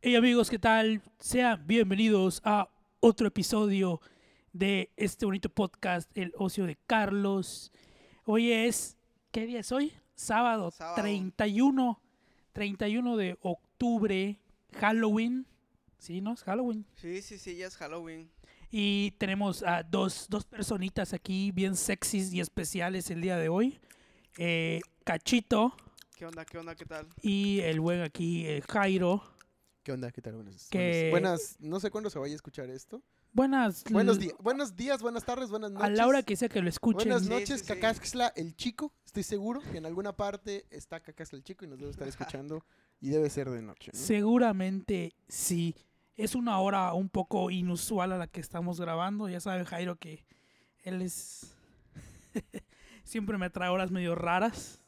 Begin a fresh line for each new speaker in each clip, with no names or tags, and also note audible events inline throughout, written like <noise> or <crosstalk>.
Hey amigos, ¿qué tal? Sean bienvenidos a otro episodio de este bonito podcast, El Ocio de Carlos. Hoy es, ¿qué día es hoy? Sábado,
Sábado.
31, 31 de octubre, Halloween. Sí, ¿no? Es Halloween.
Sí, sí, sí, ya es Halloween.
Y tenemos a dos, dos personitas aquí bien sexys y especiales el día de hoy. Eh, Cachito
¿Qué onda, qué onda, qué tal?
y el buen aquí, eh, Jairo.
¿Qué onda? ¿Qué tal? Buenas,
Que-
buenas. buenas- No sé cuándo se vaya a escuchar esto.
Buenas.
Buenos, días, buenos días, buenas tardes, buenas noches.
A la hora que sea que lo escuchen.
Buenas
Sí,
noches,
sí, sí.
Cacaxla el Chico. Estoy seguro que en alguna parte está Cacaxla el Chico y nos debe estar escuchando. y debe ser de noche. ¿no?
Seguramente sí. Es una hora un poco inusual a la que estamos grabando. Ya sabe Jairo que él es... <laughs> Siempre me trae horas medio raras.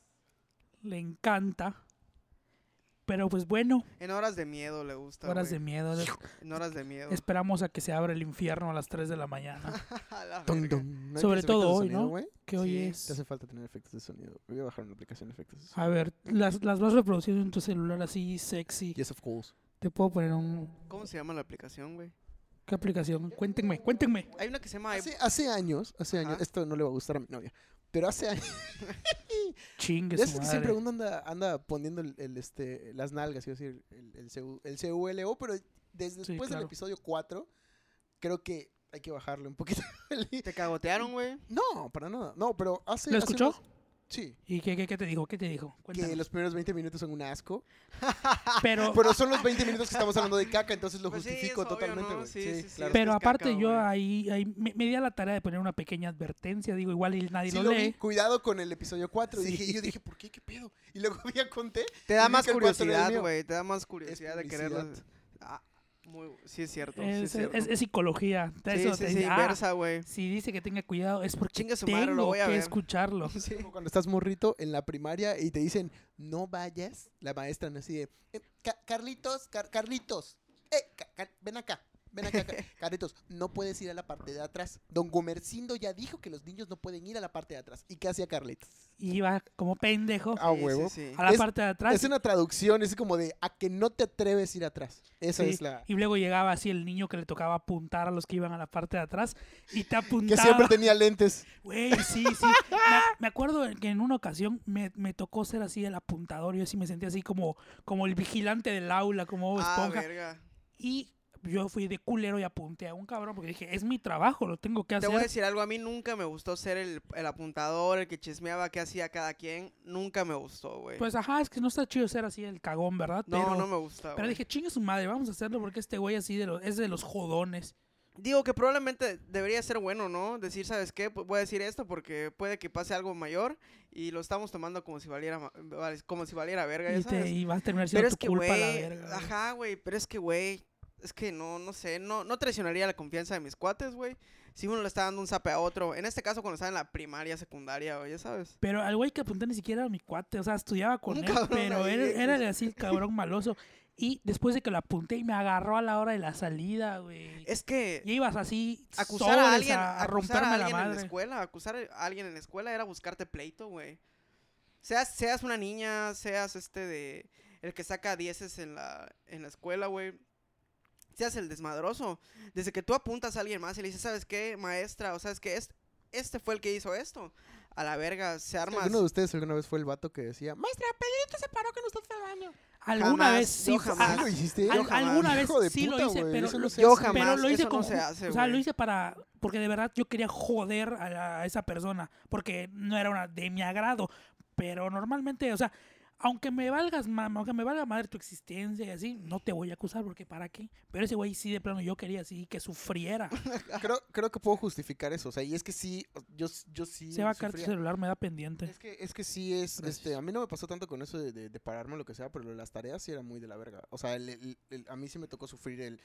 Le encanta. Pero pues bueno,
En horas de miedo le gusta.
horas de
güey.
miedo.
En horas de miedo.
Esperamos a que se abra el infierno a las 3 de la
<laughs>
mañana.
<laughs> A la
Dun,
verga.
dun. ¿No hay
Sobre
efectos de
todo hoy,
sonido,
¿no?
güey?
Que hoy
Sí,
Te
es...
hace falta tener efectos de sonido. Voy a bajar una aplicación de efectos de sonido.
A ver, las, las vas reproduciendo en tu celular así sexy.
Yes, of course.
Te puedo poner un...
¿Cómo se llama la aplicación, güey?
¿Qué aplicación? Cuéntenme, cuéntenme.
Hay una que se llama...
Hace, hace años, hace
Ajá.
años, esto no le va a gustar a mi novia, pero hace años,
Chingue
ya
su
sé que
madre.
siempre uno anda, anda poniendo el, el, este, las nalgas, iba a decir, el, el, CU el CULO, pero desde
Sí,
después
claro.
del episodio 4, creo que hay que bajarle un poquito. <laughs> el-
¿Te cagotearon,
<laughs>
güey?
no, para nada, no, pero hace...
¿Lo
hace
escuchó?
unos- sí,
¿Y qué, qué, qué te dijo? ¿Qué te dijo?
que
Cuéntanos.
<laughs>
los primeros 20 minutos son
<laughs>
un asco,
Pero,
pero son los 20 minutos que estamos hablando de caca, entonces lo
Pues sí,
justifico
es obvio,
totalmente,
¿no?
güey.
Sí, sí, sí, es-
pero aparte
caca,
yo
güey.
ahí, ahí me, me di a la tarea de poner una pequeña advertencia. Digo, igual y nadie
Sí
lo
lo vi,
lee.
cuidado con el episodio 4.
Sí.
Y dije, yo dije, ¿por qué? ¿Qué pedo? Y luego <laughs> ya conté.
Te da
y vi
más
que el cuatro era el
curiosidad,
mío.
güey. Te da más curiosidad de quererlo.
publicidad.
Ah, muy... Sí, es cierto. sí, es
Es,
cierto.
es- es psicología. Te-
sí,
eso
sí,
te
sí,
dice, ah, <laughs>
inversa, güey.
si dice que tenga cuidado es porque
Chingue su
tengo
madre, lo voy a
que
ver.
escucharlo.
<laughs> Sí.
Como cuando estás morrito en la primaria y te dicen, no vayas, la maestra no así de, "Eh, Ca- Carlitos, Car- Carlitos, eh, Ca- Car- ven acá, ven
<laughs>
acá, Car- Carlitos, no puedes ir a la parte de atrás. Don Gomercindo ya dijo que los niños no pueden ir a la parte de atrás. ¿Y qué hacía Carlitos?
Y iba como pendejo
A
Sí, sí,
huevo.
sí.
a la
Es-
parte de atrás.
Es una traducción, es como de, a que no te atreves a ir atrás. Esa
Sí,
es la...
Y luego llegaba así el niño que le tocaba apuntar a los que iban a la parte de atrás y te
Que
apuntaba.
siempre tenía lentes.
Güey, sí, sí. Me, me acuerdo que en una ocasión me, me tocó ser así el apuntador. Yo sí me sentía así como, como el vigilante del aula, como Bob
Ah,
esponja.
verga.
y yo fui de culero y apunté a un cabrón porque dije, es mi trabajo, lo tengo que
Te
hacer.
voy a decir algo, a mí nunca me gustó ser el, el apuntador, el que chismeaba qué hacía cada quien. Nunca me gustó, güey.
Pues ajá, es que no está chido ser así el cagón, ¿verdad?
eh, no,
pero,
no me gusta,
pero
güey.
dije, chingue su madre, vamos a hacerlo porque este güey así de los, es de los jodones.
Digo que probablemente debería ser bueno, ¿no? Decir, ¿sabes qué? Pu- Voy a decir esto porque puede que pase algo mayor y lo estamos tomando como si valiera, ma- val- como si valiera verga,
Y,
ya
te,
sabes.
y vas a terminar siendo
Pero es
tu
que,
culpa la
güey,
verga. güey.
ajá, güey, pero es que, güey, es que no, no sé, no, no traicionaría la confianza de mis cuates, güey. Si uno le está dando un zape a otro, en este caso cuando estaba en la primaria, secundaria, güey, ya sabes.
Pero al güey que apunté ni siquiera era mi cuate, o sea, estudiaba con
Un
él,
cabrón
pero
ahí,
era,
X.
era así el cabrón maloso. Y después de que lo apunté y me agarró a la hora de la salida, güey.
Es que
Y ibas así,
acusar a
sobres
alguien,
a, a
acusar
romperme
a
la
alguien en la
madre.
escuela, acusar a alguien en la escuela era buscarte pleito, güey. Seas, seas una niña, seas este de el que saca dieces en la en la escuela, güey. Seas el desmadroso. Desde que tú apuntas a alguien más y le dices, "¿Sabes qué, maestra? O sabes que este, este fue el que hizo esto." A la verga, se armas.
¿Alguno de ustedes alguna vez fue el vato que decía, maestra,
Alguna
Jamás,
vez sí,
yo
fue-
jamás.
ah,
¿lo hiciste?
Al-
Yo jamás.
alguna vez
Hijo de
sí
puta,
lo hice,
güey,
pero,
eso
lo-
no se
Yo
hace.
jamás,
pero lo hice
eso no
con
se
ju-
hace,
o sea, lo
güey.
hice para porque de verdad yo quería joder a, la- a esa persona porque no era una de mi agrado, pero normalmente, o sea, aunque me valgas mama, aunque me valga madre tu existencia y así, no te voy a acusar porque para qué. Pero ese güey sí de plano yo quería así que sufriera.
<laughs> Creo, creo que puedo justificar eso. O sea, y es que sí, yo, yo sí.
Se va a caer tu
sufría.
celular, me da pendiente.
Es que, es que sí es,
Gracias.
este, a mí no me pasó tanto con eso de, de, de pararme o lo que sea, pero las tareas sí eran muy de la verga. O sea, el- el- el- a mí sí me tocó sufrir el,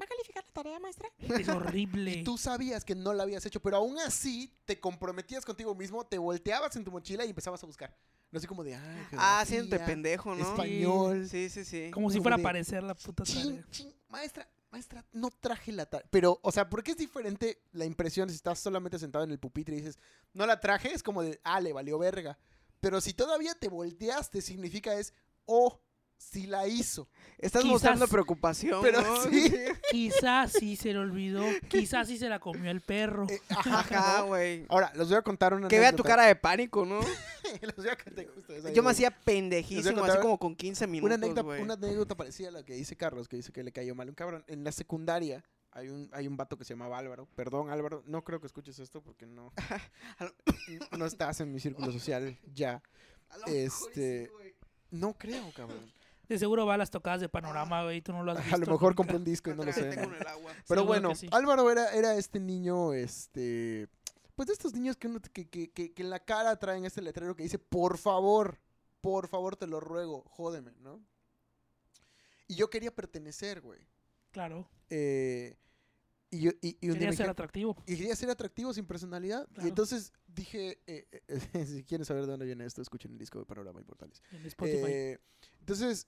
¿va a calificar la tarea, maestra?
Es horrible.
Y tú sabías que no la habías hecho, pero aún así te comprometías contigo mismo, te volteabas en tu mochila y empezabas a buscar. No sé como de, ah,
Ah, siéntate
geografía,
pendejo, ¿no?
Español.
Sí, sí, sí.
Como si
como
fuera a
de-
aparecer la puta
Chin,
tarea.
chin, maestra, maestra, no traje la tarea. Pero, o sea, porque es diferente la impresión si estás solamente sentado en el pupitre y dices, no la traje? Es como de, ah, le valió verga. Pero si todavía te volteaste, significa es, oh, sí la hizo.
Estás
Quizás.
mostrando preocupación,
Pero
Oh, ¿no?
sí.
Quizás sí se le olvidó, quizás sí se la comió el perro.
Eh,
<laughs>
ajá,
Ajá,
¿no? <laughs>
güey.
Ahora, les voy a contar una
Que vea tu
anécdota. <laughs>
cara de pánico, ¿no?
Les voy a contar justo esa
Yo me
anécdota.
hacía pendejísimo, así
contar
como con 15
una
minutos,
anécdota,
güey.
una anécdota parecida a la que dice Carlos, que dice que le cayó mal un cabrón. En la secundaria hay un, hay un vato que se llamaba Álvaro. Perdón, Álvaro, no creo que escuches esto
<laughs>
porque no, no estás en mi círculo social ya.
<laughs> A lo mejor y sí,
este,
güey.
No creo, cabrón.
De seguro va a las tocadas de panorama, güey, tú no lo has visto.
A lo mejor
nunca.
compré un disco y
Me
no lo
atraganté
sé.
con el agua.
Pero
Seguro
bueno,
que sí.
Álvaro era, era este niño, este... Pues de estos niños que, uno, que, que, que, que en la cara traen este letrero que dice, por favor, por favor, te lo ruego, jódeme, ¿no? Y yo quería pertenecer, güey.
Claro,
Eh, y, yo, y, y
quería
un día me
ser
dijeron-
atractivo.
y quería ser atractivo sin personalidad.
Claro.
Y entonces dije, eh, eh, <laughs> si quieren saber de dónde viene esto, escuchen el disco de Panorama Importantes.
En Spotify.
Eh, entonces,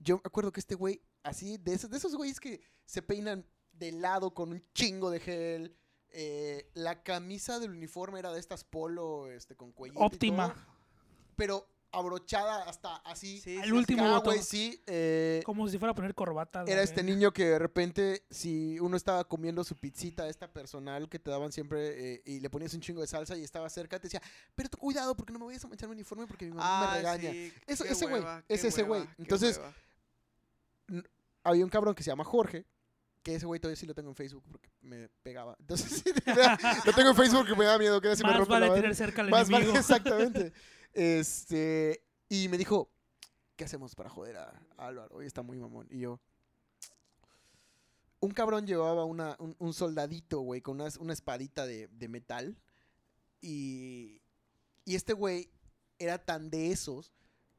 yo me acuerdo que este güey, así, de esos, de esos güeyes que se peinan de lado con un chingo de gel. eh, la camisa del uniforme era de estas polo, este, con cuello.
Óptima.
pero abrochada hasta así.
Sí,
Al
sí,
último
acá,
botón.
güey, sí. eh,
Como si fuera a poner corbata.
era
güey.
este niño que de repente, si uno estaba comiendo su pizzita, esta personal que te daban siempre eh, y le ponías un chingo de salsa y estaba cerca, te decía, pero tú cuidado porque no me vayas a manchar mi uniforme porque mi mamá
Ah,
me regaña.
sí,
Eso-
qué
ese güey,
hueva,
es
qué
ese güey.
hueva, qué
Entonces,
hueva.
Había un cabrón que se llama Jorge, que ese güey todavía sí lo tengo en Facebook porque me pegaba. <laughs> Entonces, lo tengo en Facebook porque me da miedo que así me
Más
rompe la
vale
madre.
tener cerca al
Más vale,
enemigo. <laughs>
<laughs> exactamente. Este, y me dijo, ¿qué hacemos para joder a, a Álvaro? Hoy está muy mamón. Y yo, un cabrón llevaba una, un, un soldadito, güey, con una, una espadita de, de metal. Y, y este güey era tan de esos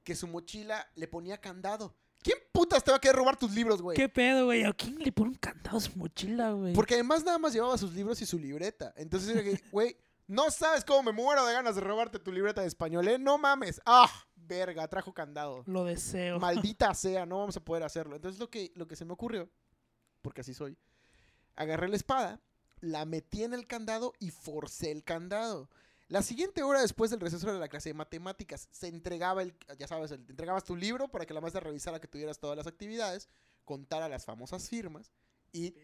que su mochila le ponía candado. ¿Quién putas te va a querer robar tus libros, güey?
¿Qué pedo, güey? ¿A quién le pone un candado a su mochila, güey?
Porque además nada más llevaba sus libros y su libreta. Entonces era que, güey, no sabes cómo me muero de ganas de robarte tu libreta de español, ¿eh? No mames. ¡Ah! Verga, trajo candado.
Lo deseo.
Maldita sea, no vamos a poder hacerlo. Entonces lo que, lo que se me ocurrió, porque así soy, agarré la espada, la metí en el candado y forcé el candado. La siguiente hora después del receso de la clase de matemáticas, se entregaba el, ya sabes, el- te entregabas tu libro para que la maestra revisara que tuvieras todas las actividades, contara las famosas firmas y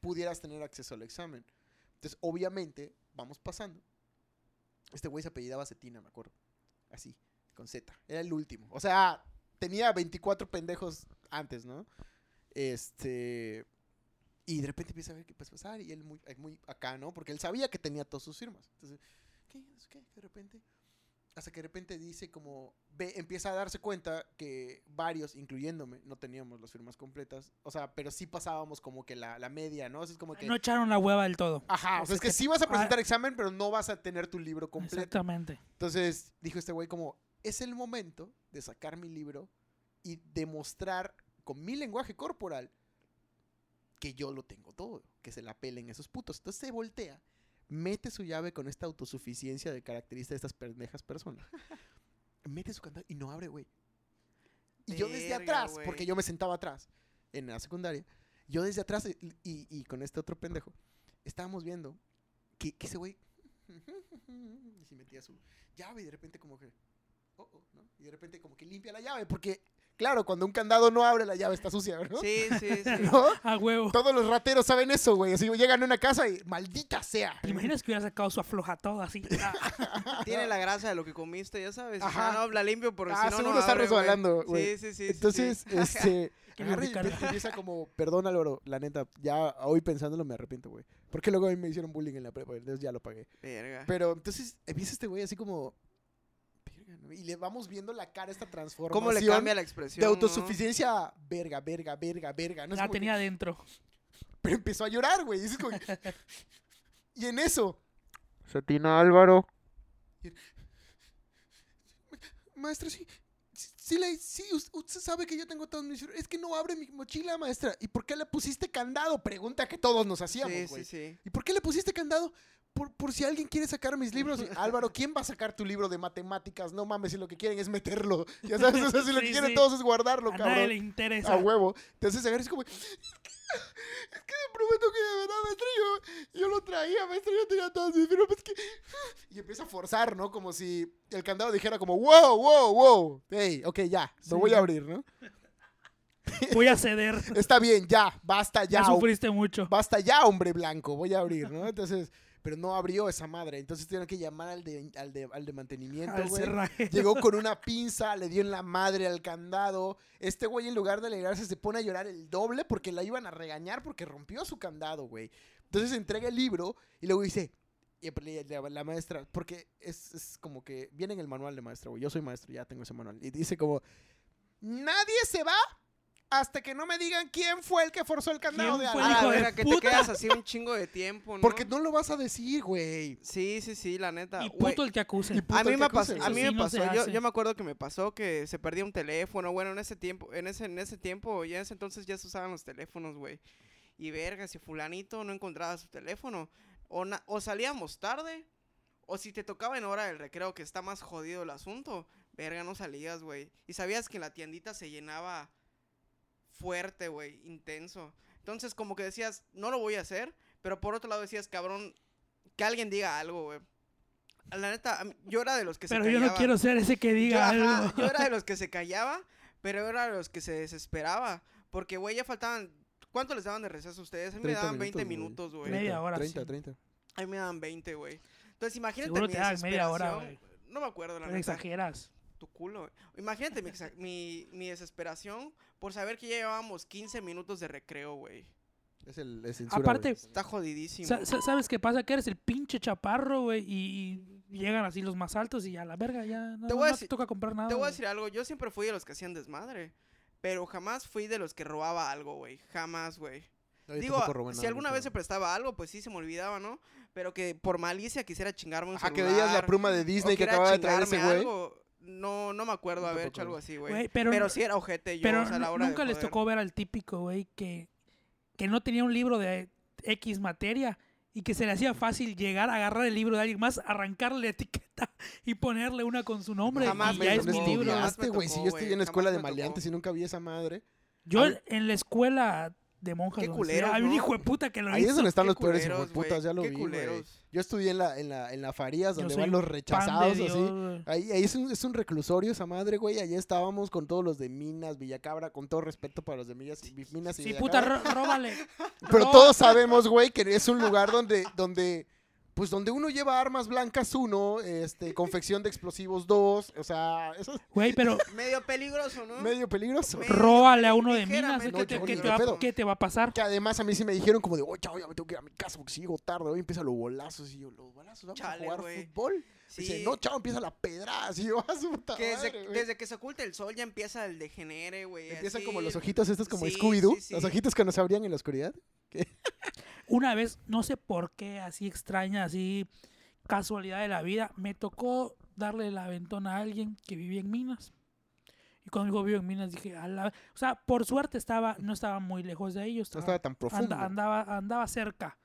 pudieras tener acceso al examen. Entonces, obviamente, vamos pasando. Este güey se apellidaba Cetina, me acuerdo. Así, con Z. Era el último. O sea, tenía 24 pendejos antes, ¿no? Este. Y de repente empieza a ver qué pasa pasar. Y él muy, eh, muy acá, ¿no? Porque él sabía que tenía todas sus firmas. Entonces, ¿qué? No sé ¿Qué? De repente. Hasta que de repente dice como. Ve, empieza a darse cuenta que varios, incluyéndome, no teníamos las firmas completas. O sea, pero sí pasábamos como que la, la media, ¿no? O sea, es como que.
No echaron la hueva del todo.
Ajá,
O sea
o sea, es que
que-
sí vas a
ah.
presentar examen, pero no vas a tener tu libro completo.
Exactamente.
Entonces dijo este güey como, es el momento de sacar mi libro y demostrar con mi lenguaje corporal que yo lo tengo todo, que se la pelen esos putos. Entonces se voltea, mete su llave con esta autosuficiencia de característica de estas pendejas personas. <laughs> mete su candado y no abre, güey. Y yo desde
Verga,
atrás,
güey.
porque yo me sentaba atrás en la secundaria, yo desde atrás y, y- y con este otro pendejo, estábamos viendo que, que ese güey... <laughs> Y se metía su llave y de repente como que... "Oh, oh", ¿no? Y de repente como que limpia la llave, porque claro, cuando un candado no abre la llave está sucia, ¿verdad?
Sí, sí, sí.
<laughs> ¿No?
A huevo.
Todos los rateros saben eso, güey. Así llegan a una casa y maldita sea.
¿Te
<laughs>
imaginas que hubiera sacado su afloja todo así? Ah,
Tiene la grasa de lo que comiste, ya sabes.
Ajá.
Ah, no, la limpio porque
Ah,
si no,
seguro
no
está
abre,
resbalando, güey.
Sí, sí, sí. sí, <laughs>
Entonces,
sí.
este,
que
agarra y
lubricarlo.
empieza- empieza como, perdón Álvaro, la neta, ya hoy pensándolo me arrepiento, güey. Porque luego a mí me hicieron bullying en la prepa, entonces ya lo pagué.
Verga.
Pero entonces empieza este güey así como, "Verga, ¿no?". y le vamos viendo la cara a esta transformación.
¿Cómo le cambia la expresión?
de
no?
autosuficiencia, a verga, verga, verga, verga. ¿no? Es
La
como que-
tenía
<laughs>
adentro.
pero empezó a llorar, güey. Y, es como- y en eso. Satina Álvaro. Maestra, sí. Sí, sí le- sí, us- usted sabe que yo tengo todos mis... Es que no abre mi mochila, maestra. ¿Y por qué le pusiste candado? Pregunta que todos nos hacíamos,
Sí,
güey.
sí, sí.
¿Y por qué le pusiste candado? Por, por si alguien quiere sacar mis
<laughs>
libros. Y, Álvaro, ¿quién va a sacar tu libro de matemáticas? No mames, si lo que quieren es meterlo. Ya
<laughs>
sabes, o sea, si lo que
Sí,
quieren
sí.
todos es guardarlo,
A nadie
cabrón.
le interesa.
A huevo. Entonces agarra y es como. Es que te prometo que de verdad, maestro, yo, yo lo traía, maestro, yo tenía todas mis firmas. es que... <laughs> Y empieza a forzar, ¿no? Como si el candado dijera como, wow, wow, wow. Hey, ok, ya, lo
Sí.
voy a abrir, ¿no?
voy a ceder.
Está bien, <laughs> ya, basta ya.
Ya
o-
sufriste mucho.
Basta ya, hombre blanco, voy a abrir, ¿no? Entonces, pero no abrió esa madre. Entonces tuvieron que llamar al de, al de, al de mantenimiento,
Al
güey.
cerraje.
Llegó con una pinza, le dio en la madre al candado. Este güey, en lugar de alegrarse, se pone a llorar el doble porque la iban a regañar porque rompió su candado, güey. Entonces entrega el libro y luego dice. Y le- le- la, maestra, porque es, es como que viene en el manual de maestro, güey. Yo soy maestro, ya tengo ese manual. Y dice como: Nadie se va hasta que no me digan quién fue el que forzó el candado
¿Quién
de
fue el
alguien".
Ah,
hijo de
verga, que te
puta.
quedas así un chingo de tiempo, ¿no?
Porque no lo vas a decir, güey.
Sí, sí, sí, la neta.
Y
güey.
puto el que acuse.
puto
A mí
el
me
que acuse,
pasó, a
güey.
mí
Eso sí
me
no se
pasó, yo,
hace.
yo me acuerdo que me pasó que se perdía un teléfono, bueno, en ese tiempo, en ese, en ese tiempo, ya en ese entonces ya se usaban los teléfonos, güey. Y verga, si fulanito no encontraba su teléfono, o, na- o salíamos tarde, o si te tocaba en hora del recreo, que está más jodido el asunto, verga, no salías, güey. Y sabías que la tiendita se llenaba fuerte, güey, intenso. Entonces como que decías, no lo voy a hacer, pero por otro lado decías, cabrón, que alguien diga algo, güey. La neta, a mí- yo era de los que se
Pero yo no
callaba.
quiero ser ese que
Yo,
diga
ajá,
algo.
yo
<laughs>
era de los que se callaba, pero era de los que se desesperaba. Porque, güey, ya faltaban. ¿Cuánto les daban de receso a ustedes? A mí me
30
daban 20
minutos,
minutos, güey.
Media hora,
30,
sí.
30.
A mí me daban 20, güey. Entonces, imagínate
Seguro
mi
te daban media hora,
desesperación. No me acuerdo, la
Pero <laughs>
neta.
exageras.
Tu culo, güey. Imagínate mi, exa- mi, mi desesperación por saber que ya llevábamos 15 minutos de recreo, güey.
Es el es censura,
Aparte,
güey.
Está jodidísimo.
sa- sa- ¿sabes qué pasa? Que eres el pinche chaparro, güey, y, y llegan así los más altos y a la verga ya no,
Te voy a
no
decir-
toca comprar nada.
Te voy a
güey.
decir algo, yo siempre fui de los que hacían desmadre. Pero jamás fui de los que robaba algo, güey. Jamás, güey.
No, yo
Digo,
tampoco robé
si
nada,
alguna
nunca.
vez se prestaba algo, pues sí se me olvidaba, ¿no? Pero que por malicia quisiera chingarme un
Ajá, que
celular,
veías la pluma de Disney
o
que
quisiera
acababa de traer ese
chingarme
güey.
algo, No, no me acuerdo
Yo
haber
tampoco
hecho algo así, güey.
Güey,
Pero,
pero,
sí era ojete yo,
pero
o sea, a la
nu-
hora de
nunca les
joder.
tocó ver al típico, güey, que, que no tenía un libro de X materia y que se le hacía fácil llegar a agarrar el libro de alguien más, arrancarle la etiqueta y ponerle una con su nombre.
Jamás
y
me
ya es
tocó,
mi libro.
jamás
Estudiaste,
me
este, güey, si
tocó,
yo estoy
güey,
en la escuela
jamás
de
me tocó.
maleantes y nunca vi esa madre.
Yo
Ay.
en la escuela de monjas
Qué
donde
culeros,
estudiaba, había un
¿no?
hijo de puta que lo
Ahí es
hizo.
donde están
Qué
los peores
culeros,
hijueputas,
güey,
ya lo
qué
vi, güey.
culeros.
Yo estudié en la en la en la Farías
Yo
donde
soy
van los
pan de
rechazados
Dios,
así.
güey.
Ahí, ahí es, un, es un reclusorio esa madre, güey. Allí estábamos con todos los de Minas, Villacabra, con todo respeto para los de Minas y, Minas y
Sí, puta,
Villacabra.
ró- róbale.
Pero
No.
todos sabemos, güey, que es un lugar donde, donde, pues donde uno lleva armas blancas uno, este, confección de explosivos dos, o sea, eso es
Güey, pero
Medio peligroso, ¿no?
medio peligroso.
Me-
róbale a uno de minas.
Ligeramente
¿Qué te,
No, yo
qué
ni
te
de
va,
pedo.
qué te va a pasar?
Que además a mí sí me dijeron como de, oye, chavo, ya me tengo que ir a mi casa porque si llego tarde, hoy empiezan los bolazos. Y yo, los bolazos, vamos
Chale,
a jugar
güey.
fútbol.
Sí,
Dice, no, chavo, empieza la pedra. <laughs> Así yo, a su puta
que desde,
madre, güey.
desde que se oculta el sol ya empieza el degenere, güey.
Empiezan
así,
como los
el-
ojitos estos como
Sí,
Scooby-Doo,
sí, sí.
los ojitos que nos abrían en la oscuridad.
Una vez, no sé por qué, así extraña, así casualidad de la vida, me tocó darle la ventona a alguien que vivía en Minas. Y cuando digo vivo en Minas, dije, a la... o sea, por suerte estaba, no estaba muy lejos de ellos.
No estaba tan profundo.
Anda- andaba, andaba cerca.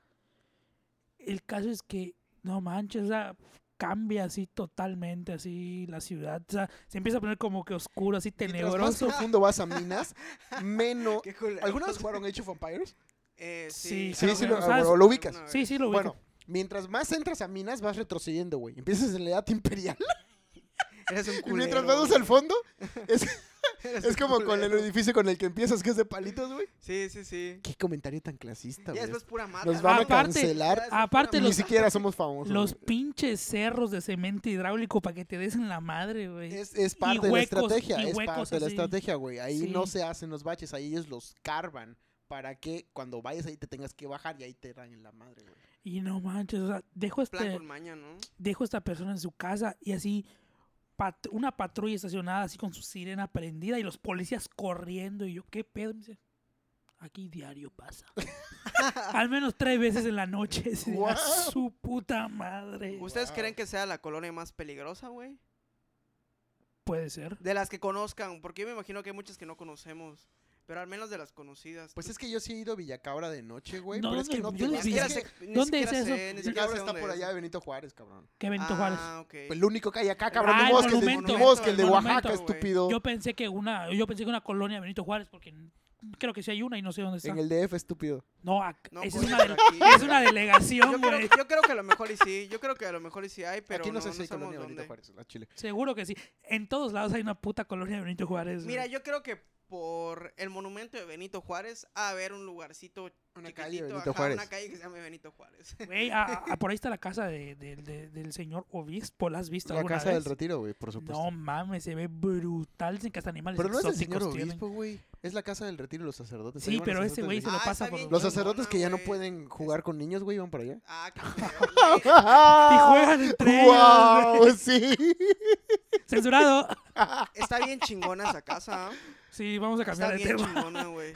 El caso es que, no manches, o sea, cambia así totalmente, así la ciudad. O sea, se empieza a poner como que oscuro, así
Mientras más
tenebroso.
<laughs> profundo vas a minas, menos...
<laughs> Qué culero.
¿Alguna vez jugaron Age of Empires?
Eh,
Sí,
sí,
sí,
alguna
sí,
vez,
lo- ¿sabes?
o lo ubicas.
alguna vez.
Sí, sí, lo ubico.
Bueno, mientras más entras a minas, vas retrocediendo, güey. Empiezas en la edad imperial.
Eres un
<laughs> Y
culero.
mientras vas
güey.
al fondo, es,
Eres
es
un
como con el
culero.
edificio con el que empiezas, que es de palitos, güey.
Sí, sí, sí.
Qué comentario tan
Ya
clasista, güey.
después pura mata.
Nos van a
¿no?
Aparte-
cancelar.
aparte
y Ni
los-
siquiera somos famosos.
Los
eh,
güey.
pinches cerros de cemento hidráulico para que te des en la madre, güey.
Es, es parte de la
huecos,
estrategia,
y
es
huecos
parte de la
así.
estrategia, güey. Ahí no
Sí.
se hacen los baches, ahí ellos los carvan para que cuando vayas ahí te tengas que bajar y ahí te dan en la madre, güey.
Y no manches, o sea, dejo,
Plan
este,
con maña, ¿no?
dejo esta persona en su casa y así pat- una patrulla estacionada así con su sirena prendida y los policías corriendo y yo, ¿qué pedo? Me dice, aquí diario
<laughs>
pasa. Al menos tres veces en la noche. <laughs> así de, "A
Guau.
su puta madre.
¿Ustedes
Wow.
creen que sea la colonia más peligrosa, güey?
Puede ser.
De las que conozcan, porque yo me imagino que hay muchas que no conocemos, pero al menos de las conocidas.
Pues es que yo sí he ido a Villacabra de noche, güey.
No,
pero es que
¿dónde?
no
Yo
te
ni
Ni siquiera
vas.
vi-
Es que
sé- ni
¿dónde
siquiera
Pues, es eso?
sé, ni siquiera
Villacabra
sé
está
dónde
por
es.
allá de Benito Juárez, cabrón.
Que Benito Juárez.
Ah, ok.
Pues lo único que hay acá, cabrón,
Ah,
ni
el
modo que el de-
Eh, monumento.
ni modo que el de
El
Oaxaca,
monumento, güey.
estúpido.
Yo pensé que una, yo pensé que una colonia de Benito Juárez, porque n- creo que sí hay una y no sé dónde está.
En el DF, estúpido.
No, ac-
No,
esa es
pues,
una,
por
del-
aquí,
<laughs> es
güey.
una
Yo
delegación,
creo,
güey.
yo creo que a lo mejor y sí, yo creo que a lo mejor y sí hay, pero
Aquí no,
no,
sé si hay
sabemos
colonia Benito
dónde.
Juárez, la Chile.
Seguro que sí. En todos lados hay una puta colonia de Benito Juárez.
Mira,
güey.
yo creo que por el monumento de Benito Juárez a ver un lugarcito
Una
chiquitito,
calle de Benito
ajá,
Juárez.
una calle que se llame Benito Juárez. <laughs>
Güey, a- a- a por ahí está la casa de- de- de- del señor obispo. ¿La has visto
La
alguna
casa
vez?
del retiro, güey, por supuesto.
no mames, se ve brutal sin que hasta animales
pero no es el
exóticos
señor
tienen.
obispo, güey. Es la casa del retiro de los sacerdotes.
Sí,
Ahí van los
pero ese
sacerdotes
güey
de-
se lo
Ah,
pasa
está
por...
bien
Los
chingona,
sacerdotes que ya no
güey.
pueden jugar con niños, güey, van para allá.
Ah,
<laughs>
qué feo, güey.
Y juegan entre ellos,
¡Wow!
güey.
Sí.
Censurado.
Está bien chingona esa casa.
<laughs>
¿ah?
Sí, vamos a
Está
cambiar de
bien
tema.
chingona, güey.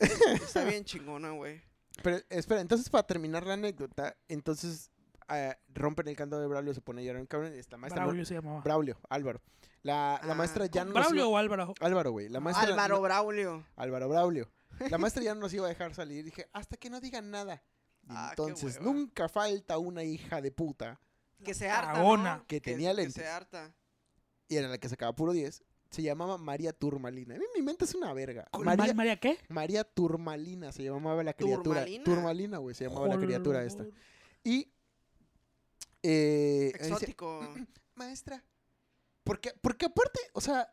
<laughs>
Está bien chingona, güey.
Pero espera, entonces para terminar la anécdota, entonces ah, rompen el canto de Braulio, se pone a llorar un cabrón y esta maestra. no-
Braulio se llamaba.
Braulio, Álvaro. La, la
Ah,
maestra ya no nos
¿Braulio
iba-
o Álvaro?
Álvaro, güey. La maestra
Álvaro
no-
Braulio.
Álvaro Braulio. La maestra ya no nos iba a dejar salir. Dije, hasta que no digan nada. Y
Ah, qué
entonces,
hueva.
nunca falta una hija de puta,
Que se harta.
Cagona.
¿no?
Que tenía
que,
lentes.
se harta.
y era la que sacaba puro 10. Se llamaba María Turmalina. A mí mi mente es una verga.
¿Con
María,
María, María qué?
María Turmalina se llamaba la criatura.
¿Turmalina?
Turmalina, güey, se llamaba la criatura esta.
Jol-
Y. eh, dice,
Exótico.
maestra. Porque, porque aparte, o sea,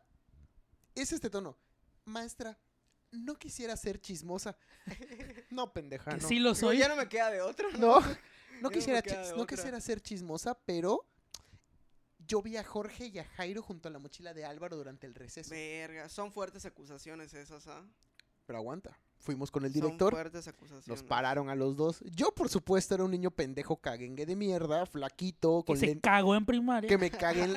es este tono. Maestra, no quisiera ser chismosa. No, pendeja,
Que
Ah,
<laughs>
no.
sí lo
Digo,
soy.
ya no me queda de otra. <laughs>
No,
no
no
me
quisiera,
queda
chis-
de
no
otra.
quisiera ser chismosa, pero yo vi a Jorge y a Jairo junto a la mochila de Álvaro durante el receso.
Verga, son fuertes acusaciones esas, ¿ah?
Pero aguanta. Fuimos con el
Son
director,
fuertes acusaciones.
nos pararon a los dos. Yo, por supuesto, era un niño pendejo caguengue de mierda, flaquito,
Que
con
se
len-
cagó en primaria.
que me cagué en,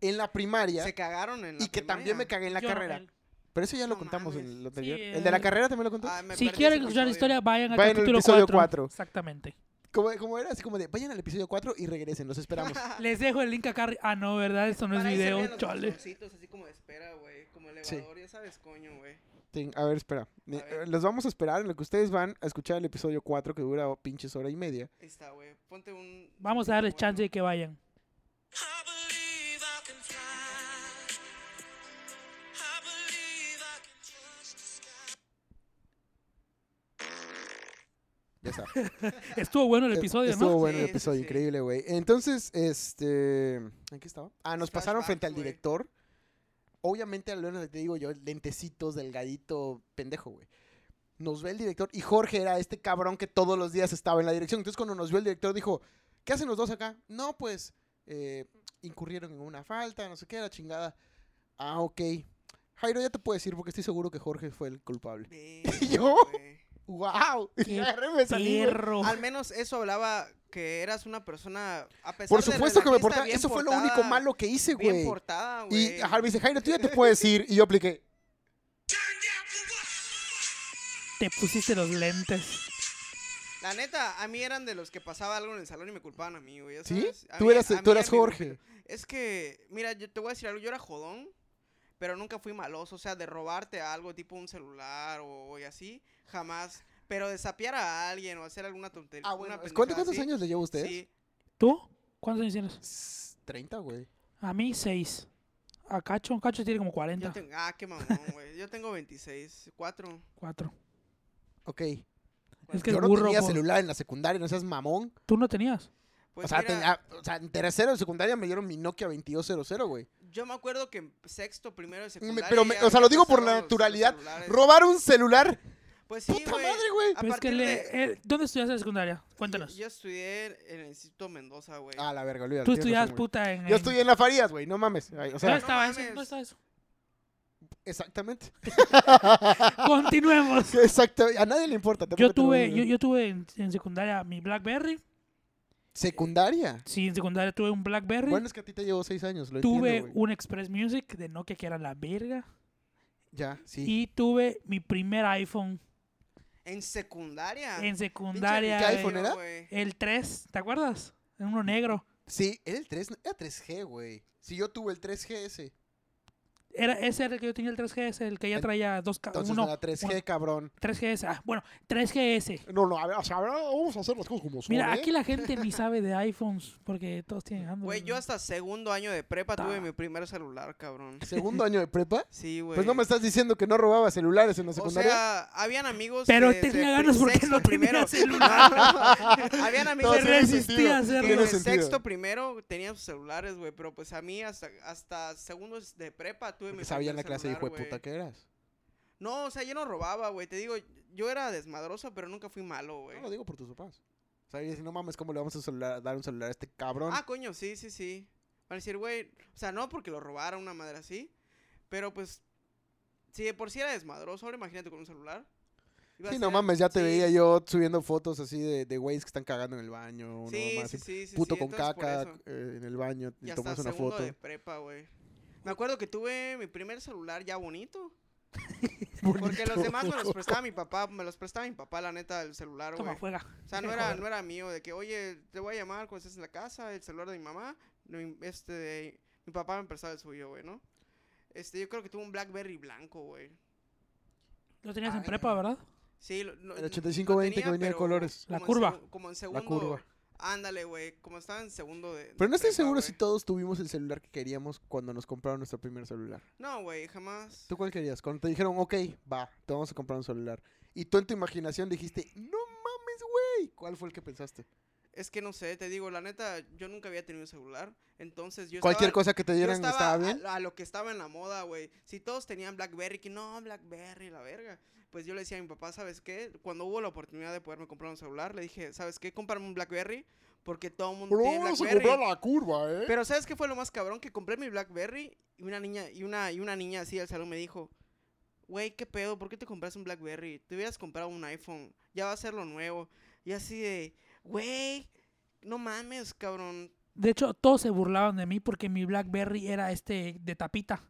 en la primaria
Se cagaron en la
y que también me
primaria.
cagué en la
Yo-
carrera. Pero eso ya lo
No
contamos en
mames.
el anterior.
Sí,
¿El de la
el-
carrera también lo contó?
Ah, me
Si
perdí
quieren
ese
escuchar la
episodio.
historia, vayan al
Vayan al
capítulo
episodio
4.
cuatro.
Exactamente.
¿Cómo, cómo era? Así como de, vayan al episodio 4 y regresen, los esperamos.
<laughs>
Les dejo el link acá. arri- Ah, no, ¿verdad? Esto no es
Ah. Para ahí se
video,
vean los
chale.
botoncitos así como de espera, güey. Como
Sí.
elevador, ya sabes, coño, güey.
Ten- a ver, espera. Eh,
ver.
Los vamos a esperar en lo que ustedes van a escuchar el episodio 4 que dura pinches hora y media.
Ahí está, güey. Ponte un.
Vamos a darles chance de que vayan.
I believe I can fly. I believe I can touch the sky.
Ya está.
Estuvo bueno el
Es-
episodio,
Eh, Estuvo
¿no?
bueno el
Sí, sí,
episodio,
sí.
increíble, güey. Entonces, este... ¿En qué estaba? Ah, nos pasaron
Flashbacks,
frente al
güey.
director. Obviamente, a Leonard, te digo yo, lentecitos, delgadito, pendejo, güey. Nos ve el director y Jorge era este cabrón que todos los días estaba en la dirección. Entonces, cuando nos vio el director, dijo, ¿qué hacen los dos acá? No, pues, eh, incurrieron en una falta, no sé qué, la chingada. Ah, ok. Jairo, ya te puedo decir porque estoy seguro que Jorge fue el culpable.
Verga,
<laughs> ¿Yo?
güey.
¡Wow!
Qué
<laughs> Y agarré, me salí, güey.
Perro.
Al menos eso hablaba que eras una persona. A pesar
Por
de
supuesto que me
relajista,
portaba.
bien
Eso fue lo
portada,
único malo que hice,
Bien
güey.
portada, güey.
Y Harvey dice, Jairo, tú ya te puedes ir. Y yo apliqué.
Turn down for what?
Te pusiste los lentes.
La neta, a mí eran de los que pasaba algo en el salón y me culpaban a mí, güey. ya
¿Sí?
<laughs> sabes. A
Tú
mí-
eras,
a mí
tú
era
eras
mi
Jorge.
Es que, mira, yo te voy a decir algo, yo era jodón, pero nunca fui maloso, o sea, de robarte algo, tipo un celular o, o y así, jamás. Pero de sapear a alguien o hacer alguna tontería.
Ah, bueno.
pues,
¿Cuánto- ¿Cuántos años le lleva a usted?
Sí,
¿Tú? ¿Cuántos años tienes?
S- 30, güey.
A mí, seis. A Cacho, Cacho tiene como
yo
40.
tengo, ah, qué mamón, güey. Yo tengo 26, 4.
Cuatro.
Ok.
Es que
Yo
es
no
burro.
tenía
po.
celular en la secundaria, no seas mamón.
Tú no tenías.
Pues
o, sea,
mira,
tenía- o sea, en tercero de secundaria me dieron mi Nokia 2200, güey.
yo me acuerdo que en sexto, primero de
Mm, Me-
secundaria...
pero me-
ya-
o sea,
ya
lo digo por
pasaron
la
los- los
naturalidad.
celulares.
Robar un celular.
Pues sí,
Puta
güey.
madre,
<laughs>
güey.
A
Pero es que
partir
le-
de-
eh, ¿Dónde estudiaste la secundaria? Cuéntanos.
Yo estudié en el Instituto Mendoza, güey.
Ah, la verga, olvídalo.
Tú
tienes
estudiabas
razón, güey.
puta en.
Yo
en-
estudié en la Farías, güey, no mames. Ay, O
¿Dónde
sea,
No
estaba eso?
mames.
¿Dónde estaba eso?
exactamente. <laughs>
Continuemos.
Exactamente. A nadie le importa.
Yo
tampoco te lo voy a
tuve, yo,
decir.
yo tuve en, en secundaria mi Blackberry.
Secundaria.
Sí, en secundaria tuve un Blackberry.
Bueno, es que a ti te llevó 6 años, lo
tuve
entiendo, güey.
un Express Music de Nokia que era la verga.
Ya, sí.
Y tuve mi primer iPhone
En secundaria.
en
Pinche
secundaria.
¿Qué
güey.
Ah, iPhone eh. era?
güey.
El 3, ¿te acuerdas? En uno negro.
Sí, era el 3, era 3G, güey. Si yo tuve el 3GS,
Era ese era el que yo tenía el 3GS, el que ya
En-
traía dos ca-
entonces
uno,
no era 3G,
uno-
cabrón.
3GS. Ah, bueno, 3GS.
No, no, a ver, o sea, ahora vamos a hacer las cosas como son,
Mira,
¿eh?
aquí la gente
<laughs>
ni sabe de iPhones porque todos tienen Android.
Güey, yo
¿no?
hasta segundo año de prepa
Ta.
tuve mi primer celular, cabrón.
Segundo año de prepa.
Sí, güey.
Pues no me estás diciendo que no robaba celulares en la
O
secundaria.
sea, habían amigos.
Pero
de- de
tenía
pri-
ganas porque
sexto
no tenía celular.
No, no. <laughs> habían amigos
Se
tiene
de-
resi-
resistía a
que
hacerlo.
tiene
de
sentido.
sexto primero tenían sus celulares, güey. Pero pues a mí hasta, hasta segundos de prepa tuve mi
Sabían la
primer
clase de hijo
celular,
de puta
güey.
que eras.
No, o sea, yo no robaba, güey. Te digo, yo era desmadroso, pero nunca fui malo, güey.
No lo digo por tus papás. O sea, yo decía, no mames, ¿cómo le vamos a celular- dar un celular a este cabrón?
Ah, coño, sí, sí, sí. Van a decir, güey, o sea, no porque lo robaron una madre así, pero pues, si de por sí era desmadroso, ahora imagínate con un celular. Iba a
sí, no
ser-
mames, ya te
sí,
veía yo subiendo fotos así de, de güeyes que están cagando en el baño. no
Sí,
mames,
sí,
así,
sí, sí,
puto
sí,
con
entonces por
caca
eso.
eh, en el baño y
Ya está,
tomas una
segundo
foto.
de prepa, güey. Me acuerdo que tuve mi primer celular ya
<laughs>
bonito. Porque los
Bonito.
demás me los prestaba mi papá, me los prestaba mi papá, la neta, el celular,
Toma
güey.
fuega.
O
<laughs>
sea, no era, no era mío, de que, oye, te voy a llamar cuando estés en la casa, el celular de mi mamá, mi- este, mi papá me prestaba el suyo, güey, ¿no? Este, yo creo que tuve un Blackberry blanco, güey.
Lo tenías en
Ay.
prepa, ¿verdad?
Sí, lo- lo-
El
lo
85-20 que
tenía,
venía de
pero
colores.
La
como en
curva.
segu- como en segundo.
curva.
Ándale, güey, como estaba en segundo de...
Pero no
de
estoy
prepa,
seguro
güey.
si todos tuvimos el celular que queríamos cuando nos compraron nuestro primer celular.
No, güey, jamás.
¿Tú cuál querías? Cuando te dijeron, ok, va, te vamos a comprar un celular. Y tú en tu imaginación dijiste, no mames, güey. ¿Cuál fue el que pensaste?
Es que no sé, te digo, la neta, yo nunca había tenido celular, entonces yo
Cualquier
estaba-
cosa que te
yo
dieran
estaba,
estaba, bien.
A, a lo que estaba en la moda, güey. Si todos tenían BlackBerry, que no, BlackBerry, la verga. Pues yo le decía a mi papá, ¿sabes qué? Cuando hubo la oportunidad de poderme comprar un celular, le dije, ¿sabes qué? Cómprame un BlackBerry, porque todo el mundo tiene BlackBerry.
la curva, ¿eh?
Pero ¿sabes qué fue lo más cabrón? Que compré mi BlackBerry y una niña, y una, y una niña así del salón me dijo, güey, ¿qué pedo? ¿Por qué te compras un BlackBerry? Te hubieras comprado un iPhone, ya va a ser lo nuevo. Y así de, güey, no mames, cabrón.
De hecho, todos se burlaban de mí porque mi BlackBerry era este de tapita.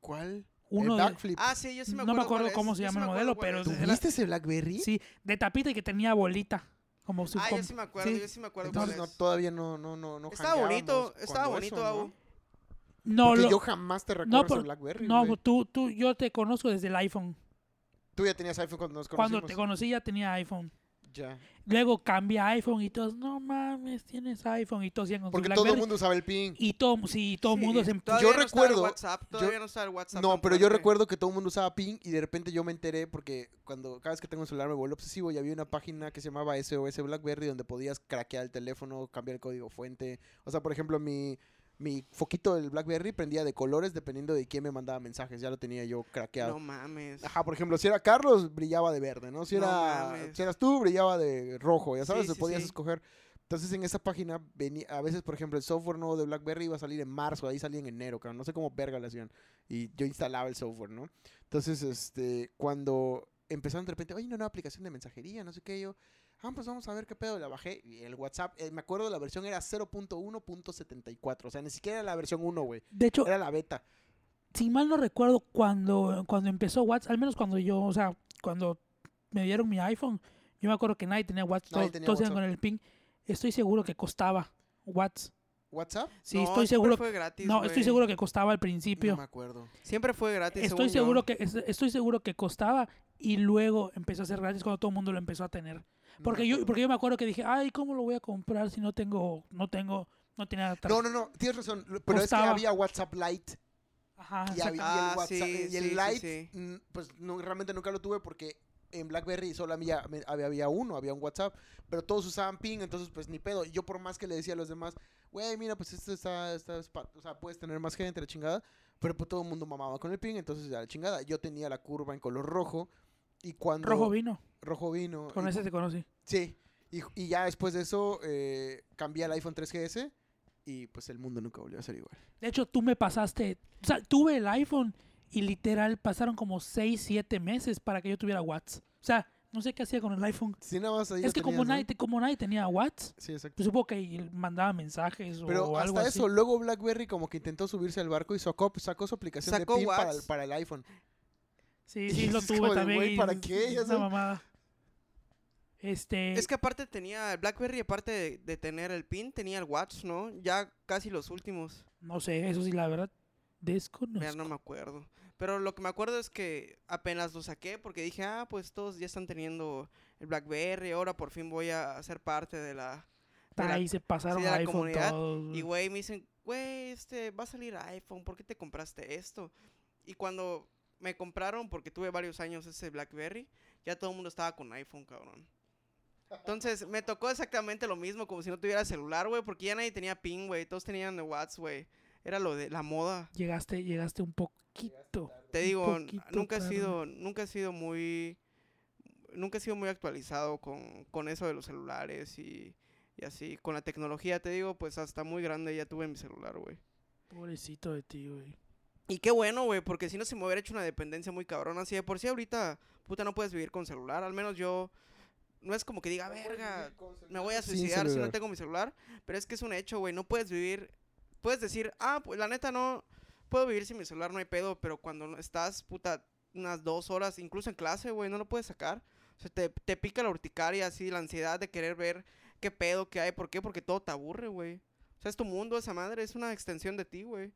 ¿Cuál?
Uno
el
de-
backflip.
Ah, sí, yo sí me
No
acuerdo.
me acuerdo
cuál es,
cómo se
yo sí
llama el
me acuerdo
modelo, pero
cuál es.
de la-
¿Tuviste ese BlackBerry?
Sí, de tapita y que tenía bolita. Como su
Ah,
com-
yo sí me acuerdo,
sí.
yo sí me acuerdo cuál
Entonces no,
es.
todavía no, no, no, no
Estaba bonito,
jangueábamos
estaba
cuando eso,
bonito, Abu.
No,
Porque
lo-
yo jamás te recuerdo
por-
ese BlackBerry,
no, pues
güey.
tú, tú, yo te conozco desde el iPhone.
Tú ya tenías iPhone cuando nos conocimos.
Cuando te conocí ya tenía iPhone.
Ya.
Luego cambié a iPhone y todos, no mames, tienes iPhone y todos iban con su
Porque todo el
BlackBerry.
mundo usaba el ping.
Y todo, sí, todo el mundo se... em-,
Todavía
em- Yo
no estaba el
recuerdo-
WhatsApp, todavía no estaba el WhatsApp.
No,
tan
pero yo
fuerte.
recuerdo que todo el mundo usaba Ping y de repente yo me enteré porque cuando cada vez que tengo un celular me vuelvo obsesivo y había una página que se llamaba SOS BlackBerry donde podías craquear el teléfono, cambiar el código fuente. O sea, por ejemplo, mi, mi foquito del BlackBerry prendía de colores dependiendo de quién me mandaba mensajes. Ya lo tenía yo
No
craqueado.
mames.
Ajá, por ejemplo, si era Carlos, brillaba de verde, ¿no? Si,
No
era,
mames.
si eras tú, brillaba de rojo, ya
Sí,
sabes,
sí,
podías
sí.
escoger. Entonces en esa página venía, a veces, por ejemplo, el software nuevo de BlackBerry iba a salir en marzo, ahí salía en enero, cabrón, no sé cómo verga le hacían. Y yo instalaba el software, ¿no? Entonces, este, cuando empezaron de repente, oye, una nueva aplicación de mensajería, no sé qué, yo, ah, pues vamos a ver qué pedo, la bajé. Y el WhatsApp, eh, me acuerdo, la versión era 0.1.74, o sea, ni siquiera era la versión 1, güey,
De hecho,
era la beta.
si mal no recuerdo, cuando, cuando empezó WhatsApp, al menos cuando yo, o sea, cuando me dieron mi iPhone, yo me acuerdo que nadie tenía WhatsApp,
Nadie
todos-
tenía
todos iban
WhatsApp.
con el ping. Estoy seguro que costaba WhatsApp.
¿WhatsApp?
Sí,
No,
estoy
siempre
seguro.
Fue gratis,
No,
güey.
estoy seguro que costaba al
No
principio.
me acuerdo.
Siempre fue gratis.
estoy
según yo.
seguro que es- estoy seguro que costaba y luego empezó a ser gratis cuando todo el mundo lo empezó a tener.
No
Porque
me
yo
acuerdo.
porque yo me acuerdo que dije, "Ay, ¿cómo lo voy a comprar si no tengo no tengo no tenía tar-
No, no, no, tienes razón. lo- Pero es
Costaba.
que había WhatsApp Lite
Ajá,
y,
exacto.
había,
Ah,
el WhatsApp. eh,
sí,
y el
sí, sí,
Lite,
sí.
mm, pues no, realmente nunca lo tuve porque en BlackBerry solo había, me- había, había uno, había un WhatsApp. Pero todos usaban ping, entonces pues ni pedo. Y yo por más que le decía a los demás, güey, mira, pues esto está, está, es pa- o sea, puedes tener más gente, la chingada. Pero pues todo el mundo mamaba con el ping, entonces ya la chingada. Yo tenía la curva en color rojo y cuando...
Rojo vino,
rojo vino.
con
y-
ese te conocí.
Sí. Y, y ya después de eso eh, cambié al iPhone 3GS y pues el mundo nunca volvió a ser igual.
De hecho, tú me pasaste, o sea, tuve el iPhone y literal pasaron como 6, 7 meses para que yo tuviera WhatsApp. O sea, no sé qué hacía con el iPhone.
Sí, nada más ahí
es
lo
que como
tenías, ¿no?
nadie te- como nadie tenía WhatsApp,
Sí, exacto.
pues supongo que él mandaba mensajes
Pero
o algo
hasta
así.
eso, luego BlackBerry como que intentó subirse al barco y sacó, pues, sacó su aplicación
Sacó
de PIN para el,
Whats.
para el iPhone.
Sí, sí, lo
Es como
tuve
de,
también.
"Güey,
y
¿para qué? Ya
es una
sabes".
mamada. Este.
Es que aparte tenía el BlackBerry, aparte de, de tener el PIN, tenía el Watch, ¿no? Ya casi los últimos.
No sé, eso sí, la verdad.
Mira,
Desconozco.
no me acuerdo. Pero lo que me acuerdo es que apenas lo saqué porque dije, ah, pues todos ya están teniendo el BlackBerry, ahora por fin voy a ser parte de la... de la-
Ahí se pasaron
sí, de
a
la
iPhone
comunidad,
todos.
Y güey, me dicen, güey, este, va a salir iPhone, ¿por qué te compraste esto? Y cuando me compraron, porque tuve varios años ese BlackBerry, ya todo el mundo estaba con iPhone, cabrón. Entonces, me tocó exactamente lo mismo, como si no tuviera celular, güey, porque ya nadie tenía ping, güey, todos tenían de WhatsApp, güey. Era lo de la moda.
Llegaste, llegaste un poco poquito.
Te
un
digo, n-
poquito
nunca he
tarde.
sido, nunca he sido muy, nunca he sido muy actualizado con, con eso de los celulares y, y así. Con la tecnología, te digo, pues hasta muy grande ya tuve mi celular, güey.
Pobrecito de ti, güey.
Y qué bueno, güey, porque si no se me hubiera hecho una dependencia muy cabrona. Así de por sí ahorita, puta, no puedes vivir con celular. Al menos yo, no es como que diga, verga, me voy a
Sin
suicidar si no
celular.
tengo mi celular. Pero es que es un hecho, güey, no puedes vivir, puedes decir, ah, pues la neta no, puedo vivir sin mi celular, no hay pedo. Pero cuando no estás, puta, unas dos horas, incluso en clase, güey, no lo puedes sacar. O sea, te, te pica la urticaria, así, la ansiedad de querer ver qué pedo que hay. ¿Por qué? Porque todo te aburre, güey. O sea, es tu mundo, esa madre, es una extensión de ti, güey.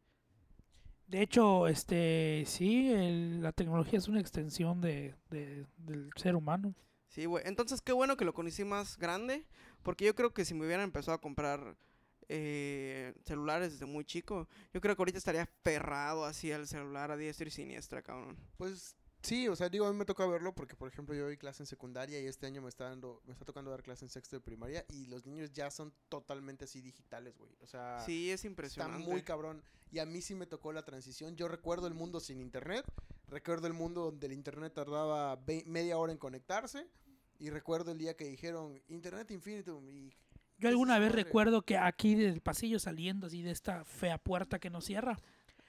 De hecho, este, sí, el- la tecnología es una extensión de, de- del ser humano.
Sí, güey. Entonces, qué bueno que lo conocí más grande. Porque yo creo que si me hubieran empezado a comprar eh, celulares desde muy chico, yo creo que ahorita estaría ferrado así al celular a diestra y siniestra, cabrón.
Pues sí, o sea, digo, a mí me toca verlo porque, por ejemplo, yo doy clase en secundaria y este año me está dando, me está tocando dar clase en sexto de primaria y los niños ya son totalmente así digitales, güey. O sea,
sí, es
Ah, está
impresionante.
muy cabrón. Y a mí sí me tocó la transición. Yo recuerdo el mundo sin internet, recuerdo el mundo donde el internet tardaba ve- media hora en conectarse y recuerdo el día que dijeron Internet Infinitum y
Yo alguna
esa
vez
madre.
recuerdo que aquí del pasillo saliendo así de esta fea puerta que no cierra,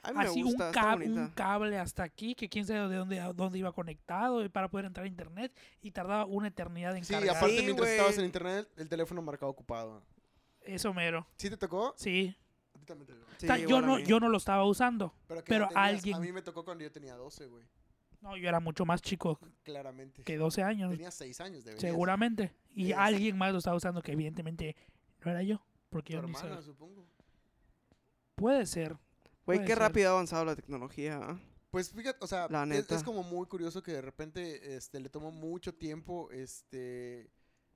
a mí me
así
gusta,
un,
está
cab- un
bonita.
cable hasta aquí, que quién sabe de dónde, a dónde iba conectado y para poder entrar a internet y tardaba una eternidad en
Sí,
cargar.
aparte
Sí,
mientras
güey.
estabas en internet, el teléfono marcaba ocupado.
Eso mero.
¿Sí te tocó?
Sí.
A ti también te tocó.
Sí,
Ta- yo
igual a
no
mí.
yo no lo estaba usando.
Pero, que
Pero
ya tenías-
alguien-
A mí me tocó cuando yo tenía 12, güey.
No, yo era mucho más chico
Claramente.
que 12 años,
Tenía 6 años, de
seguramente. Y
Tenías-
alguien más lo estaba usando que evidentemente no era yo, porque
Tu
yo ni sé.
hermana, supongo.
Puede ser.
Güey,
puede
qué
ser.
rápido ha avanzado la tecnología. ¿ah?
Pues fíjate, o sea,
La
es- es,
neta.
como muy curioso que de repente este, le tomó mucho tiempo este,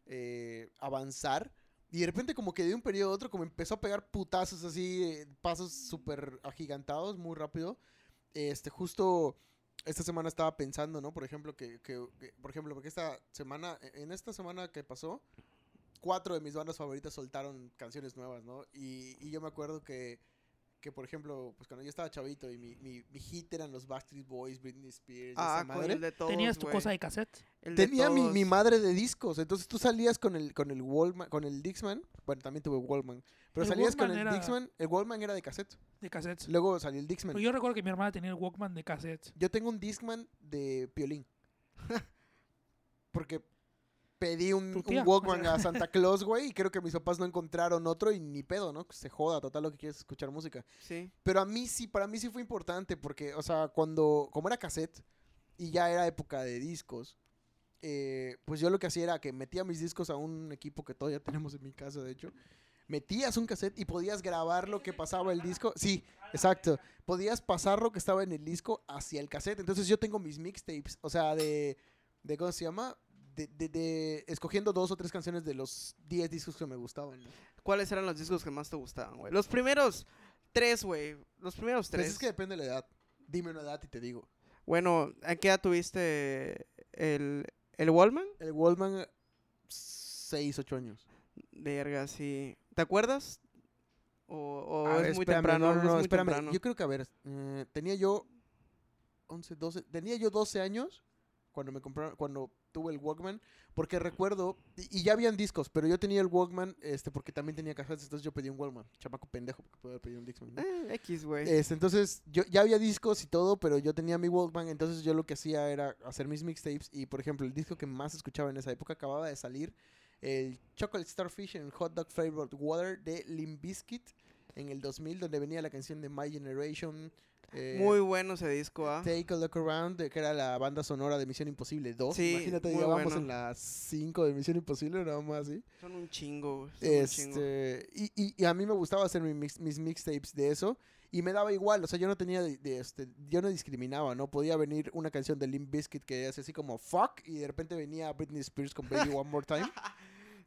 eh, avanzar. Y de repente como que de un periodo a otro como empezó a pegar putazos así, eh, pasos súper agigantados, muy rápido. Este, justo esta semana estaba pensando, ¿no? Por ejemplo, que, que- que- por ejemplo, porque esta semana, en esta semana que pasó, cuatro de mis bandas favoritas soltaron canciones nuevas, ¿no? Y, y yo me acuerdo que, que, por ejemplo, pues cuando yo estaba chavito y mi, mi, mi hit eran los Backstreet Boys, Britney Spears,
Ah,
esa
con el
madre.
de todos,
Tenías tu
güey.
cosa de cassette.
El de
Tenía mi, mi
todos.
madre de discos, entonces tú salías con el con el Walkman, con el Dixman, bueno, también tuve Walkman, pero
El
salías con
Walkman
el
era-
Dixman, el Walkman era de cassette.
De cassettes.
Luego salió el Dixman.
Pero yo recuerdo que mi hermana tenía el Walkman de
<laughs>
cassette.
Yo tengo un Discman de violín. <laughs> Porque pedí un,
Tu
un
tía, o <laughs>
Walkman
sea.
a Santa Claus, güey, y creo que mis papás no encontraron otro y ni pedo, ¿no? Que Se joda, total, lo que quieres es escuchar música.
Sí.
Pero a mí sí, para mí sí fue importante porque, o sea, cuando, como era cassette y ya era época de discos, eh, pues yo lo que hacía era que metía mis discos a un equipo que todavía <laughs> tenemos en mi casa, de hecho. Metías un cassette y podías grabar lo que pasaba el disco. Sí, exacto. Podías pasar lo que estaba en el disco hacia el cassette. Entonces yo tengo mis mixtapes, o sea, de, de ¿cómo se llama? De, de- de- escogiendo dos o tres canciones de los 10 discos que me gustaban. Pues ¿no?
¿Cuáles eran los discos que más te gustaban, güey? Los primeros tres, güey. Los primeros
Pues
tres.
es que depende de la edad. Dime una edad y te digo.
Bueno, ¿a qué edad tuviste el, el Wallman?
El Wallman, 6, 8 años.
Verga, sí. ¿Te acuerdas? O, o
A
Oh, es
ver,
muy
Ah, espérame,
temprano.
No, no, no,
es muy
espérame.
temprano.
Yo creo que, a ver, eh, tenía yo 11, 12, tenía yo 12 años cuando me compraron, cuando tuve el Walkman, porque recuerdo, y, y ya habían discos, pero yo tenía el Walkman, este, porque también tenía cajas, entonces yo pedí un Walkman, chamaco pendejo, porque puedo haber pedido un Dixman. ¿no?
Eh, X, güey.
Este, entonces, yo ya había discos y todo, pero yo tenía mi Walkman, entonces yo lo que hacía era hacer mis mixtapes y, por ejemplo, el disco que más escuchaba en esa época acababa de salir, el Chocolate Starfish and Hot Dog Flavored Water de Limp Bizkit en el 2000, donde venía la canción de My Generation, eh,
muy bueno ese disco, ¿ah?
Take a Look Around, de- que era la banda sonora de Misión Imposible 2.
Sí,
Imagínate,
muy
llegábamos
bueno.
en las 5 de Misión Imposible, nada más así.
Son un chingo, güey, Son un chingo.
Este, y, y- y a mí me gustaba hacer mi mix- mis mixtapes de eso. Y me daba igual, o sea, yo no tenía, de, de este, yo no discriminaba, ¿no? Podía venir una canción de Limp Bizkit que es así como fuck, y de repente venía Britney Spears con Baby One More Time.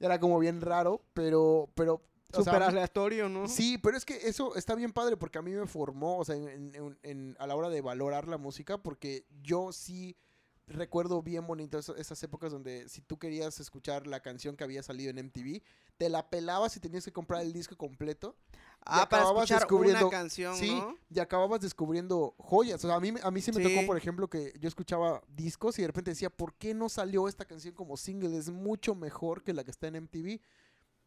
Era como bien raro, pero, pero, o sea,
Súper aleatorio, ¿no?
Sí, pero es que eso está bien padre porque a mí me formó, o sea, en- en- en- a la hora de valorar la música, porque yo sí recuerdo bien bonito eso- esas épocas donde si tú querías escuchar la canción que había salido en MTV, te la pelabas y tenías que comprar el disco completo.
Ah, para
acababas
escuchar
descubriendo-
una canción,
sí,
¿no?
y acababas descubriendo joyas. O sea, a mí, me- a mí sí me
Sí.
tocó, por ejemplo, que yo escuchaba discos y de repente decía, ¿por qué no salió esta canción como single? Es mucho mejor que la que está en MTV.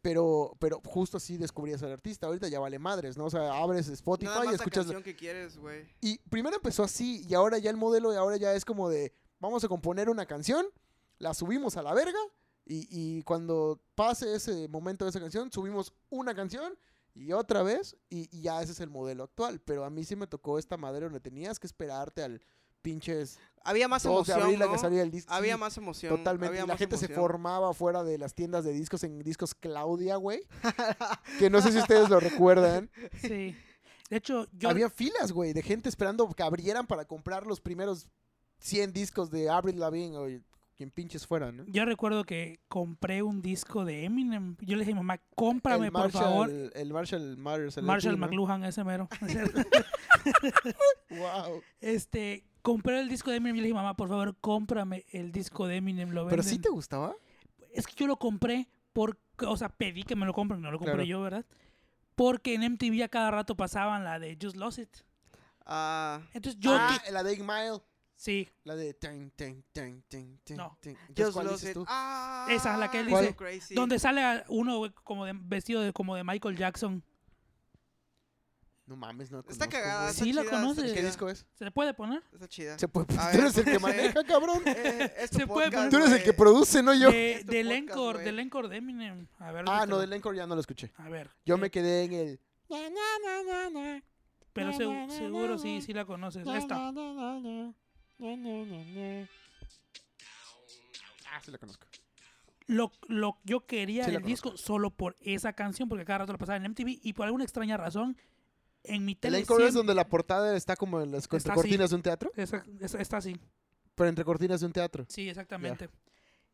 Pero, pero justo así descubrías al artista. Ahorita ya vale madres, ¿no? O sea, abres Spotify
Nada más
y
la
escuchas
canción que quieres, güey.
y primero empezó así, y ahora ya el modelo de ahora ya es como de, vamos a componer una canción, la subimos a la verga, y, y cuando pase ese momento de esa canción, subimos una canción y otra vez, y, y ya ese es el modelo actual. Pero a mí sí me tocó esta madre donde tenías que esperarte al pinches
Había más
12 de
emoción,
abril a que
¿no?
salía el disco.
Había
Sí,
más emoción.
Totalmente,
había
y la
más
gente se
emoción.
formaba fuera de las tiendas de discos en discos
<laughs>
Claudia, güey. que no sé si ustedes lo recuerdan.
Sí. De hecho, yo.
Había filas, güey, de gente esperando que abrieran para comprar los primeros 100 discos de Avril Lavigne o quien pinches fuera, ¿no?
Yo recuerdo que compré un disco de Eminem. Yo le dije a mi mamá, cómprame, por favor.
el Marshall Matters. el
Marshall
latino.
McLuhan, ese
<laughs>
mero. <laughs>
Wow.
este, compré el disco de Eminem. Yo le dije, mamá, por favor, cómprame el disco de Eminem. Lo
Pero sí
venden".
te gustaba.
Es que yo lo compré por... O sea, pedí que me lo compren, no lo compré
Claro.
yo, ¿verdad? Porque en MTV a cada rato pasaban la de Just Lost It.
Ah,
Entonces yo...
ah,
que-
la de Eight Mile.
Sí,
La de. Tan, tan, tan, tan, tan,
No.
tan. Entonces,
Just
¿cuál
Lost
dices
It.
tú?
Ah,
Esa es la que él
¿Cuál?
so
dice.
crazy.
donde sale a uno güey, como de, vestido de, como de Michael Jackson.
No mames, no la
Está
conozco,
cagada.
güey.
está
Sí la
chida,
conoces.
Está
¿Qué
chida.
disco es?
¿Se le puede poner?
Está chida.
Se puede.
A
Tú eres
ver,
<laughs> el
no
que
sé.
maneja,
<laughs>
cabrón.
Eh, es
<laughs>
tu
Se puede
podcast,
Tú eres el
güey.
que produce, no yo.
De,
Es tu
del
podcast,
encore,
güey.
del encore de Eminem. A ver.
Ah, no,
búscalo.
del Encore ya no lo escuché.
A ver.
Yo
eh,
me quedé en el.
Pero segu- seguro sí, sí la conoces. Esta.
Ah, sí la conozco.
Lo, lo, yo quería
Sí la
el disco solo por esa canción, porque cada rato la pasaba en MTV y por alguna extraña razón, en mi
El
tele
Encore es
siempre-
donde la portada está como en las
Está
entre
así.
cortinas de un teatro.
Esa- esa- Está así.
Pero entre cortinas de un teatro.
Sí, exactamente.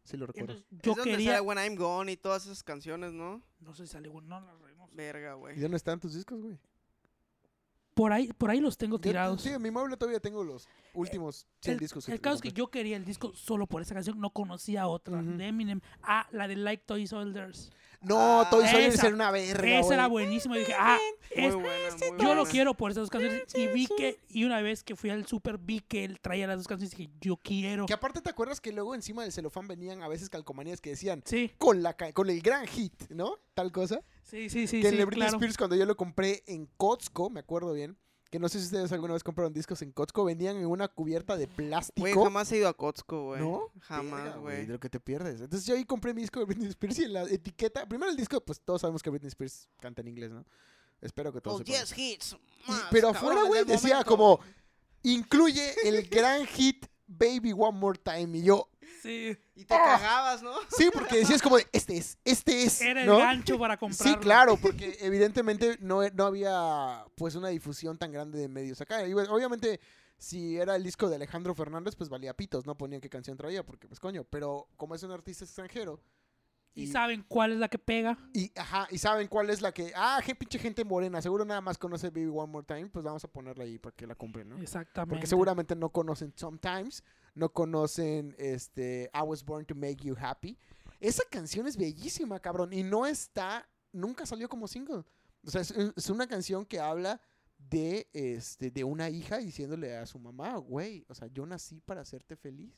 Sí lo recuerdo.
Entonces,
Es
yo
donde
quería.
sale When I'm Gone y todas esas canciones, ¿no?
No sé si sale uno, no la reímos.
Verga, güey.
¿Y dónde están tus discos, güey?
Por ahí, por ahí los tengo
Yo-
tirados. Eh,
Sí, en mi mueble todavía tengo los últimos 100
el,
discos.
el
te
caso es que
compré.
yo quería el disco solo por esa canción, no conocía otra
Ujú.
de Eminem. Ah, la de Like Toy Soldiers.
No, Toy
Ah,
Soldier
esa-
era una verga,
esa
güey.
era buenísima. Y dije, ah,
Muy
es-
buena, muy
yo lo
Pues,
buena.
quiero por esas dos canciones. Y vi que, y una vez que fui al super, vi que él traía las dos canciones y dije, yo quiero.
Que aparte, ¿te acuerdas que luego encima del celofán venían a veces calcomanías que decían
Sí,
con, la, ca- con el gran hit, ¿no? Tal cosa.
sí, sí, sí. sí,
que el de Britney
claro.
Spears, cuando yo lo compré en Costco, me acuerdo bien, que no sé si ustedes alguna vez compraron discos en Costco, venían en una cubierta de plástico.
Güey, jamás he ido a Costco, güey.
¿No?
Jamás,
Verga,
güey.
De lo que te pierdes. Entonces yo ahí compré mi disco de Britney Spears y en la etiqueta. Primero el disco, pues todos sabemos que Britney Spears canta en inglés, ¿no? Espero que todos
Con
sepan.
10 Oh, hits.
Y-
más,
pero
cabrón,
afuera,
en
güey,
el
decía
momento.
como incluye el gran hit Baby One More Time. Y yo,
Sí,
Y te cagabas, ¿no?
sí, porque decías como de, este es, este es.
era el
¿no?
gancho para comprarlo.
Sí, claro, porque evidentemente no, e- no había pues una difusión tan grande de medios acá. Y, bueno, obviamente, si era el disco de Alejandro Fernández, pues valía pitos, no ponían qué canción traía, porque pues coño, pero como es un artista extranjero.
Y saben cuál es la que pega.
y, ajá, y saben cuál es la que. Ah, qué pinche gente morena, seguro nada más conoce Baby One More Time, pues vamos a ponerla ahí para que la compren, ¿no?
Exactamente.
Porque seguramente no conocen Sometimes, no conocen este I Was Born to Make You Happy. Esa canción es bellísima, cabrón, y no está, nunca salió como single. O sea, es, es una canción que habla de este de una hija diciéndole a su mamá, güey, o sea, yo nací para hacerte feliz.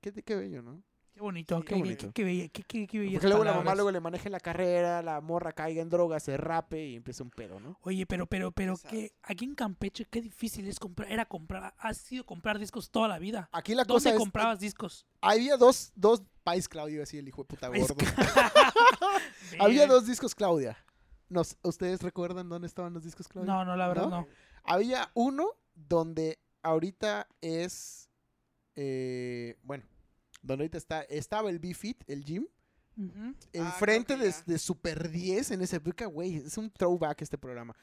Qué, qué bello, ¿no?
Qué bonito,
Sí,
qué,
qué
bonito. Qué,
bonito.
qué bella- qué- qué- qué bellas
Porque luego la mamá
palabras.
luego le maneja la carrera, la morra caiga en drogas, se rape y empieza un pedo, ¿no?
Oye, pero, pero, pero,
Exacto.
que aquí en Campeche, qué difícil es comprar. Era comprar, ha sido comprar discos toda la vida.
Aquí la
¿Dónde
cosa es
comprabas discos?
había dos dos Pais Claudio así el hijo de puta
Pais
gordo.
Sí.
<laughs> Había dos discos Claudia. Nos, ¿Ustedes recuerdan dónde estaban los discos Claudia?
No, no, la verdad no.
Había uno donde ahorita es. eh, bueno, donde ahorita está. Estaba el B-Fit, el gym.
Ah, Ujú.
creo
Enfrente
que
de,
ya.
de Super 10 en esa época, güey. Es un throwback este programa.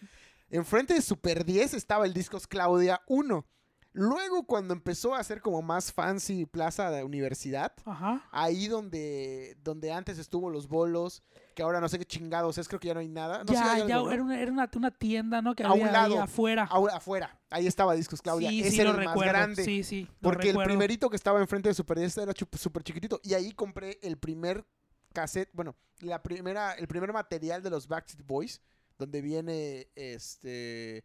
Enfrente de Super 10 estaba el discos Claudia 1. Luego, cuando empezó a ser como más fancy plaza de universidad,
Ajá.
ahí donde, donde antes estuvo los bolos, que ahora no sé qué chingados es, creo que ya no hay nada. No, sí,
ya,
hay
ya,
algo, ¿no?
era, una, era una, una tienda, ¿no? Que
A un
había ahí
lado.
afuera.
Au- afuera. Ahí estaba Discos Claudia.
sí,
Ese
sí,
era
lo
el
recuerdo.
más grande.
Sí, sí, lo
Porque el
recuerdo.
primerito que estaba enfrente de Super 10 era chup- súper chiquitito. Y ahí compré el primer cassette, bueno, la primera, el primer material de los Backstreet Boys, donde viene este.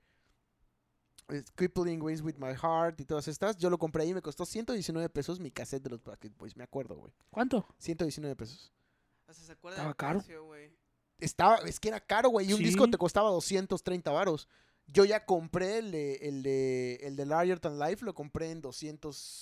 es Crippling Wings with My Heart y todas estas. Yo lo compré ahí, me costó 119 pesos mi cassette de los Backstreet Boys, me acuerdo, güey.
¿Cuánto?
119 pesos.
Hasta se acuerda
Estaba
del
caro.
precio, güey.
Estaba, es que era caro, güey, y un
Sí.
disco te costaba 230 varos. Yo ya compré el de, el de, el de Larger Than Life, lo compré en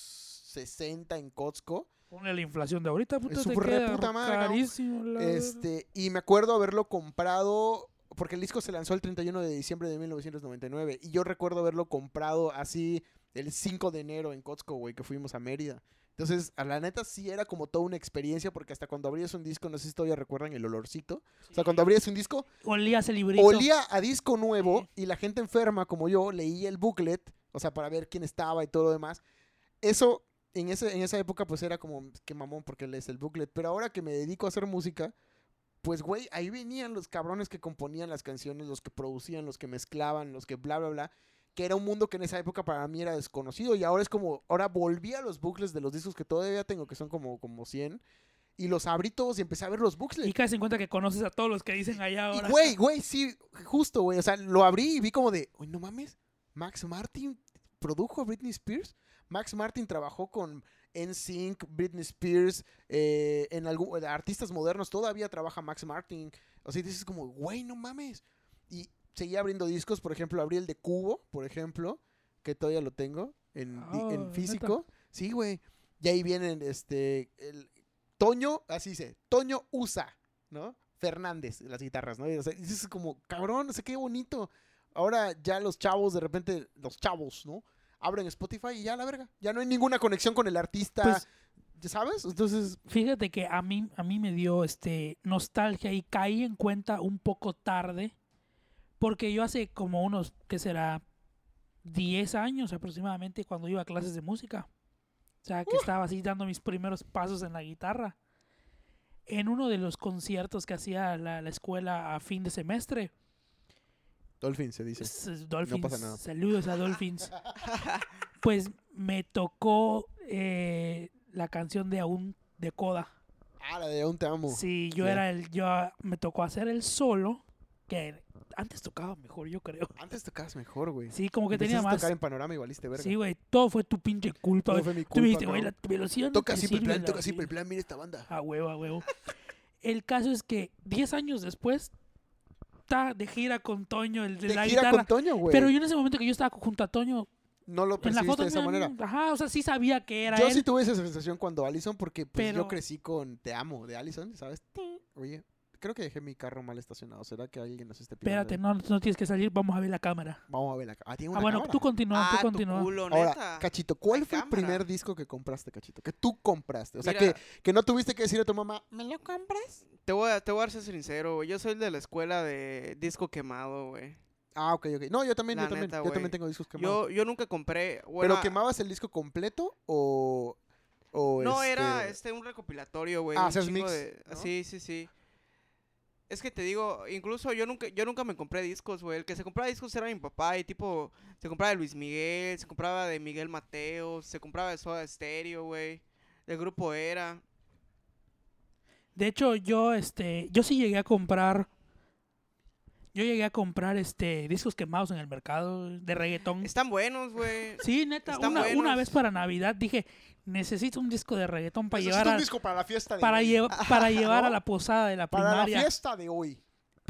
260 en Costco.
Ponle la inflación de ahorita, puta,
Es
te
su re
queda
puta madre, cabrón.
carísimo. la verga.
Este, y me acuerdo haberlo comprado, porque el disco se lanzó el 31 de diciembre de 1999, y yo recuerdo haberlo comprado así el 5 de enero en Costco, güey, que fuimos a Mérida. Entonces, a la neta sí era como toda una experiencia, porque hasta cuando abrías un disco, no sé si todavía recuerdan el olorcito. O sea, cuando abrías un disco,
Olía ese librito.
olía a disco nuevo y la gente enferma como yo leía el booklet, o sea, para ver quién estaba y todo lo demás. Eso en, ese, en esa época pues era como, qué mamón porque lees el booklet, pero ahora que me dedico a hacer música, pues güey, ahí venían los cabrones que componían las canciones, los que producían, los que mezclaban, los que bla, bla, bla, que era un mundo que en esa época para mí era desconocido y ahora es como, ahora volví a los booklets de los discos que todavía tengo, que son como, como 100. Y los abrí todos y empecé a ver los booklets.
Y casi en cuenta que conoces a todos los que dicen allá
Y,
ahora.
güey, güey, sí, justo, güey. O sea, lo abrí y vi como de, uy, no mames, Max Martin produjo a Britney Spears. Max Martin trabajó con NSYNC, Britney Spears, eh, en algún, artistas modernos todavía trabaja Max Martin. O sea, dices como, güey, no mames. Y seguí abriendo discos, por ejemplo, abrí el de Cubo, por ejemplo, que todavía lo tengo en, di-
Ah,
en
¿neta?
físico. Sí, güey. Y ahí vienen, este, el Toño, así dice, Toño USA, ¿no? Fernández, las guitarras, ¿no? Y, o sea, dices como, cabrón, o sea, qué bonito. Ahora ya los chavos, de repente, los chavos, ¿no? Abren Spotify y ya la verga. Ya no hay ninguna conexión con el artista.
Pues-
¿ya ¿Sabes? Entonces,
Fíjate que a mí, a mí me dio este nostalgia y caí en cuenta un poco tarde. Porque yo hace como unos, ¿qué será? 10 años aproximadamente cuando iba a clases de música. O sea,
Uh.
que estaba así dando mis primeros pasos en la guitarra. En uno de los conciertos que hacía la, la escuela a fin de semestre.
Dolphin se dice.
S- Dolphins,
pasa nada.
saludos a
<laughs>
Dolphins. pues me tocó eh, la canción de Aún de Coda.
Ah, la de Aún te amo.
Sí, yo
ya.
era el. Yo ah, me tocó hacer el solo. Que antes tocaba mejor, yo creo.
Antes tocabas mejor, güey.
Sí, como que tenía
Empezaste a
más.
tocar en panorama y valiste verga.
Sí, güey, todo fue tu pinche culpa,
Todo
güey.
fue mi
Tú me dijiste,
culpa,
güey, la
cabrón.
velocidad no
Toca
te
simple
sirve
plan,
la
toca simple
vida.
plan, mira esta banda.
A huevo, a huevo. <laughs> El caso es que 10 años después está de gira con Toño, el de
Te
la
gira
guitarra.
con Toño, güey.
Pero yo en ese momento que yo estaba junto a Toño,
no lo
en la
percibiste
foto.
de esa
mm,
manera.
Ajá, o sea, sí sabía que era
Yo
él.
sí tuve esa sensación cuando Allison, porque pues, yo
Pero-
crecí con Te amo de Allison, ¿sabes? Oye, creo que dejé mi carro mal estacionado. ¿Será que alguien nos esté pidiendo?
Espérate, no, no tienes que salir, vamos a ver la cámara.
Vamos a ver la ca- Ah, tiene una
ah, bueno,
cámara.
tú continúa,
ah,
tú continúa.
tu culo,
Ahora,
neta.
Cachito, ¿cuál
Hay
fue el
cámara.
primer disco que compraste, Cachito? Que tú compraste. O sea,
Mira.
que, que no tuviste que decirle a tu mamá, "Mm, ¿me lo compras?
Te voy, a, te voy a ser sincero, güey. Yo soy de la escuela de disco quemado, güey.
Ah, ok, ok. No, yo también,
La
yo también,
neta,
yo
güey.
también tengo discos quemados.
Yo, yo nunca compré. bueno,
¿Pero quemabas el disco completo o...? o
pues,
No, era
eh,
este,
este un recopilatorio, güey.
Ah,
un
o sea, es
chingo
mix,
de-
¿no?
Sí, sí, sí. Es que te digo, incluso yo nunca, yo nunca me compré discos, güey. El que se compraba discos era mi papá y tipo, se compraba de Luis Miguel, se compraba de Miguel Mateo, se compraba de Soda Stereo, güey. Del grupo Era.
De hecho, yo este, yo sí llegué a comprar yo llegué a comprar este discos quemados en el mercado de reggaetón.
Están buenos, güey.
Sí, neta,
están
una, una
buenos.
vez para Navidad dije, necesito un disco de reggaetón para
necesito
llevar a,
un disco para la fiesta de
para
hoy.
lleva- para llevar a
¿No?
la posada de la
Para la
primaria.
fiesta de hoy.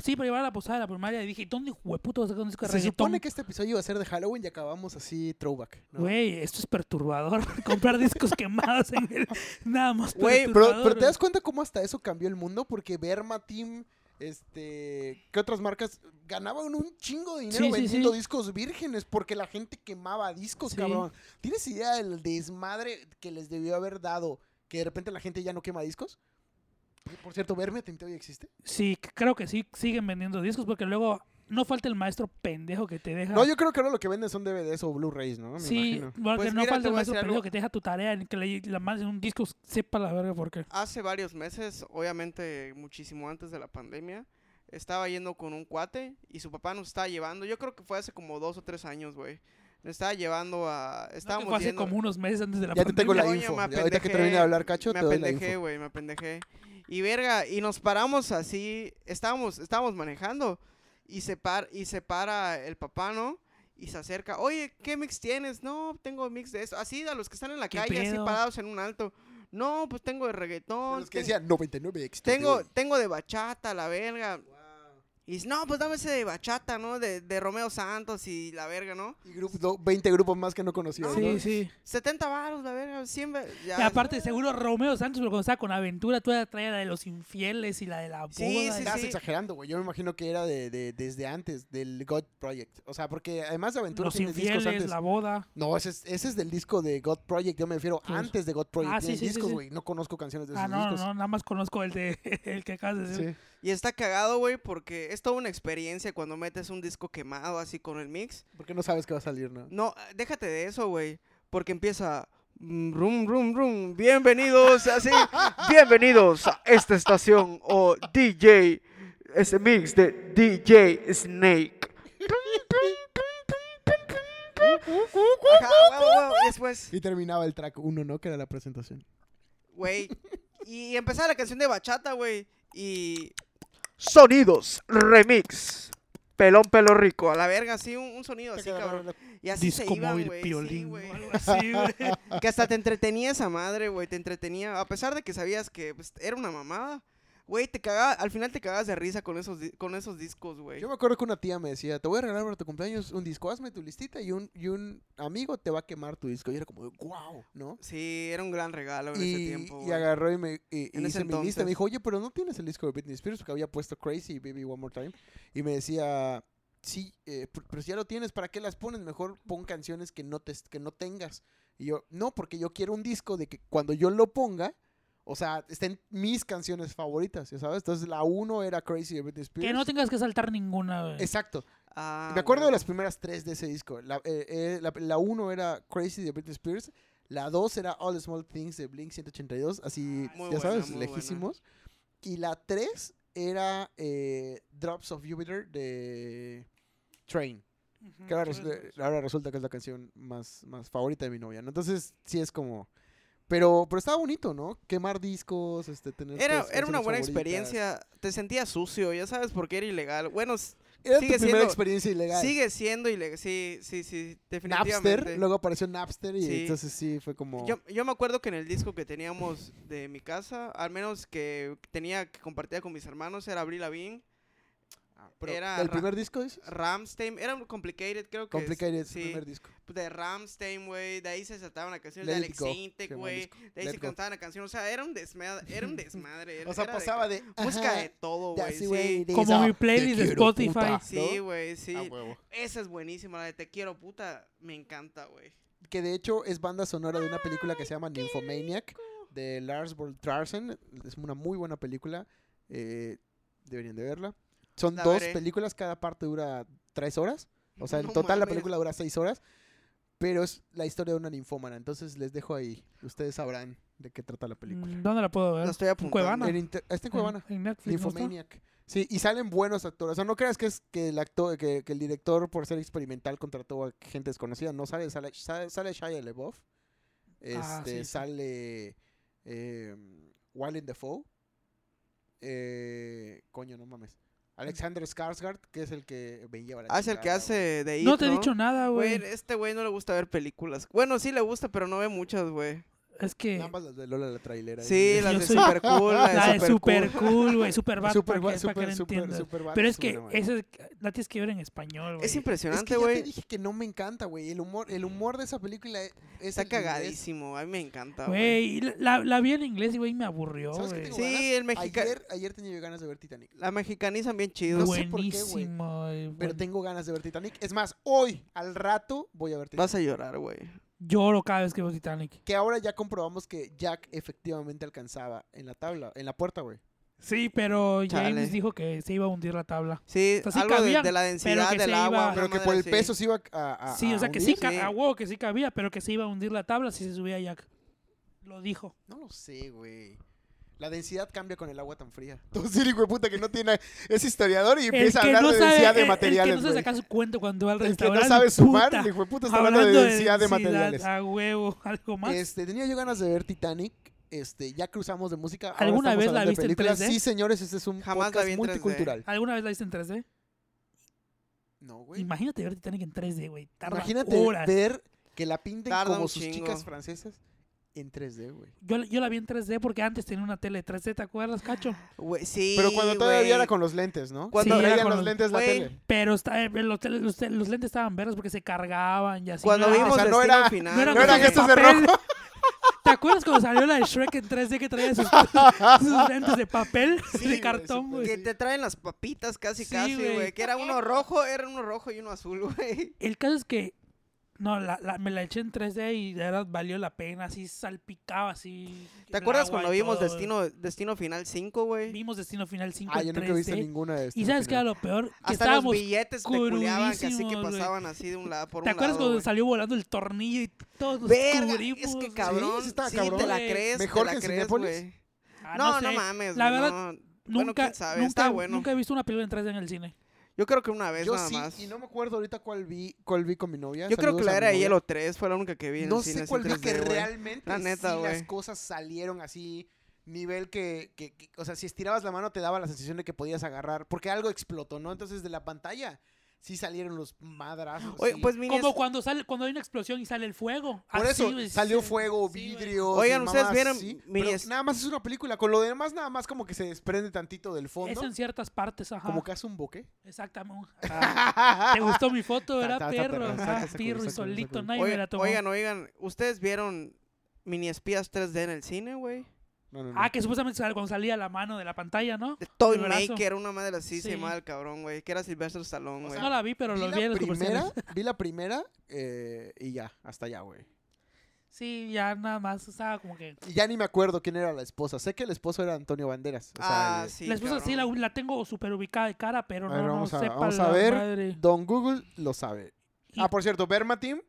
sí, para llevar a la posada de la primaria y dije, ¿dónde hueputo vas a sacar un disco de
Se
reggaetón?
supone que este episodio iba a ser de Halloween y acabamos así throwback. ¿no?
Güey, esto es perturbador. <laughs> comprar discos quemados en el nada más
Güey,
perturbador.
Pero, pero te das
güey.
cuenta cómo hasta eso cambió el mundo, porque Verma Team, este, ¿qué otras marcas? Ganaban un chingo de dinero
Sí, sí,
vendiendo
sí.
discos vírgenes porque la gente quemaba discos,
Sí.
cabrón. ¿Tienes idea del desmadre que les debió haber dado que de repente la gente ya no quema discos? Por- Por cierto, Verma Team todavía existe.
Sí, creo que sí siguen vendiendo discos porque luego no falta el maestro pendejo que te deja.
No, yo creo que ahora lo que venden son DVDs o Blu-rays, ¿no? Me
sí,
imagino.
porque
Pues
no
mira, te
falta el
voy
maestro
a decir
pendejo
algo.
que te deja tu tarea, en que le- la mandes en un disco, sepa la verga por qué.
Hace varios meses, obviamente muchísimo antes de la pandemia, estaba yendo con un cuate y su papá nos estaba llevando. Yo creo que fue hace como dos o tres años, güey. Nos estaba llevando a.
No, que
Estábamos
fue hace
yendo-
como unos meses antes de la
Ya te tengo
pandemia.
la
Coño,
info.
me
Ya ahorita que
apendejé,
termine de hablar, Cacho,
Me
te doy la
apendejé,
info.
güey, me apendejé. Y verga, y nos paramos así, estábamos, estábamos manejando y se, par, y se para el papá, ¿no? Y se acerca, oye, ¿qué mix tienes? No, tengo mix de eso. Así, a los que están en la
¿Qué
calle, así
pedo?
parados en un alto. No, pues tengo de
De
reggaetón.
Los que
ten-
decían 99
tengo,
exterior.
tengo de bachata, la verga. Y dice, no, pues dame ese de bachata, ¿no? De, de Romeo Santos y la verga, ¿no?
Y grupo- do- 20 grupos más que no conocía.
No,
¿no?
Sí, sí.
70 baros, la verga, 100 ba- ya,
Y aparte, seguro Romeo Santos, pero cuando estaba con Aventura, tú traía la de los infieles y la de la boda.
Sí, sí,
y-
Estás
sí.
exagerando, güey. Yo me imagino que era de, de- desde antes, del God Project. O sea, porque además de Aventura
Los
tiene discos
infieles,
antes.
la boda.
No, ese es, ese es del disco de God Project. Yo me refiero
Sí.
antes de God Project.
Ah, sí,
Tienen
sí, sí,
discos,
sí.
güey. No conozco canciones de esos
Ah, no,
discos.
no, nada más conozco el de <laughs> el que acabas de decir.
Sí.
Y está cagado, güey, porque es toda una experiencia cuando metes un disco quemado así con el mix.
Porque no sabes qué va a salir, ¿no?
No, déjate de eso, güey, porque empieza mm, rum rum rum, bienvenidos así, bienvenidos a esta estación o DJ ese mix de DJ Snake. Ajá, huevo, huevo, y después,
Y terminaba el track 1, ¿no? Que era la presentación.
güey, y empezaba la canción de bachata, güey, y
Sonidos Remix. Pelón pelo rico.
a la verga así un, un sonido así, cabrón. Y así se
Disco
iban,
móvil,
güey. sí,
piolín.
güey.
o algo así, güey.
<laughs> Que hasta te entretenía esa madre, güey. Te entretenía. A pesar de que sabías que pues, era una mamada. Güey, te cagaba, al final te cagabas de risa con esos, di- con esos discos, güey.
Yo me acuerdo que una tía me decía, te voy a regalar para tu cumpleaños un disco, hazme tu listita y un, y un amigo te va a quemar tu disco. Y era como, wow, ¿no?
Sí, era un gran regalo en
Y,
ese tiempo,
y
güey.
agarró y me y, y
En ese
hizo mi lista.
entonces.
Me dijo, oye, pero no tienes el disco de Britney Spears porque había puesto Crazy Baby One More Time. Y me decía, sí, eh, pr- pero si ya lo tienes, ¿para qué las pones? Mejor pon canciones que no, te, que no tengas. Y yo, no, porque yo quiero un disco de que cuando yo lo ponga, o sea, estén mis canciones favoritas, ¿ya ¿sabes? Entonces la uno era Crazy de Britney Spears.
que no tengas que saltar ninguna, güey.
Exacto.
Ah,
Me acuerdo de
güey.
las primeras tres de ese disco. La, eh, eh, la, la uno era Crazy de Britney Spears. La dos era All the Small Things de Blink 182. Así,
Ah, Muy
ya
buena,
sabes,
muy buena.
lejísimos. Y la tres era eh, Drops of Jupiter de Train.
Ujú,
Que ahora
pues,
resulta, ahora resulta que es la canción más, más favorita de mi novia. ¿no? Entonces, sí es como. Pero, pero estaba bonito, ¿no? Quemar discos, este, tener.
Era,
tus
era una buena
canciones favoritas.
experiencia. Te sentías sucio, ya sabes, porque era ilegal. Bueno, s-
Era
Sigue
tu primera
siendo-
experiencia ilegal.
sigue siendo ilegal. Sí, sí, sí, definitivamente.
Napster, luego apareció Napster y
Sí.
entonces sí fue como.
Yo, yo me acuerdo que en el disco que teníamos de mi casa, al menos que tenía que compartía con mis hermanos, era Avril Lavigne,
Ah, Pero,
era
¿El
ra-
primer disco dices?
Ramstein, era un complicated, creo que.
Complicated,
sí.
primer disco.
De Ramstein, güey, de ahí se saltaban las canciones
Let
de
It
Alex
Go, se
Intec,
llamaba el
güey,
disco.
de ahí
Let
se
It Go.
cantaban la canción, o sea, era un desmadre, era un desmadre.
<laughs> O sea,
era
pasaba de...
ca- Música
ajá,
de todo,
de
güey,
así,
sí.
de
Como
esa,
mi Ah, playlist
"Te
de
quiero,
Spotify".
puta",
Sí,
¿no? Ah,
güey, sí.
A huevo.
Esa es buenísima, la de Te quiero, puta, me encanta, güey.
Que de hecho es banda sonora de una película que se llama Nymphomaniac de Lars von Triersen. Es una muy buena película. eh, deberían de verla. Son
La
dos
veré.
películas, cada parte dura tres horas. O sea, en
No
total la
mames.
película dura seis horas. Pero es la historia de una ninfómana. Entonces les dejo ahí. Ustedes sabrán de qué trata la película.
mm, ¿Dónde la puedo ver?
La estoy apuntando.
Cuevana.
En inter- Está en Cuevana.
En Netflix. ¿no está?
Nymphomaniac. Sí, y salen buenos actores. O sea, no creas que es que el actor, que, que el director por ser experimental contrató a gente desconocida. No sale, sale, sale, sale Shia LaBeouf. Este,
Ah, sí, sí.
sale eh, Willem Dafoe. Eh, coño, no mames. Alexander Skarsgård, que es el que me lleva la
Ah, es el que
chingada, güey.
hace de
No
It,
te he dicho nada,
Güey,
güey.
este güey no le gusta ver películas. Bueno, sí le gusta, pero no ve muchas, güey.
Es que
Ambas las de Lola la trailera.
Sí, las
<laughs>
Yo
de
soy-
super cool,
la
la
de
de
Ah,
super
super
cool.
cool, güey, super bad,
Ah, Super,
para que,
super,
para que
super,
la
super,
entiendas.
super
Pero es que
Superman.
esa es- la tienes que ver en español, güey.
Es
Es que
impresionante,
ya
güey.
te dije que no me encanta, güey. El humor, el humor de esa película e-, es
Está
el inglés.
cagadísimo, a mí me encanta, güey.
Güey, y la- la, la vi en inglés y güey me aburrió,
¿Sabes qué
güey.
tengo ganas?
Sí, el mexica...
Ayer, ayer tenía yo ganas de ver Titanic.
la mexicanizan bien chido.
No sé por qué, güey.
Buenísimo, eh, güey.
Pero
buen-
tengo ganas de ver Titanic. Es más, hoy, al rato, voy a ver Titanic.
Vas a llorar, güey.
Lloro cada vez que veo Titanic.
Que ahora ya comprobamos que Jack efectivamente alcanzaba en la tabla, en la puerta, güey.
Sí, pero
Chale.
James dijo que se iba a hundir la tabla.
Sí,
O sea, sí
algo de-
cabían,
de, la densidad
que
del
se iba-
agua.
Ah,
Pero
una
que por
madre
el
así.
peso se iba a. a-
sí, o
a
sea, que sí,
hundir.
ca-
sí.
a huevo que sí cabía, pero que se iba a hundir la tabla si se subía Jack. Lo dijo.
No lo sé, güey. La densidad cambia con el agua tan fría. <laughs> Entonces, el hijo de puta que no tiene. Es historiador y empieza a hablar de densidad
el-
de
el
materiales.
que no se
güey.
saca su cuento cuando va al
El que
restaurante.
no sabe sumar,
puta.
el hijo de puta está hablando de
Hablando
densidad de materiales.
A huevo, <laughs> algo más.
Este, tenía yo ganas de ver Titanic. Este, ya cruzamos de música. ahora
¿Alguna
estamos
vez la
hablando de
viste en
películas.
3D?
Sí, señores, este es un
Jamás la
podcast
vi en Ah, 3D.
multicultural.
¿Alguna vez la viste en 3D?
No, güey.
Imagínate ver Titanic en 3D, güey. Tarda
Imagínate
horas.
ver que la pinten
Tarda
como
un
sus
chingo.
chicas francesas en 3D, güey.
Yo, yo la vi en 3D porque antes tenía una tele 3D, ¿te acuerdas, Cacho?
Ah.
Güey, sí,
Pero cuando todavía
güey.
era con los lentes, ¿no?
Cuando-
Cuando
Sí, era
traían
con
los
los-
lentes la
Güey,
tele.
Pero está, eh, los, tele- los tele- los lentes estaban verdes porque se cargaban y así.
Cuando
no era-
vimos
o sea, no
Destino
era-
Final,
no eran
no eran
cosas
estos de
papel. <laughs> ¿Te acuerdas cuando salió la de Shrek en 3D que traía sus, sus lentes de papel,
Sí, güey,
de cartón,
súper.
güey?
Que te traen las papitas casi,
Sí,
casi,
güey.
güey. Que era uno rojo, era uno rojo y uno azul, <laughs> güey.
El caso es que. No, la, la- me la eché en 3D y de verdad valió la pena. Así salpicaba, así. el
¿Te acuerdas
agua
cuando
y
vimos
todo.
Destino, Destino Final 5, güey?
Vimos Destino Final 5
Ah,
en
yo nunca he visto
3D.
ninguna de
Este
estas.
Y sabes qué era lo peor? Que
Hasta los
estábamos.
billetes peculiaban que así que
crudísimos, güey.
pasaban así de un lado por
¿Te
un
acuerdas
lado,
cuando
güey.
salió volando el tornillo y todos nos
Verga,
cubrimos?
es que
güey?
cabrón,
sí
sí,
estaba
cabrón.
te la crees,
Mejor
te
que
la
en
crees,
Cinépolis.
güey.
Ah,
No, no
sé.
mames,
La
güey,
verdad,
no.
Nunca,
Bueno, quién sabe,
nunca,
está bueno.
nunca he visto una película en 3D en el cine.
Yo creo que una vez
Yo
nada
sí,
más.
y no me acuerdo ahorita cuál vi, cuál vi con mi novia.
Yo creo que
Saludos
la
a
era de
mi novia.
hielo 3 fue la única que vi en
No
el cine.
sé
así
cuál
en
vi que
3D, güey.
realmente
La neta,
sí las
güey.
cosas salieron así, nivel que, que- que- o sea, si estirabas la mano te daba la sensación de que podías agarrar, porque algo explotó, ¿no? Entonces de la pantalla sí salieron los madrazos.
Oye,
sí.
pues mini
Como cuando sale cuando hay una explosión y sale el fuego.
por
Así,
eso
güey,
salió
sí,
fuego,
sí, güey.
vidrios. y
Oigan, ¿ustedes
mamás,
vieron
sí,
mini
pero
es-
nada más es una película, con lo demás nada más como que se desprende tantito del fondo,
Eso en ciertas partes, ajá.
como que hace un boque.
Exactamente. Ah, Te gustó mi
<laughs>
foto,
Ta-
era
ta- ta-
perro.
perro,
ajá,
saca, saca,
pirro y
saca,
solito,
saca.
nadie me la
Oigan,
tomó.
oigan, oigan, ¿ustedes vieron mini espías 3D en el cine, güey?
<laughs> No, no, no.
Ah, que supuestamente sal- cuando salía la mano de la pantalla, ¿no?
De Toy
El brazo.
Maker, una madre así se
Sí.
llamaba el cabrón, güey. Que era Sylvester Stallone,
O
güey.
sea,
No la vi, pero
vi,
lo
la
vi en los
primera,
comerciales. <laughs>
vi la primera eh, y ya, hasta allá, güey.
Sí, ya nada más estaba como que...
Y ya ni me acuerdo quién era la esposa. Sé que el esposo era Antonio Banderas. O sea,
ah,
el-
sí.
la esposa sí la,
cabrón.
la tengo súper ubicada de cara, pero
A
no,
ver,
no
vamos a-
sepa
vamos a
la
ver.
madre.
Don Google lo sabe.
Y-
Ah, por cierto, Vermatim,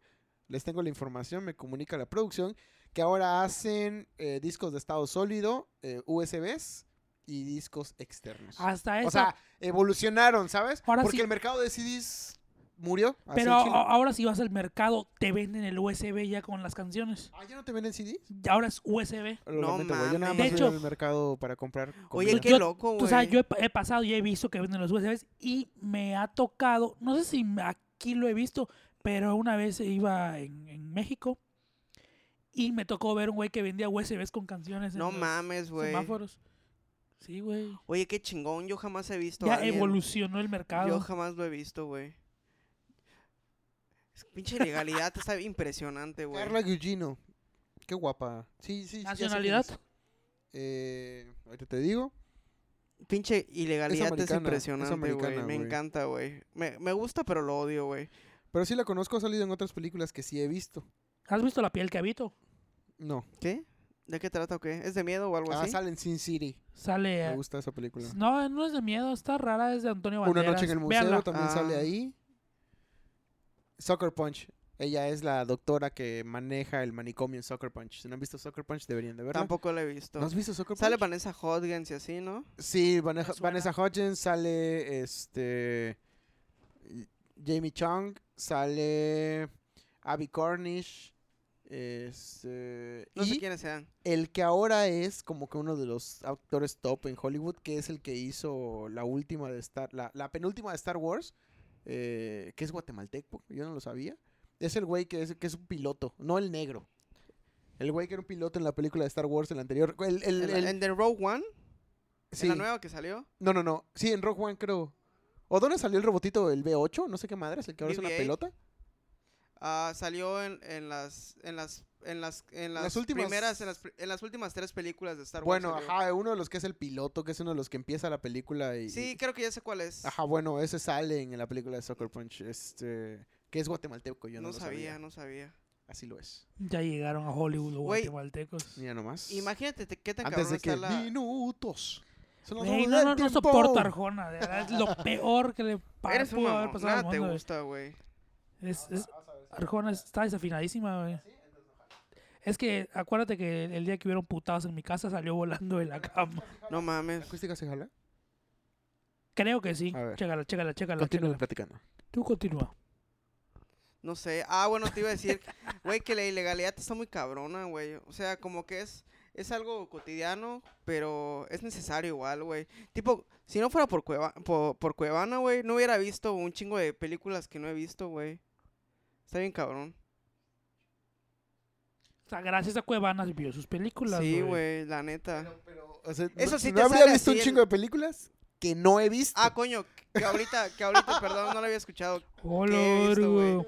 les tengo la información, me comunica la producción, que ahora hacen eh, discos de estado sólido, eh, USBs y discos externos.
Hasta eso.
o sea, evolucionaron, ¿sabes?
Ah, Ahora
Porque
sí.
el mercado de CDs murió. así
pero ah,
en
a-
Chile.
ahora si vas al mercado, te venden el USB ya con las canciones.
Ah, ¿ya no te venden CDs?
Y Ahora es USB.
Lo
No
lamento, güey, Yo nada
mames.
más
De
voy
hecho-
al mercado para comprar
Oye,
comida.
qué
Yo-
loco, güey.
O sea, yo he, pa- he pasado y he visto que venden los USBs y me ha tocado, no sé si me- aquí lo he visto, pero una vez iba en, en México y me tocó ver un güey que vendía USBs con canciones en
No
los
mames, güey.
semáforos. Sí, güey.
Oye, qué chingón, yo jamás he visto a
Ya
alguien.
evolucionó el
Yo
mercado.
jamás lo he visto, güey. Es que pinche legalidad está impresionante, güey.
Carla Gugino. Qué guapa. Sí, sí, sí, ya sé quién
Nacionalidad.
es. Eh, ahorita te digo.
Pinche ilegalidad es,
americana, es
impresionante, güey.
americana,
Me
güey.
encanta, güey. Me, me gusta, pero lo odio, güey.
Pero sí la conozco, ha salido en otras películas que sí he visto.
¿Has visto la piel que habito?
No.
¿Qué? ¿De qué trata o qué? ¿Es de miedo o algo
Ah,
así?
sale en Sin City.
Sale
Me
eh,
gusta esa película.
No, no es de miedo, está rara, es de Antonio Banderas.
Una noche en el museo
Véanla.
también
Ah.
sale ahí. Soccer Punch. Ella es la doctora que maneja el manicomio en Soccer Punch. Si no han visto Soccer Punch, deberían de verla.
Tampoco lo he visto.
¿No has visto Soccer
Sale
Punch?
Vanessa Hodgins y así, ¿no?
Sí, Vanessa,
Me suena.
Vanessa Hudgens, sale este Jamie Chung, sale Abby Cornish, este,
No
y
sé quiénes sean.
el que ahora es como que uno de los actores top en Hollywood, que es el que hizo la última de Star, la, la penúltima de Star Wars, eh, que es guatemalteco, yo no lo sabía. Es el güey que es, que es un piloto, no el negro. El güey que era un piloto en la película de Star Wars, en la anterior. El, el-
¿En,
el-
la- en The Rogue One?
sí.
¿En la nueva que salió?
No, no, no. Sí, en Rock One creo. ¿O dónde salió el robotito del B8? No sé qué madre, es el que ahora es una
BB-8.
pelota.
Ah, salió en, en las en las en las en las,
Las últimas-
primeras en las, pri- en las últimas tres películas de Star Wars.
Bueno,
salió.
ajá, uno de los que es el piloto, que es uno de los que empieza la película y...
Sí, creo que ya sé cuál es.
Ajá, bueno, ese sale en la película de Soccer Punch, este... Que es guatemalteco, yo
no,
no, lo
sabía,
sabía.
no sabía.
Así lo es.
Ya llegaron a Hollywood los
Güey.
guatemaltecos.
Mira nomás.
Imagínate te- qué tan
Antes
cabrón
de
está
que...
la
Minutos. Se nos
Güey,
vamos
no,
del
no, no
tiempo.
soporto a Arjona, de verdad, es lo peor que le pa-
Eres un
pudo haber
mamón,
pasado al
nada te
mundo, güey.
gusta, güey.
Es- es- Arjona está desafinadísima, güey. Es que acuérdate que el día que hubieron putados en mi casa salió volando de la cama.
No mames.
¿Acústica se jala?
Creo que sí.
A ver.
Chécala, chécala, chécala,
Continúen
chécala.
platicando.
Tú continúa.
No sé. Ah, bueno, te iba a
<laughs>
decir, güey, que la ilegalidad está muy cabrona, güey. O sea, como que es, es algo cotidiano, pero es necesario igual, güey. Tipo, si no fuera por, Cueva, por, por Cuevana, güey, no hubiera visto un chingo de películas que no he visto, güey. Está bien cabrón.
O sea, gracias a Cuevana vio sus películas,
Sí, güey, la neta.
O sea,
Eso
¿no-
sí
¿no
te
habría
sale así
visto un
el-
chingo de películas que no he visto?
Ah, coño, que ahorita, que ahorita, perdón, no la había escuchado.
Hola,
¿Qué he visto, güey?
güey.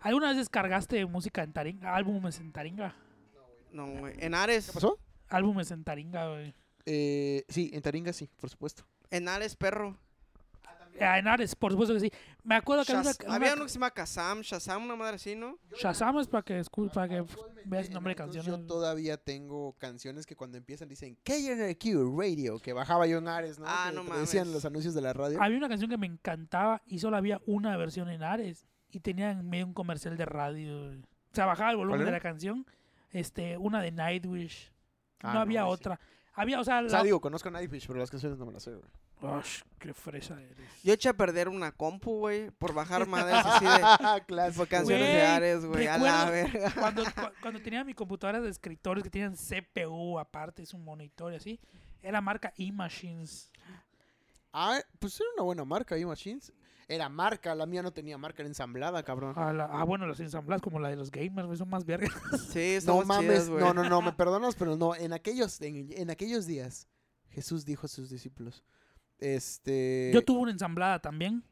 ¿Alguna vez descargaste música en Taringa? Álbumes en Taringa.
No, güey. En Ares,
¿Qué pasó?
Álbumes en Taringa, güey.
Eh, sí, en Taringa sí, por supuesto.
en Ares, perro.
Ah, en Ares, por supuesto que sí. Me acuerdo que había
Shaz-
una-
había
una-
uno que se llama Kazam, Shazam, una madre así, ¿no?
Shazam es para que, escu- para que veas
Eh,
nombre de
entonces
canciones.
Yo todavía tengo canciones que cuando empiezan dicen KNRQ Radio, que bajaba yo en Ares, ¿no?
Ah,
Que
no
te Decían
mames.
los anuncios de la radio.
Había una canción que me encantaba y solo había una versión en Ares. Y tenía en medio un comercial de radio. güey. O sea, bajaba el volumen
¿Cuál
de
era?
la canción. Este, una de Nightwish.
Ah,
no había
güey, sí.
otra. Había, o sea,
O
la...
sea, digo, conozco a Nightwish, pero las canciones no me las sé, güey.
Ush, qué fresa eres.
Yo eché a perder una compu, güey,
<laughs>
por bajar madres así de
Ah, <laughs> clásico.
por canciones de
Güey,
Ares, güey, a la
recuerdo- <laughs>
verga.
Cuando, cu- cuando tenía mi computadora de escritorios que tenían CPU aparte, es un monitor y así, era marca E-Machines.
Ah, pues era una buena marca, E-Machines. Era marca, la mía no tenía marca, era ensamblada, cabrón.
A la- ah, bueno, las ensambladas como la de los gamers, güey, son más vergas.
Sí,
no
estamos
mames,
chidas, güey.
no, no,
<laughs>
no, me perdonas, pero no, en aquellos, en, en aquellos días, Jesús dijo a sus discípulos, este...
Yo tuve una ensamblada también.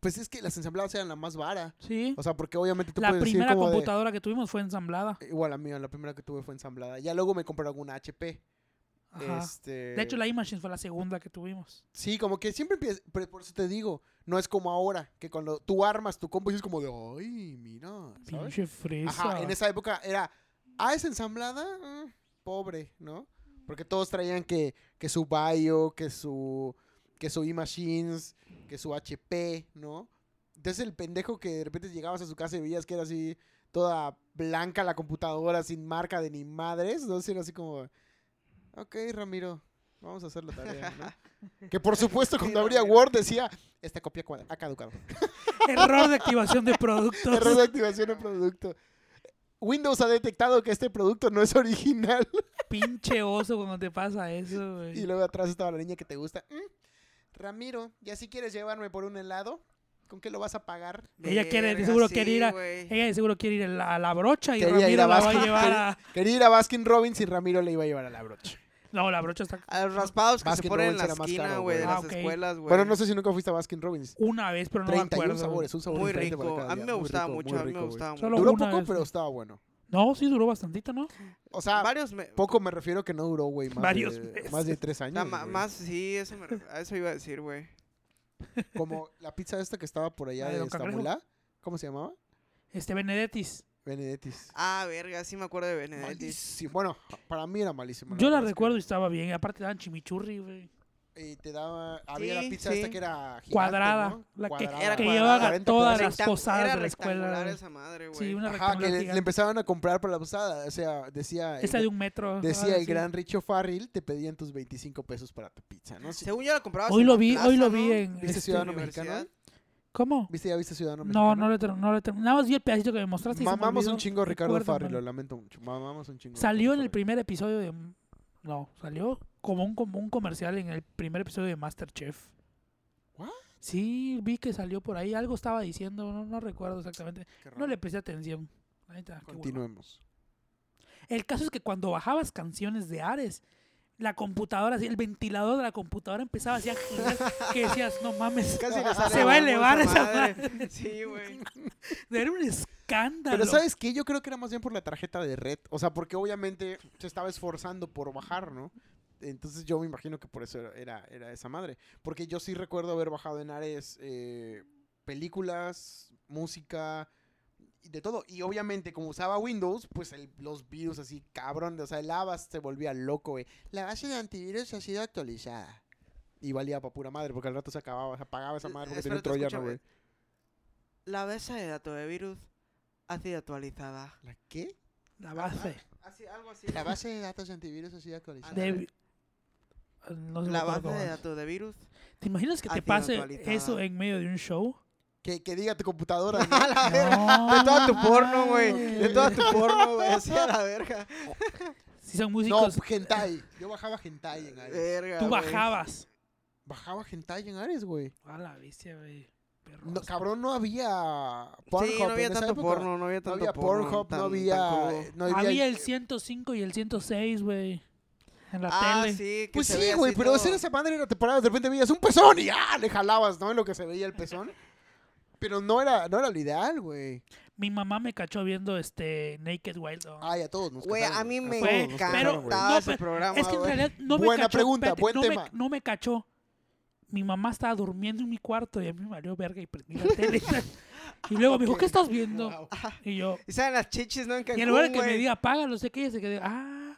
Pues es que las ensambladas eran la más vara.
Sí.
O sea, porque obviamente tú
La
puedes decir
primera
como de-
computadora que tuvimos fue ensamblada.
Igual la mía, la primera que tuve fue ensamblada. Ya luego me compraron una HP.
Ajá.
Este...
De hecho, la E-Machines fue la segunda que tuvimos.
Sí, como que siempre empieza, pero por eso te digo, no es como ahora, que cuando tú armas tu combo y es como de, ay, mira, ¿sabes?
Pinche fresa.
Ajá, en esa época era, ah, es ensamblada, mm, pobre, ¿no? Porque todos traían que, que su Bio, que su, que su E-Machines, que su HP, ¿no? Entonces el pendejo que de repente llegabas a su casa y veías que era así, toda blanca la computadora, sin marca de ni madres, entonces era así como, ok, Ramiro, vamos a hacer la tarea, ¿no? que por supuesto cuando abría Word decía, esta copia cuad- ha caducado.
<laughs> Error de activación de productos.
Error de activación de producto. Windows ha detectado que este producto no es original. <laughs>
Pinche oso cuando te pasa eso,
Y
güey.
luego atrás estaba la niña que te gusta. "Mm, Ramiro, ¿ya si quieres llevarme por un helado? ¿Con qué lo vas a pagar?
Ella quiere, de
Verga,
seguro
sí,
quiere ir a-
güey.
Ella de seguro quiere ir a la, a la brocha y
Quería ir
Ramiro la
a
va a
Baskin,
llevar
<laughs>
a...
Quería ir a Baskin Robbins y Ramiro le iba a llevar a la brocha.
No, la brocha está...
A los raspados que
Baskin
se ponen en
Robbins
la
era más
esquina,
caro,
güey, de
güey. Ah,
las
ok.
escuelas, güey.
Bueno, no sé si nunca fuiste a Baskin Robbins.
Una vez, pero no me
31
acuerdo.
sabores, un sabor
Muy
diferente para
rico.
cada
A mí
día.
me
Muy
gustaba
rico,
mucho,
muy
a mí me
rico, güey.
gustaba mucho.
Solo
Duró
una
poco,
vez.
pero estaba bueno.
No, sí duró bastantito, ¿no?
O sea,
Varios me-
poco me refiero que no duró, güey. más
Varios
de-
meses.
Más de tres
o
años.
sea, ma-
güey.
más, sí, eso me ref- a eso iba a decir, güey.
Como la pizza esta que estaba por allá
La de
de
Don Cangrejo.
Estambulá. ¿Cómo se llamaba?
Este Benedettis.
Benedettis.
Ah, verga, sí me acuerdo de Benedetti.
Malísimo. Bueno, para mí era malísimo.
Yo la
verdad es que-
recuerdo y estaba bien. Aparte daban chimichurri, güey.
Y te daba. Había
Sí,
la pizza
sí.
esta que era. gigante,
Cuadrada.
¿no?
La que,
Cuadrada.
Era
que
cuadrada.
llevaba
40
todas
pedazos.
las
Rectan-
posadas
era
de la escuela.
rectangular
güey.
esa madre, güey.
Sí, una
Ajá, que
rectangular
le, le
gigante.
empezaban a comprar para la posada. O sea, decía. el-
Esa de un metro.
Decía
ah,
el
sí.
gran Richo Farrell, te pedían tus 25 pesos para tu pizza, ¿no? Sí.
Según yo la compraba
Hoy lo vi, hoy lo vi en...
¿Viste
este-
Ciudadano
Universidad.
Mexicano?
¿Cómo?
¿Viste, ya viste
No,
Ciudadano Mexicano?
no le terminé. No le ter- Nada más vi el pedacito que me mostraste. y se me
Mamamos un
olvidó.
chingo a Ricardo
Recuérdame.
Farrell, lo lamento mucho. Mamamos un chingo. a
Salió en
Ricardo
el
Farrell.
primer episodio de. No, salió como un, como un comercial en el primer episodio de Masterchef.
¿What?
Sí, vi que salió por ahí. Algo estaba diciendo, no, no recuerdo exactamente.
Qué raro.
No le presté atención. La neta, qué hueva.
Continuemos.
El caso es que cuando bajabas canciones de Ares, la computadora, así, el ventilador de la computadora empezaba así a girar, que decías, no mames,
<laughs> Casi le sale
Se va a
huevo
elevar esa
<laughs> Sí, güey.
era un escándalo.
Pero ¿sabes qué? Yo creo que era más bien por la tarjeta de red. O sea, porque obviamente se estaba esforzando por bajar, ¿no? Entonces yo me imagino que por eso era- era, era esa madre. Porque yo sí recuerdo haber bajado en Ares eh, películas, música, y de todo. Y obviamente como usaba Windows, pues el- los virus así, cabrón. O sea, el Avast se volvía loco, güey. La base de antivirus ha sido actualizada. Y valía para pura madre, porque al rato se acababa, se apagaba esa
Eh,
madre porque tenía un
espérate,
troyano,
escúchame.
güey.
La base de datos de virus ha sido actualizada.
¿La qué?
La base.
Así, Ah, algo así.
La base de datos antivirus ha sido actualizada.
de- No sé me
La
acuerdo
base
cómo
de
es.
datos de <laughs> virus.
¿Te imaginas que
ha
te
sido
pase
actualizada.
eso en medio de un
<laughs>
show?
Que, que diga tu computadora. ¿no?
No,
De toda tu porno, güey.
mames.
De toda tu porno, güey. Así a la <laughs> verga.
Si son
No,
músicos,
hentai. Yo bajaba hentai en Ares.
Verga,
tú
güey.
bajabas.
Bajaba hentai en Ares, güey.
A la bestia, güey. Perro.
No, cabrón, no había Pornhub
Sí, no había
en esa
tanto
época.
porno, no había
No
tanto
había
porno
Pornhub,
tan-
no
tan
había...
crudo.
no había-
Había el 105 y el 106, güey. En la
ah,
tele.
sí. que
Pues
se
sí,
veía
güey,
así
pero
todo.
hacer esa madre era temporada. De repente veías un pezón y ya le jalabas, ¿no? En lo que se veía el pezón. Pero no era, no era lo ideal, güey.
Mi mamá me cachó viendo este Naked Wild. On.
Ay, a todos nos
Güey, a
casaron,
mí me
todos nos
encanta,
casaron, güey.
encantaba
No,
ese
pero
programa,
Es que en
güey.
realidad no me
Buena
cachó.
pregunta,
espérate,
buen
no
tema.
Me, no me cachó. Mi mamá estaba durmiendo en mi cuarto y a mí me valió verga y prendí
<laughs>
la tele. y luego me dijo,
Ok.
¿qué estás viendo?
Wow.
Y
<laughs>
yo,
Y saben las chichis, ¿no? En Cancún,
y en lugar de que me
güey.
diga apaga, no sé qué, ella se quedó, ah.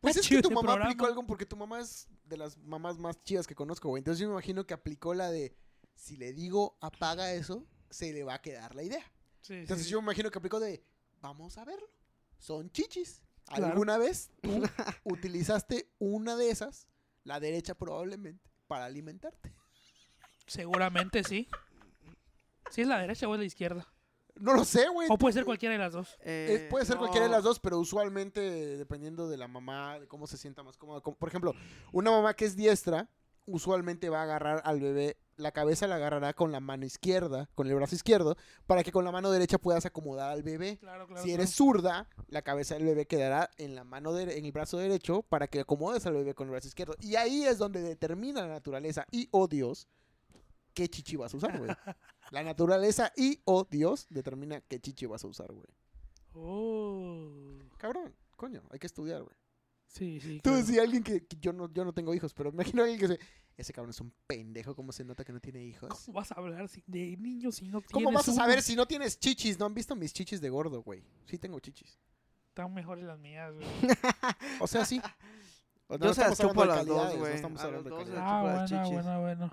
Pues
está
es
chido
que tu
ese
mamá
programa".
aplicó algo porque tu mamá es de las mamás más chidas que conozco, güey. Entonces yo me imagino que aplicó la de si le digo apaga eso, se le va a quedar la idea.
Sí, sí,
Entonces
sí.
yo me imagino que aplicó de vamos a verlo. Son chichis.
Claro.
¿Alguna vez
<laughs>
tú utilizaste una de esas, la derecha probablemente, para alimentarte?
Seguramente sí. Si es la derecha o es la
<laughs>
izquierda.
No lo sé, güey.
O puede ser cualquiera de las dos.
Eh,
Eh,
puede ser
no.
cualquiera de las dos, pero usualmente dependiendo de la mamá, de cómo se sienta más cómoda. Como- Por ejemplo, una mamá que es diestra, usualmente va a agarrar al bebé, la cabeza la agarrará con la mano izquierda, con el brazo izquierdo, para que con la mano derecha puedas acomodar al bebé.
Claro, claro.
Si eres zurda, la cabeza del bebé quedará en la mano dere- en el brazo derecho para que acomodes al bebé con el brazo izquierdo. Y ahí es donde determina la naturaleza y o Dios qué chichi vas a usar, güey. La naturaleza y o Dios determina qué chichi vas a usar, güey.
Oh.
Cabrón, coño, hay que estudiar, güey.
Sí, sí.
Tú
claro.
decías alguien que, que yo no yo no tengo hijos, pero <laughs> me imagino a alguien que se ese cabrón es un pendejo, cómo se nota que no tiene hijos.
¿Cómo vas a hablar si- de niños si no tienes
¿Cómo vas a
uno?
saber si no tienes chichis? ¿No han visto mis chichis de gordo, güey? Sí tengo chichis.
Están mejores las mías, güey.
O sea, sí. O
Yo se las chupo a las dos,
calidades,
güey.
No estamos
A
hablando
los
de
dos
calidades.
Ah,
chupo
bueno,
las chichis.
bueno, bueno.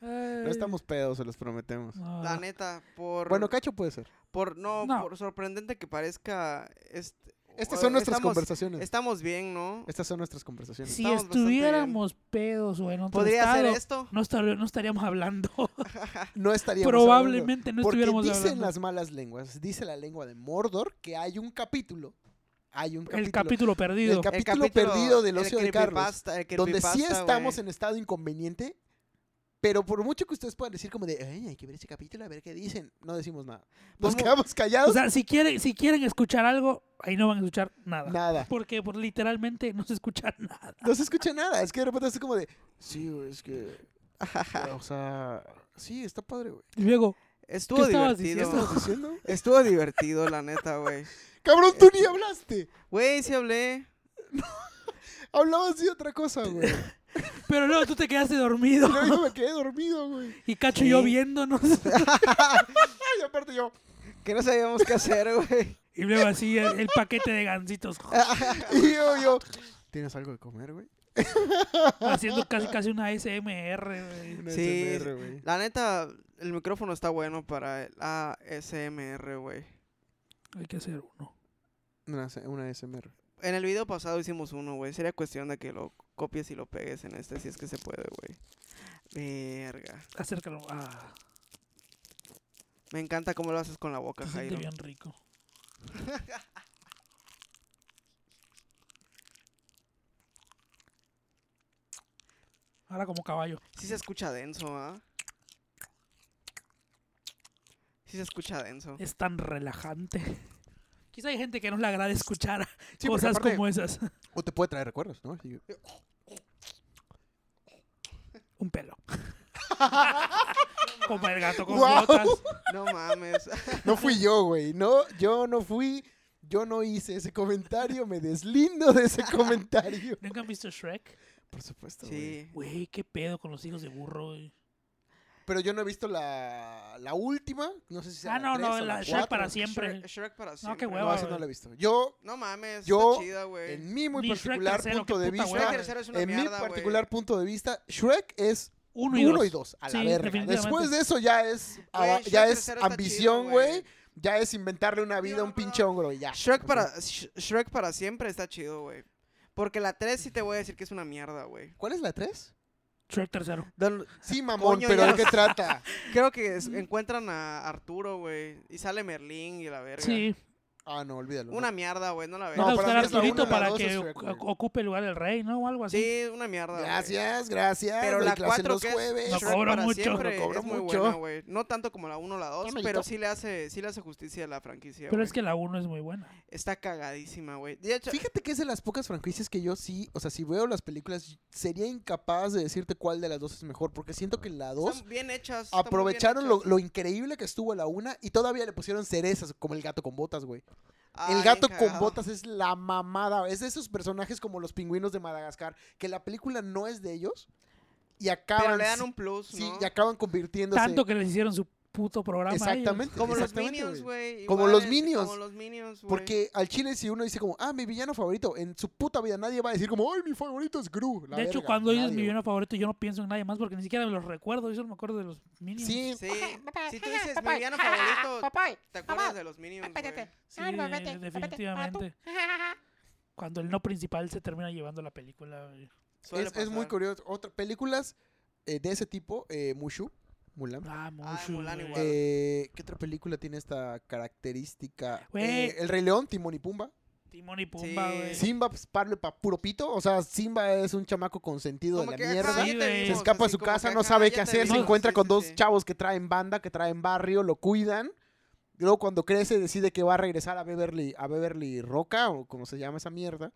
No estamos pedos, se los prometemos.
No,
La
no.
neta, por...
Bueno, Cacho puede ser.
por no,
No.
por sorprendente que parezca... Este,
Estas
o-
son nuestras
estamos-
conversaciones.
Estamos bien, ¿no?
Estas son nuestras conversaciones.
si
estamos bastante
estuviéramos pedos o en otro
¿Podría
estado,
ser esto?
No, estar- no estaríamos hablando. <laughs>
No estaríamos hablando.
Probablemente no
Porque
estuviéramos
dicen
hablando.
las malas lenguas, dice la lengua de Mordor que hay un capítulo, hay un capítulo,
El capítulo perdido.
El capítulo perdido del ocio de Carlos,
creepypasta- el
donde sí
creepypasta,
estamos
güey.
en estado inconveniente, pero por mucho que ustedes puedan decir como de, "Ay, hay que ver ese capítulo a ver qué dicen, no decimos nada. Nos
Vamos-
quedamos callados.
o sea, si quieren, si quieren escuchar algo, ahí no van a escuchar nada.
nada.
Porque por, literalmente no se escucha <laughs> nada.
No se escucha nada. Es que de repente es como de, sí, güey, es que, o sea, sí, está padre, güey.
Y luego,
Estuvo
¿Qué estabas
¿Qué
divertido.
estás diciendo?
<laughs> Estuvo divertido, la neta, güey.
Cabrón, tú ni hablaste.
Güey, sí hablé.
Hablabas de otra cosa, güey.
pero luego tú te quedaste dormido.
Y luego <laughs> yo me quedé dormido, güey.
<laughs> Y Cacho
Sí.
y yo viéndonos.
Ay, aparte yo.
Que no sabíamos qué hacer, <laughs> güey.
Y luego así el, el paquete de gansitos. <laughs>
Y yo, yo. ¿Tienes algo de comer, güey?
haciendo casi casi una SMR. güey.
Una
Sí.
SMR, güey.
La neta, el micrófono está bueno para el ASMR, güey.
Hay que hacer uno.
Una, S- una SMR.
En el video pasado hicimos uno, güey. Sería cuestión de que lo copies y lo pegues en este, si es que se puede, güey. Verga.
Acércalo. Ah,
Me encanta cómo lo haces con la boca,
se siente
Jairo.
bien rico. Ahora como caballo.
Sí se escucha denso, ¿ah? Sí se escucha denso.
Es tan relajante. Quizá hay gente que no le agrade escuchar
Sí, porque
cosas
aparte-
como esas.
O te puede traer recuerdos, ¿no? Sí.
Un pelo.
<laughs>
como el gato con
Guau.
botas. <laughs>
No mames.
No fui yo, güey. No, yo no fui. Yo no hice ese comentario. Me deslindo de ese
<laughs>
comentario.
¿Nunca han visto Shrek?
Por supuesto, güey.
Sí.
Güey, qué pedo con los hijos de burro, güey.
Pero yo no he visto la, la última. No sé si sea
Ah, no,
tres
no,
o
la Shrek
cuatro.
para siempre.
Shrek, Shrek para
No,
siempre.
qué
No,
hueva.
esa no la he visto. Yo,
No mames,
Yo,
está chida, güey.
en mi muy
Ni Shrek
particular
tercero,
punto
qué
de
puta
vista.
hueva.
Shrek tercero es una
En mi
mierda, güey.
particular punto de vista, Shrek es
Uno y
1 y
dos.
2. A la
Sí,
verga.
definitivamente.
Después de eso ya es,
Güey,
ah,
Shrek
ya es
tercero está
ambición,
chido,
güey. Ah, Ya es inventarle una vida a un
no, pero-
pinche hongro y ya.
Shrek
O sea,
para, Sh- Shrek para siempre está chido, güey. Porque la 3 sí te voy a decir que es una mierda, güey.
¿Cuál es la 3?
Shrek tercero.
Don-
Sí, mamón,
Coño,
pero
ya
¿de qué trata?
Creo que es- encuentran a Arturo, güey. Y sale Merlín y la verga.
Sí.
Ah, no, olvídalo.
Una mierda, güey, no la
Van
veo.
a
No, para
buscar
mí
a
es la
Arturito
uno, la
para
dos
que
es Shrek,
o-
güey.
ocupe el lugar del rey, ¿no? O algo así.
Sí, una mierda. güey.
Gracias, gracias.
Pero
Doy
la
clase
4
los
que es
jueves.
No
Shrek
cobra
para
mucho.
siempre
No cobra
es muy
mucho.
buena, güey. No tanto como la 1 o la 2,
Tómale,
pero
to-
sí le hace sí le hace justicia a la franquicia,
Pero
güey.
es que la uno es muy buena.
Está cagadísima, güey. De hecho,
Fíjate que es de las pocas franquicias que yo sí, o sea, si veo las películas, sería incapaz de decirte cuál de las dos es mejor, porque siento que la dos
están bien hechas. están muy bien
aprovecharon lo,
hechas.
lo increíble que estuvo la una y todavía le pusieron cerezas, como el gato con botas, güey.
Ah,
El
bien
gato con
cagado.
botas es la mamada. Es de esos personajes como los pingüinos de Madagascar, que la película no es de ellos y acaban,
Pero le dan un plus,
sí,
¿no?
y acaban convirtiéndose.
Tanto que les hicieron su puto programa. a ellos.
Exactamente.
Como los
exactamente,
Minions,
güey.
güey.
Como
igual
los
es-
Minions.
Como los Minions, güey.
Porque al chile si uno dice como, ah, mi villano favorito, en su puta vida nadie va a decir como, ay, mi favorito es Gru. La
De hecho,
verga,
cuando ellos
nadie,
mi
güey.
villano favorito, yo no pienso en nadie más porque ni siquiera me los recuerdo. Yo solo me acuerdo de los Minions.
Sí,
Sí. Si tú dices mi villano favorito, te acuerdas de los Minions, güey.
Sí, definitivamente. Cuando el no principal se termina llevando la película. güey.
Suele
es, es muy
pasar.
curioso. Otra, películas eh, de ese tipo, eh, Mushu, Mulan.
Ah, Mushu,
Mulan
güey.
igual.
Eh, ¿Qué otra película tiene esta característica?
Güey.
Eh, el Rey León, Timón y Pumba.
Timón y Pumba, güey.
Sí.
Simba, pues, parle pa puro pito. O sea, Simba es un chamaco consentido de
Como
la
que, ajá, ya
mierda.
te
Se
Se
vimos,
escapa a
así
su
como
casa,
que,
no
ajá,
sabe
ya
qué
te
hacer. Se
vimos,
encuentra
sí,
con
sí,
dos
sí.
chavos que traen banda, que traen barrio, lo cuidan. Luego cuando crece decide que va a regresar a Beverly, a Beverly Roca, o como se llama esa mierda.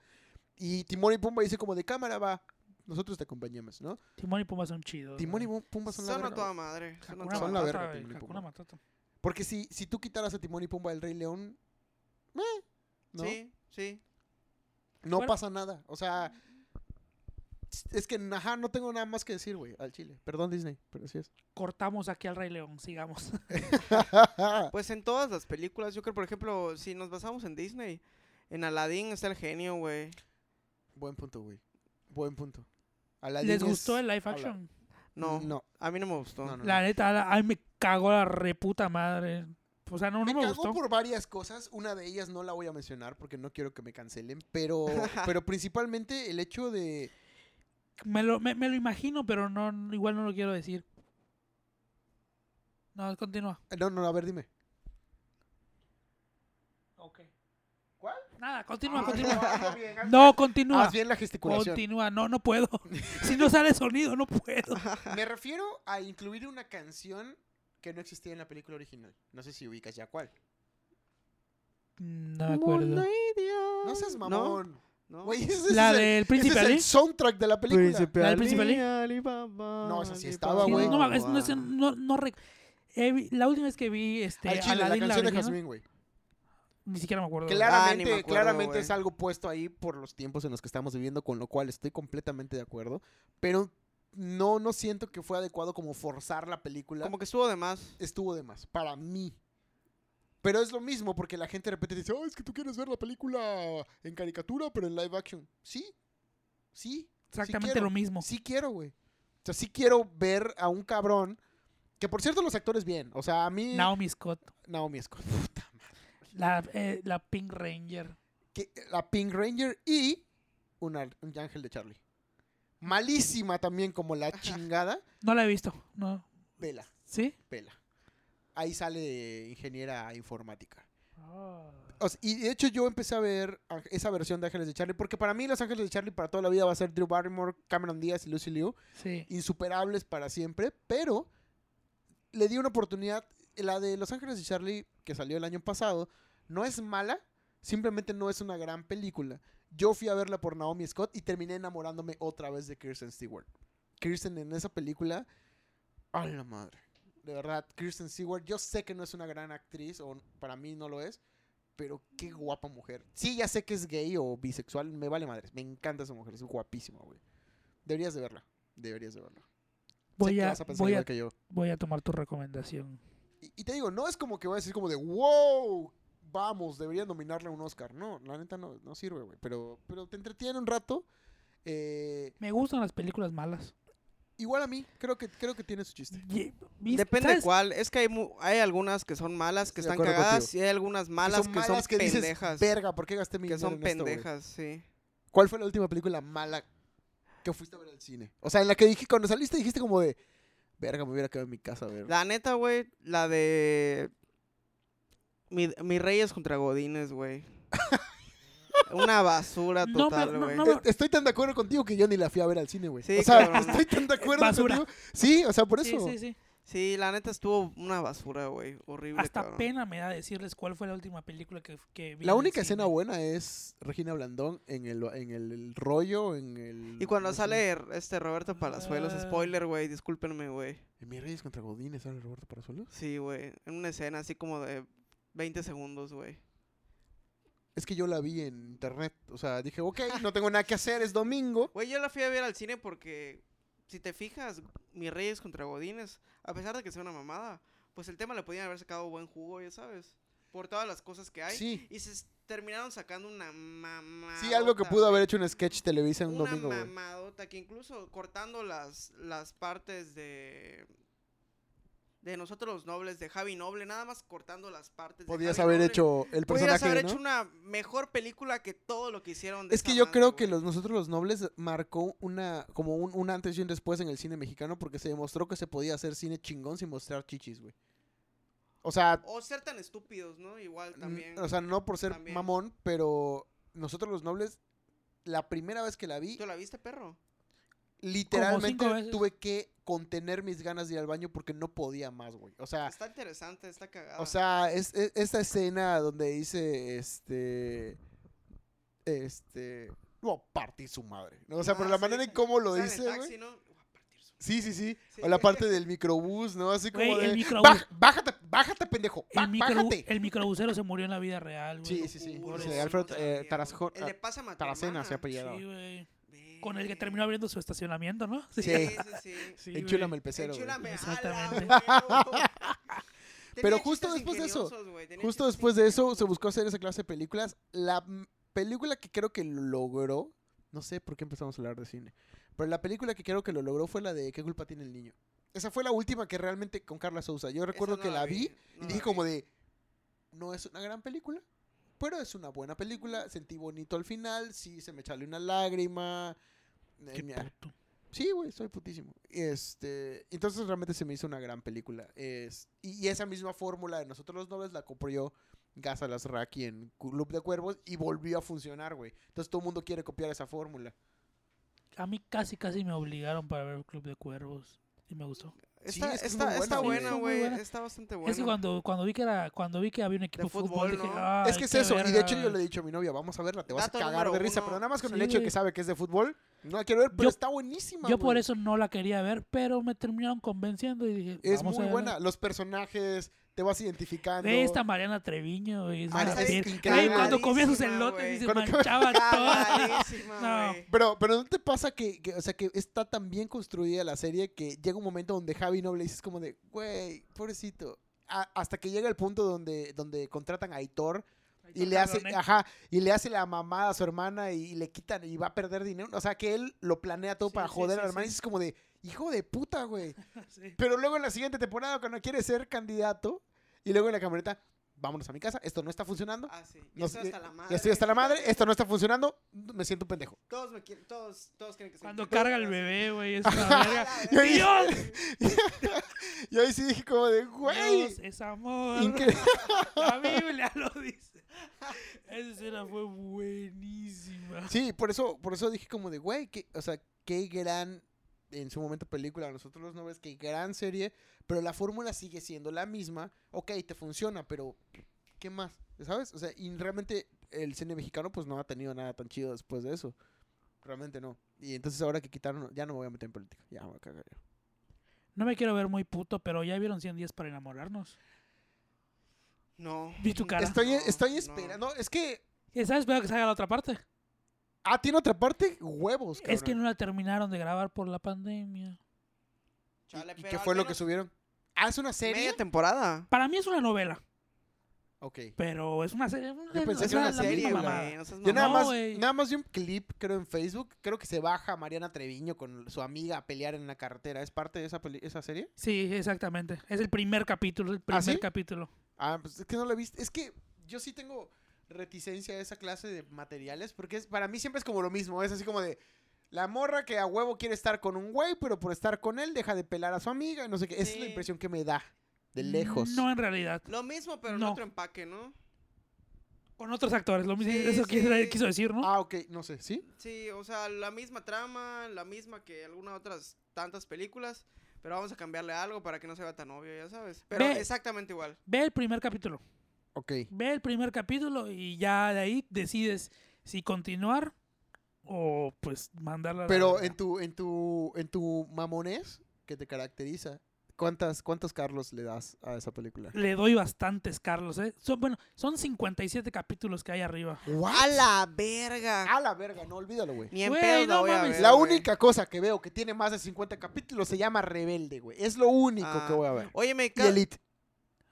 Y Timón y Pumba dice como de cámara va, nosotros te acompañamos, ¿no?
Timón y Pumba son chidos.
Timón y
güey.
Pumba son la
Son a
verga,
toda
güey.
madre. son a
Hakuna
toda
son la
madre.
Matata,
verga,
güey,
Timón y
Hakuna
Pumba.
Matata.
Porque si, si tú quitaras a Timón y Pumba del Rey León, meh, ¿no?
Sí, sí.
No
Bueno.
pasa nada. O sea, es que ajá, no tengo nada más que decir, güey, al Chile. Perdón, Disney, pero así es.
Cortamos aquí al Rey León, sigamos.
Pues en todas las películas, yo creo, por ejemplo, si nos basamos en Disney, en Aladdin está el genio, güey.
Buen punto, güey. Buen punto. Aladdin
¿Les
es-
gustó el live
habla-
action?
No,
No.
a mí no me gustó.
No, no,
La neta, la- ay, me cagó la reputa madre. O sea, no,
Me,
no me,
cagó
gustó.
por varias cosas. Una de ellas no la voy a mencionar porque no quiero que me cancelen. <laughs> Pero, pero principalmente el hecho de.
Me, lo, me, me lo imagino, pero no igual no lo quiero decir. No, continúa.
No, no, a ver, dime.
Ok.
¿Cuál?
Nada,
Ah,
continúa,
<laughs>
continúa. No, continúa.
Más bien la gesticulación.
Continúa, no, no puedo. <laughs> si no sale sonido, no puedo.
Me refiero a incluir una canción que no existía en la película original. No sé si ubicas ya cuál.
No me acuerdo.
No seas mamón.
¿No?
Güey, ese es
La
el-
del
ese
Príncipe
es
Ali.
el soundtrack de la película.
¿La del Príncipe Ali?
No, esa sí estaba,
Sí,
güey.
no, mames, no, sé, no, no rec- he vi- la última vez que vi este,
Al chile, la
Aladdin, la
canción de
original,
Jasmine, güey.
ni siquiera me acuerdo.
Ah, ni
Claramente,
me acuerdo,
claramente
güey.
es algo puesto ahí por los tiempos en los que estamos viviendo, con lo cual estoy completamente de acuerdo. Pero no, no siento que fue adecuado como forzar la película.
Como que estuvo de más.
Estuvo de más, para mí. Pero es lo mismo, porque la gente de repente dice, oh, es que tú quieres ver la película en caricatura, pero en live action. Sí, sí.
Exactamente
quiero.
lo mismo.
Sí quiero, güey. O sea, sí quiero ver a un cabrón. Que por cierto, los actores bien. O sea, a mí.
Naomi Scott,
Naomi Scott. Puta madre.
la, eh, la Pink Ranger.
Que- la Pink Ranger y un, ar- un ángel de Charlie. Malísima también como la chingada.
No la he visto, no.
Vela,
¿Sí?
vela. Ahí sale ingeniera informática. O sea, y de hecho yo empecé a ver a- esa versión de Ángeles de Charlie porque para mí Los Ángeles de Charlie para toda la vida va a ser Drew Barrymore, Cameron Díaz y Lucy Liu.
Sí.
insuperables para siempre, pero le di una oportunidad. La de Los Ángeles de Charlie, que salió el año pasado, no es mala, simplemente no es una gran película. Yo fui a verla por Naomi Scott y terminé enamorándome otra vez de Kirsten Stewart. Kirsten en esa película, a la madre. De verdad, Kirsten Stewart, yo sé que no es una gran actriz, o para mí no lo es, pero qué guapa mujer. Sí, ya sé que es gay o bisexual, me vale madres. Me encanta esa mujer, es guapísima, güey. Deberías de verla. Deberías de verlo.
Voy,
que
a,
vas a pensar
voy,
igual
a,
que yo.
voy a tomar tu recomendación.
Y, y te digo, no es como que voy a decir como de, wow, vamos, deberían nominarle a un Oscar. No, la neta no, no sirve, güey. Pero, pero te entretiene un rato. Eh,
Me gustan las películas malas.
igual a mí, creo que, creo que tiene su chiste.
Ye- ¿viste?
Depende de
¿Sabes?
cuál. Es que hay, mu- hay algunas que son malas, que
Estoy de
están
acuerdo
cagadas,
contigo.
y hay algunas malas que son,
malas que dices,
pendejas.
Verga, ¿por qué gasté mi
que
dinero
son
en esto, güey?"
pendejas, sí.
¿Cuál fue la última película mala que fuiste a ver al cine? O sea, en la que dije, cuando saliste dijiste como de, verga, me hubiera quedado en mi casa a ver.
La neta, güey, la de. Mi, mi Reyes contra Godines,
<laughs>
güey. Una basura
No,
total,
pero no-
güey.
no-
Eh, Estoy tan de acuerdo contigo que yo ni la fui a ver al cine, güey.
Sí,
o sea,
cabrón.
<laughs> estoy tan de acuerdo
basura.
contigo. Sí, o sea, por
Sí,
eso.
sí, sí.
Sí, la neta estuvo una basura, güey. Horrible,
Hasta
cabrón.
pena me da decirles cuál fue la última película que, que vi.
La
en el
única escena
cine.
buena es Regina Blandón en el, en el, el rollo, en el...
Y cuando
no sé.
sale este Roberto Palazuelos,
Ah.
spoiler, güey, discúlpenme, güey.
En Mi Reyes contra Godines sale Roberto Parazuelos.
Sí, güey. En una escena así como de 20 segundos, güey.
Es que yo la vi en internet. O sea,
<laughs>
dije, ok, no tengo nada que hacer, es domingo.
Güey, yo la fui a ver al cine porque, si te fijas, Mi Reyes contra Godines, a pesar de que sea una mamada, pues el tema le podían haber sacado buen jugo, ya sabes. Por todas las cosas que hay.
Sí.
Y se s- terminaron sacando una mamadota.
Sí, algo que pudo haber hecho un sketch televisa un
Una
domingo, güey.
mamadota que incluso cortando las, las partes de. De nosotros los nobles, de Javi Noble, nada más cortando las partes. de
Podías
Javi
haber
Noble,
hecho el
Podrías
personaje,
haber
¿no?
hecho una mejor película que todo lo que hicieron. de
Es que
esa
yo
madre,
creo que
güey.
los, nosotros los nobles marcó una como un, un antes y un después en el cine mexicano porque se demostró que se podía hacer cine chingón sin mostrar chichis, güey. O sea,
O ser tan estúpidos, ¿no? Igual
n-
también.
Mm, o sea, no por ser
también.
mamón, pero nosotros los nobles la primera vez que la vi,
¿Tú la viste, perro?
cinco
literalmente
veces.
tuve que contener mis ganas de ir al baño porque no podía más, güey. O sea,
Está interesante, está cagada.
ah. O sea, es, es- esta escena donde dice, este, este, no, partí su madre. ¿no? O sea,
Ah,
por la
sí,
manera en
sí.
cómo lo
O sea, en el
dice,
taxi,
güey.
¿no? Voy a partir su-
Sí, sí, sí,
Sí.
O la parte del microbús, ¿no? Así como
Güey, el
de,
microbús.
"Baj- bájate, bájate, pendejo, ba-
El, micro,
bájate.
el microbusero se murió en la vida real, güey.
Sí, sí, sí.
Uy,
Pobre-
Sí,
no,
Alfred,
no
eh,
sabía,
Tarasjo-
güey. El de pasa
Taracena se apellidaba.
Sí, güey. Con el que terminó abriendo su estacionamiento, ¿no?
Sí.
Sí, sí, sí.
Sí, güey.
Enchúlame el pecero, güey.
Enchúlame, ala,
Exactamente.
<laughs>
güey.
Pero
Tenía
justo
chistes
después de eso,
ingeniosos, güey, tenía
Justo
chistes
después de eso
ingeniosos.
se buscó hacer esa clase de películas. La mm, película que creo que lo logró, no sé por qué empezamos a hablar de cine, pero la película que creo que lo logró fue la de ¿Qué culpa tiene el niño? Esa fue la última que realmente con Carla Souza. Yo
Esa
recuerdo
no
que la vi,
no
y
la
dije
vi.
como de, no es una gran película, pero es una buena película, sentí bonito al final, sí, se me echale una lágrima. eh,
Qué
mi-
puto.
Sí, güey, soy putísimo. Este, entonces realmente se me hizo una gran película. Es, y, y esa misma fórmula de Nosotros los Nobles la compró yo Gaza Lasraki en Club de Cuervos y volvió a funcionar, güey. Entonces todo el mundo quiere copiar esa fórmula.
A mí casi, casi me obligaron para ver Club de Cuervos. Y me gustó.
Sí,
Está,
es que es
está-
muy
está
buena,
buena,
güey.
güey.
Es muy buena.
Está bastante buena.
Es que cuando, cuando, vi que era, cuando vi que había un equipo de fútbol,
fútbol,
dije,
¿no?
"Ay,
es que es
qué
eso. Y de hecho
verga".
yo le he dicho a mi novia, vamos a verla, te vas
Dato
a cagar de
número
risa.
uno.
Pero nada más con el
Sí,
hecho de
güey.
que sabe que es de fútbol, no la quiero ver, pero
Yo-
está buenísima.
Yo por
güey.
eso no la quería ver, pero me terminaron convenciendo y dije,
Es
"Vamos a
muy
verla".
buena. Los personajes, te vas identificando.
Ve esta Mariana Treviño, güey. es una
Mariana
verga.
es
Güey, cuando
cagadísima,
comía sus elotes
güey.
y se
Cuando-
manchaba <laughs> todo.
Cagadísima,
No.
güey.
Pero, pero ¿no te pasa que, que, o sea, que está tan bien construida la serie que llega un momento donde Javi Noble dices como de, güey, pobrecito. A- hasta que llega el punto donde, donde contratan a Aitor y le hace, ajá, y le hace la mamada a su hermana y, y le quitan y va a perder dinero. O sea, que él lo planea todo
Sí,
para
sí,
joder a
sí,
la hermana y
sí.
dices como de, hijo de puta, güey.
Sí.
Pero luego en la siguiente temporada cuando quiere ser candidato y luego en la camioneta, vámonos a mi casa, esto no está funcionando.
Ah, sí. Ya
No
estoy
sé,
hasta la madre.
Ya estoy hasta la madre, esto no está funcionando, me siento un pendejo.
Todos me quieren, todos, todos creen que soy
Cuando
pendejo.
carga el bebé, güey, es
<laughs>
una verga.
Y ahí-
¡Dios!
Y ahí sí dije como de, güey.
Dios es amor.
incre-
<laughs> La Biblia lo dice. Esa escena fue buenísima.
<laughs> Sí, por eso, por eso dije como de, güey, que, o sea, qué gran, en su momento película, nosotros los nobles, qué gran serie, pero la fórmula sigue siendo la misma. Ok, te funciona, pero ¿qué más? ¿Sabes? O sea, y realmente el cine mexicano pues no ha tenido nada tan chido después de eso. Realmente no. Y entonces ahora que quitaron, ya no me voy a meter en política. Ya me voy a cagar. yo.
No me quiero ver muy puto, pero ya vieron 100 días para enamorarnos.
No.
Vi tu cara.
Estoy,
No,
estoy
no.
esperando. Es que,
¿Y sabes Veo que salga la otra parte?
ah, tiene otra parte, huevos, cabrón.
Es que no la terminaron de grabar por la pandemia.
Chale,
¿Y
pero
qué
al
fue lo que
menos
subieron? Ah, es una serie.
Media temporada.
Para mí es una novela,
Ok.
pero es una serie.
Yo pensé
es
que era
la
una serie,
misma
güey.
mamada.
no seas
Yo nada
No,
mamón.
más,
güey.
nada más vi un clip, creo, en Facebook. Creo que se baja Mariana Treviño con su amiga a pelear en la carretera. ¿Es parte de esa, peli- esa serie?
Sí, exactamente. Es el primer capítulo, el primer
sí?
capítulo.
Ah, pues es que no la he visto. Es que yo sí tengo reticencia a esa clase de materiales porque es, para mí siempre es como lo mismo. Es así como de la morra que a huevo quiere estar con un güey, pero por estar con él deja de pelar a su amiga. y No sé qué. Esa es la
Sí.
impresión que me da de lejos.
No en realidad.
Lo mismo, pero en
No.
otro empaque, ¿no?
Con otros actores, lo mismo.
Sí,
eso
sí.
quiso- quiso decir, ¿no?
Ah, ok, no sé, ¿sí?
Sí, o sea, la misma trama, la misma que algunas otras tantas películas, pero vamos a cambiarle algo para que no se vea tan obvio, ya sabes. Pero
Ve.
exactamente igual.
Ve el primer capítulo.
Ok.
Ve el primer capítulo y ya de ahí decides si continuar o pues mandarla a la
Pero
verga.
en tu, en tu, en tu mamonés que te caracteriza, ¿cuántas, cuántos Carlos le das a esa película?
Le doy bastantes, Carlos. ¿eh? Son, bueno, son 57 capítulos que hay arriba.
¡A la verga!
A la verga, no olvídalo, güey.
Ni en
Güey,
pedo la
no
voy a
mames.
ver,
La
güey.
única cosa que veo que tiene más de 50 capítulos se llama Rebelde, güey. Es lo único
Ah.
que voy a ver.
Oye, me
Y
ca-
Elite,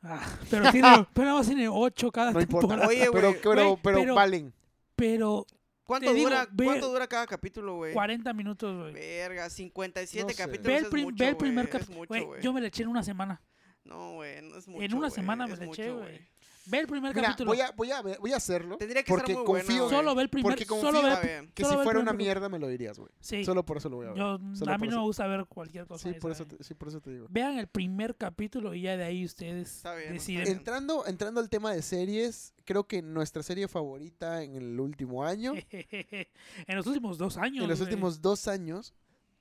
Ah, pero, tiene,
<laughs>
pero nada más tiene 8 cada
no importa.
temporada.
Oye,
pero,
güey,
pero,
güey,
pero,
pero-
valen.
Pero
¿cuánto,
digo,
dura,
ve-
¿cuánto dura cada capítulo, güey?
40 minutos, güey.
Verga, 57
No sé.
capítulos.
Ve el,
es
prim-
mucho,
ve el primer
güey, es
capítulo.
mucho, güey.
Yo me le eché en una semana.
No, güey, no es mucho.
en una
güey,
semana me
es
le eché,
mucho,
güey. Ve el primer
Mira,
capítulo.
voy a, voy a, ver- voy a hacerlo.
Tendría que estar
porque
muy bueno,
confío
güey.
Solo ve el primer
Porque confío-
solo ve-
Está bien.
que
solo
si
ve el
fuera una
primer-
mierda me lo dirías, güey.
Sí.
Solo por eso lo voy a ver.
Yo- pues,
Solo
a mí
por
no me
eso.
gusta ver cualquier cosa.
Sí,
de
por
esa,
eso,
güey.
te, sí, por eso te digo.
Vean el primer capítulo y ya de ahí ustedes
Está bien, está
deciden.
bien.
Entrando, entrando al tema de series, creo que nuestra serie favorita en el último año,
<laughs> en los últimos dos años.
en los
güey.
últimos dos años,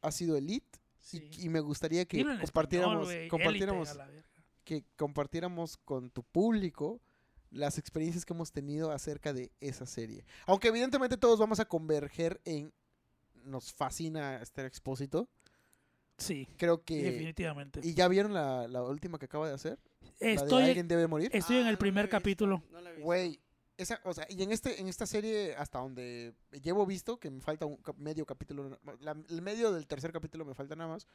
ha sido Elite.
Sí.
Y, y me gustaría que
Dilo en español,
compartiéramos,
güey,
compartiéramos,
élite, a la verga.
que compartiéramos con tu público las experiencias que hemos tenido acerca de esa serie. Aunque evidentemente todos vamos a converger en nos fascina estar expósito.
Sí,
Creo que
definitivamente.
y ya vieron la, la última que acaba de hacer, la de
estoy
alguien debe morir.
estoy en
Ah,
el
no
primer
la he visto,
capítulo.
no la he visto.
Güey, esa, o sea, y en este, en esta serie, hasta donde llevo visto, que me falta un cap- medio capítulo, la- el medio del tercer capítulo me falta nada más,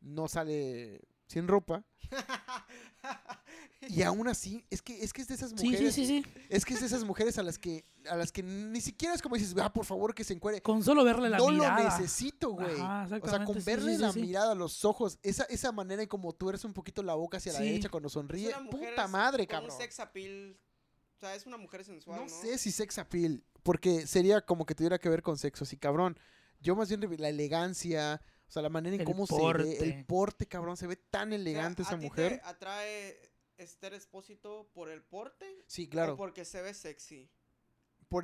no sale
<laughs>
sin ropa. Y aún así, es que, es que es de esas
Sí,
mujeres.
sí, sí, sí.
Es que es de esas mujeres a las que, a las que ni siquiera es como dices, ah, por favor que se encuere.
Con solo verle la
no
mirada.
lo necesito, güey.
Ajá,
o sea,
exactamente,
con
sí,
verle
sí, sí,
la
sí.
mirada, los ojos, esa, esa manera en como tuerce un poquito la boca hacia la
Sí.
derecha cuando
Es
sonríe.
una mujer
Puta
es-
madre,
con un
cabrón.
sex appeal. O sea, es una mujer sensual, ¿no?
No sé si sex appeal, porque sería como que tuviera que ver con sexo, sí, cabrón. Yo más bien revi- la elegancia, o sea, la manera en
El
cómo se ve,
porte.
el porte, cabrón, se ve tan
O sea, ¿a
elegante esa
ti te
mujer.
atrae Esther Espósito por el porte?
Sí,
¿O
claro, por...
porque se ve sexy?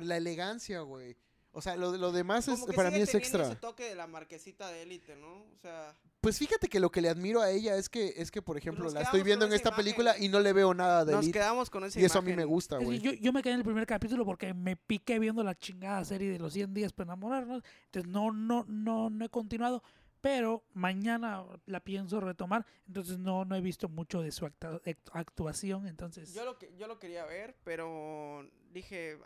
la elegancia, güey. O sea, lo, lo demás es,
Como que
para
sigue
mí es
teniendo
extra.
ese toque de la marquesita de élite, ¿no? O sea,
Pues fíjate que lo que le admiro a ella es que, es que por ejemplo,
nos
la estoy
quedamos
viendo en
con esa
esta
imagen.
película y no le veo nada de
nos
Elite,
quedamos con esa
Y eso a mí me
imagen.
gusta,
Es decir,
güey.
yo, yo me quedé en el primer capítulo porque me piqué viendo la chingada serie de los 100 días para enamorarnos. Entonces no, no, no, no he continuado. Pero mañana la pienso retomar. Entonces no, no he visto mucho de su acta- act- actuación. Entonces.
Yo lo, que- yo lo quería ver, pero dije,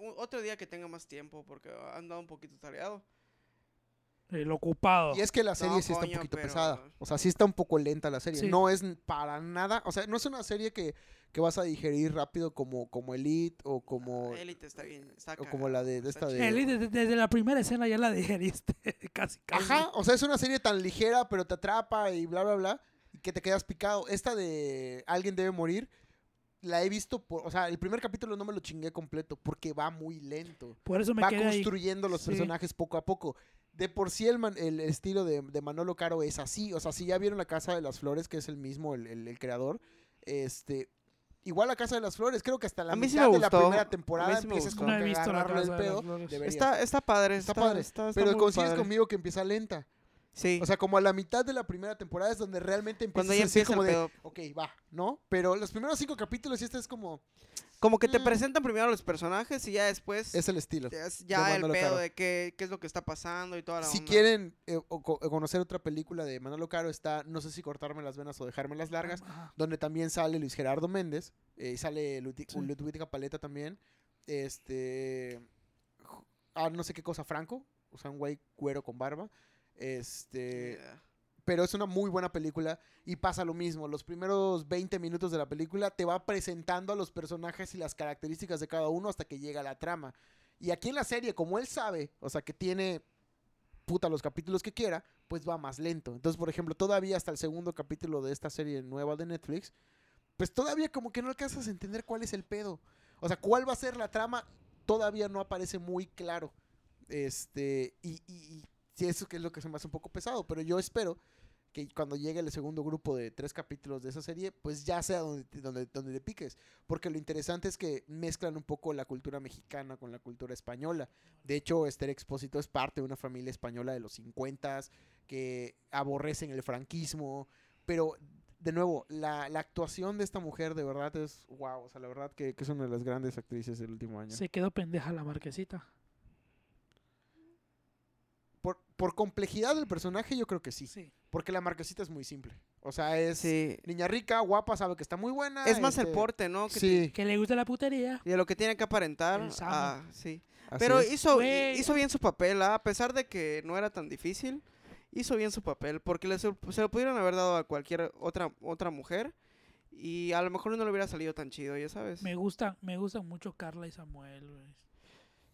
"U- otro día que tenga más tiempo, porque ha andado un poquito tareado.
El ocupado.
Y es que la serie
No,
sí está un
coño,
poquito
pero-
pesada. O sea, sí está un poco lenta la serie.
Sí.
No es n- para nada. O sea, no es una serie que, que vas a digerir rápido como, como Elite o como,
Élite está bien, está
o como
cagada,
la de, de
está
esta de.
chida.
El- desde, desde la primera escena ya la digeriste. <laughs> casi, casi.
Ajá. O sea, es una serie tan ligera, pero te atrapa y bla, bla, bla. y Que te quedas picado. Esta de Alguien debe morir. La he visto por. O sea, el primer capítulo no me lo chingué completo porque va muy lento.
Por eso me
va
quedé ahí.
construyendo los
Sí.
personajes poco a poco. De por sí el, man- el estilo de, de Manolo Caro es así. O sea, si ya vieron La Casa de las Flores, que es el mismo, el, el- el creador, este... Igual La Casa de las Flores, creo que hasta la
A mí
mitad
sí me
de la
gustó, a
primera
mí
temporada
sí me
empiezas
gustó.
como
No he
que a
visto La
agarrarle el
Casa de las
pedo.
Flores.
Deberías.
Está, está padre,
Está
está,
padre,
está- está
Pero
muy
consigues
padre.
conmigo que empieza lenta.
Sí,
O sea, como a la mitad de la primera temporada es donde realmente empiezas
cuando ya
a decir
empieza el
como de,
pedo.
ok, va, ¿no? Pero los primeros cinco capítulos y este es como,
Como que te
Mm.
presentan primero los personajes y ya después
es el estilo.
ya es
de
ya el
Manolo
pedo
Caro.
de qué, qué es lo que está pasando y toda la
Si
onda.
quieren eh, o co- o conocer otra película de Manolo Caro está No sé si cortarme las venas o dejarme las largas,
Ajá.
donde también sale Luis Gerardo Méndez, eh, y sale Ludwig,
Sí.
Paleta también, este, ju-
Eh,
ah, no sé qué cosa, Franco, o sea, un güey cuero con barba, este,
Yeah.
pero es una muy buena película y pasa lo mismo. Los primeros 20 minutos de la película te va presentando a los personajes y las características de cada uno hasta que llega la trama. Y aquí en la serie, como él sabe, o sea, que tiene puta los capítulos que quiera, pues va más lento. Entonces, por ejemplo, todavía hasta el segundo capítulo de esta serie nueva de Netflix, pues todavía como que no alcanzas a entender cuál es el pedo. O sea, cuál va a ser la trama, todavía no aparece muy claro. Este, y, y, y sí, eso que es lo que se me hace un poco pesado, pero yo espero que cuando llegue el segundo grupo de tres capítulos de esa serie, pues ya sea donde, donde, donde le piques. Porque lo interesante es que mezclan un poco la cultura mexicana con la cultura española. De hecho, Esther Expósito es parte de una familia española de los 50 que aborrecen el franquismo. Pero, de nuevo, la, la actuación de esta mujer de verdad es wow. O sea, la verdad que, que es una de las grandes actrices del último año.
Se quedó pendeja la marquesita.
Por, por complejidad del personaje, yo creo que sí.
Sí.
Porque la marquesita es muy simple. O sea, es
Sí.
niña rica, guapa, sabe que está muy buena.
Es más el
este,
porte, ¿no? Que
Sí.
Que le gusta la putería.
Y a lo que tiene que aparentar.
El Samo.
Ah, sí.
así
Pero
es.
hizo,
Güey.
hizo bien su papel, ¿ah? a pesar de que no era tan difícil, hizo bien su papel, porque le su- se lo pudieron haber dado a cualquier otra, otra mujer y a lo mejor no le hubiera salido tan chido, ya sabes.
Me gusta, me gusta mucho Carla y Samuel, güey.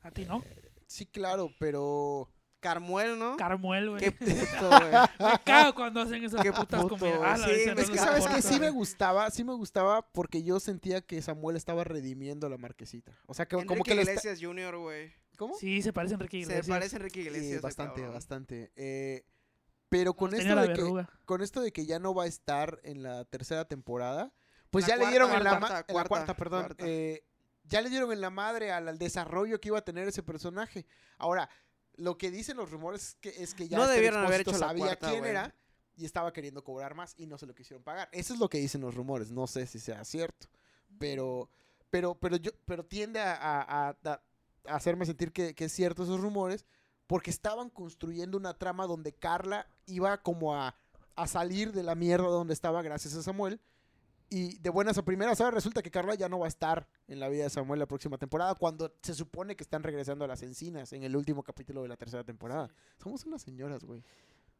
A ti, ¿no?
Sí, claro, pero.
Carmuel, ¿no?
Carmuel, güey. <laughs>
Qué puto, güey.
Me cago cuando hacen esas
Qué
putas
puto,
comidas.
güey.
Ah, la
Sí,
bestia,
güey,
no
Es que,
la
¿sabes qué?
soporto,
Sí me
güey.
gustaba, sí me gustaba porque yo sentía que Samuel estaba redimiendo a la marquesita. O sea, que como
Enrique
que le está-
Iglesias Junior, güey.
¿Cómo?
Sí, se parece a Enrique
Se
Iglesias.
parece a Enrique
Eh,
Iglesias. ese
bastante,
cabrón.
bastante. Eh, pero con
Tenía
esto,
la
de que,
verruga.
con esto de que ya no va a estar en la tercera temporada, pues
La
ya
cuarta,
le dieron en la,
cuarta,
ma-
cuarta,
en la
cuarta,
cuarta, perdón,
cuarta.
eh, ya le dieron en la madre al, al desarrollo que iba a tener ese personaje. Ahora, lo que dicen los rumores es que, es que ya
No
Esther
debieron haber
Expósito
hecho la
sabía
cuarta,
quién
güey.
era y estaba queriendo cobrar más y no se lo quisieron pagar. Eso es lo que dicen los rumores, no sé si sea cierto, pero pero pero yo pero tiende a, a- a- a- a hacerme sentir que, que es cierto esos rumores porque estaban construyendo una trama donde Carla iba como a, a salir de la mierda donde estaba gracias a Samuel y de buenas a primeras ahora resulta que Carla ya no va a estar en la vida de Samuel la próxima temporada cuando se supone que están regresando a las encinas en el último capítulo de la tercera temporada somos unas señoras güey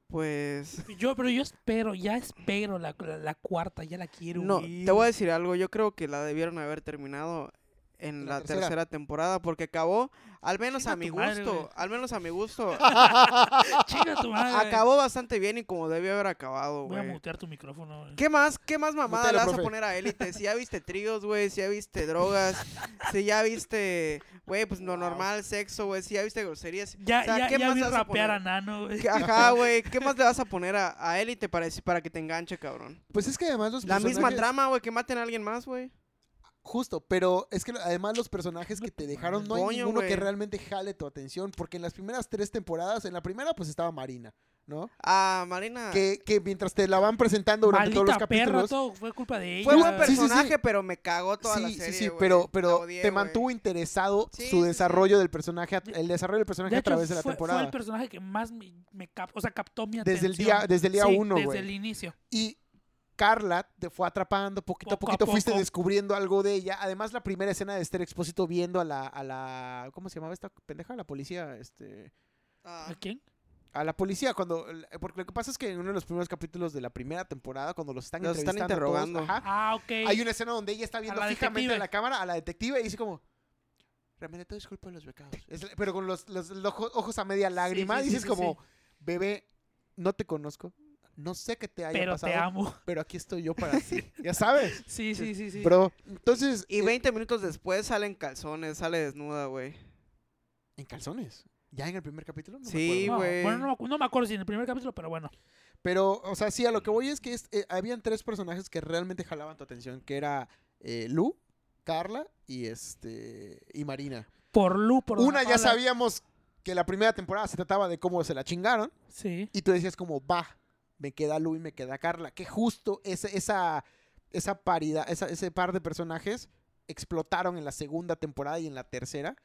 Pues.
Yo, pero yo espero, ya espero la, la- la cuarta, ya la quiero.
No,
güey.
te voy a decir algo. Yo creo que la debieron haber terminado en
La
la,
tercera.
tercera. temporada porque acabó, al menos
Chinga
a mi
tu madre,
gusto,
güey.
al menos a
<laughs>
mi gusto,
Chinga tu madre. güey.
acabó bastante bien y como debió haber acabado,
Voy a
güey.
mutear tu micrófono. güey.
¿Qué más? ¿Qué más mamada
Mutealo,
le vas
profe.
a poner a élite? Si
<laughs>
ya viste tríos, güey, si ya viste drogas, si ya viste, güey, pues lo normal, sexo, güey, si ya
<laughs>
viste groserías. <laughs>
Ya,
O sea,
ya,
¿qué
ya
más
vi
le vas a
rapear a,
poner?
Nano, güey.
Ajá, güey, ¿qué más le vas a poner a, a élite para, para que te enganche, cabrón?
pues es que además los
La misma
personajes-
trama, güey, que maten a alguien más, güey.
Justo, pero es que lo- además los
<laughs>
personajes que te dejaron, no hay
Coño,
ninguno que
güey.
realmente jale tu atención, porque en las primeras tres temporadas, en la primera pues estaba Marina, ¿no?
Ah, Marina.
Que, que mientras te la van presentando durante
Maldita
todos los
perra,
capítulos...
todo fue culpa de ella.
Fue buen
güey.
Sí, sí, sí.
personaje, pero me cagó toda la
sí,
serie.
sí, sí,
güey.
pero,
La
pero
odié,
te
güey.
mantuvo interesado
Sí, sí,
su
sí.
desarrollo del personaje, a- el desarrollo del personaje
De
a través
hecho,
de la
fue, fue
temporada.
el personaje que más me, me cap- o sea, captó mi
Desde
atención.
el día- desde el día
Sí,
uno, güey.
Desde el inicio.
Y Carla te fue atrapando, poquito
Poco
a
a
poquito fuiste
poco.
descubriendo algo de ella. Además, la primera escena de Esther Expósito viendo a la, a la... ¿Cómo se llamaba esta pendeja? La policía, este...
Ah,
¿A quién?
a la policía cuando porque lo que pasa es que en uno de los primeros capítulos de la primera temporada cuando los están
Los están
entrevistando a todos,
interrogando.
ajá,
Ah, ok.
hay una escena donde ella está viendo
la
fijamente a
detective.
la cámara a la detective y dice como realmente todo es culpa de los becados Es la- pero con los, los- los ojo- ojos a media lágrima
sí, sí,
dices
sí,
como bebé no te conozco no sé qué te haya
Pero
pasado
te amo. <laughs>
pero aquí estoy
<laughs>
yo para ti ya sabes
Sí, sí, sí, sí.
bro entonces
Y
eh,
20 minutos después sale en calzones, sale desnuda, güey.
eh, en calzones ya en el primer capítulo no me
Sí,
acuerdo.
No,
güey.
bueno, no, me acu- no me acuerdo si en el primer capítulo, pero bueno.
Pero, o sea, sí, a lo
Mm.
que voy es que es- eh, habían tres personajes que realmente jalaban tu atención, que era eh, Lu, Carla y este y Marina.
Por Lu, por
Una
sabía
ya sabíamos que la primera temporada se trataba de cómo se la chingaron
Sí.
y tú decías como, va, me queda Lu y me queda Carla, que justo ese- esa, esa paridad, esa- ese par de personajes explotaron en la segunda temporada y en la tercera.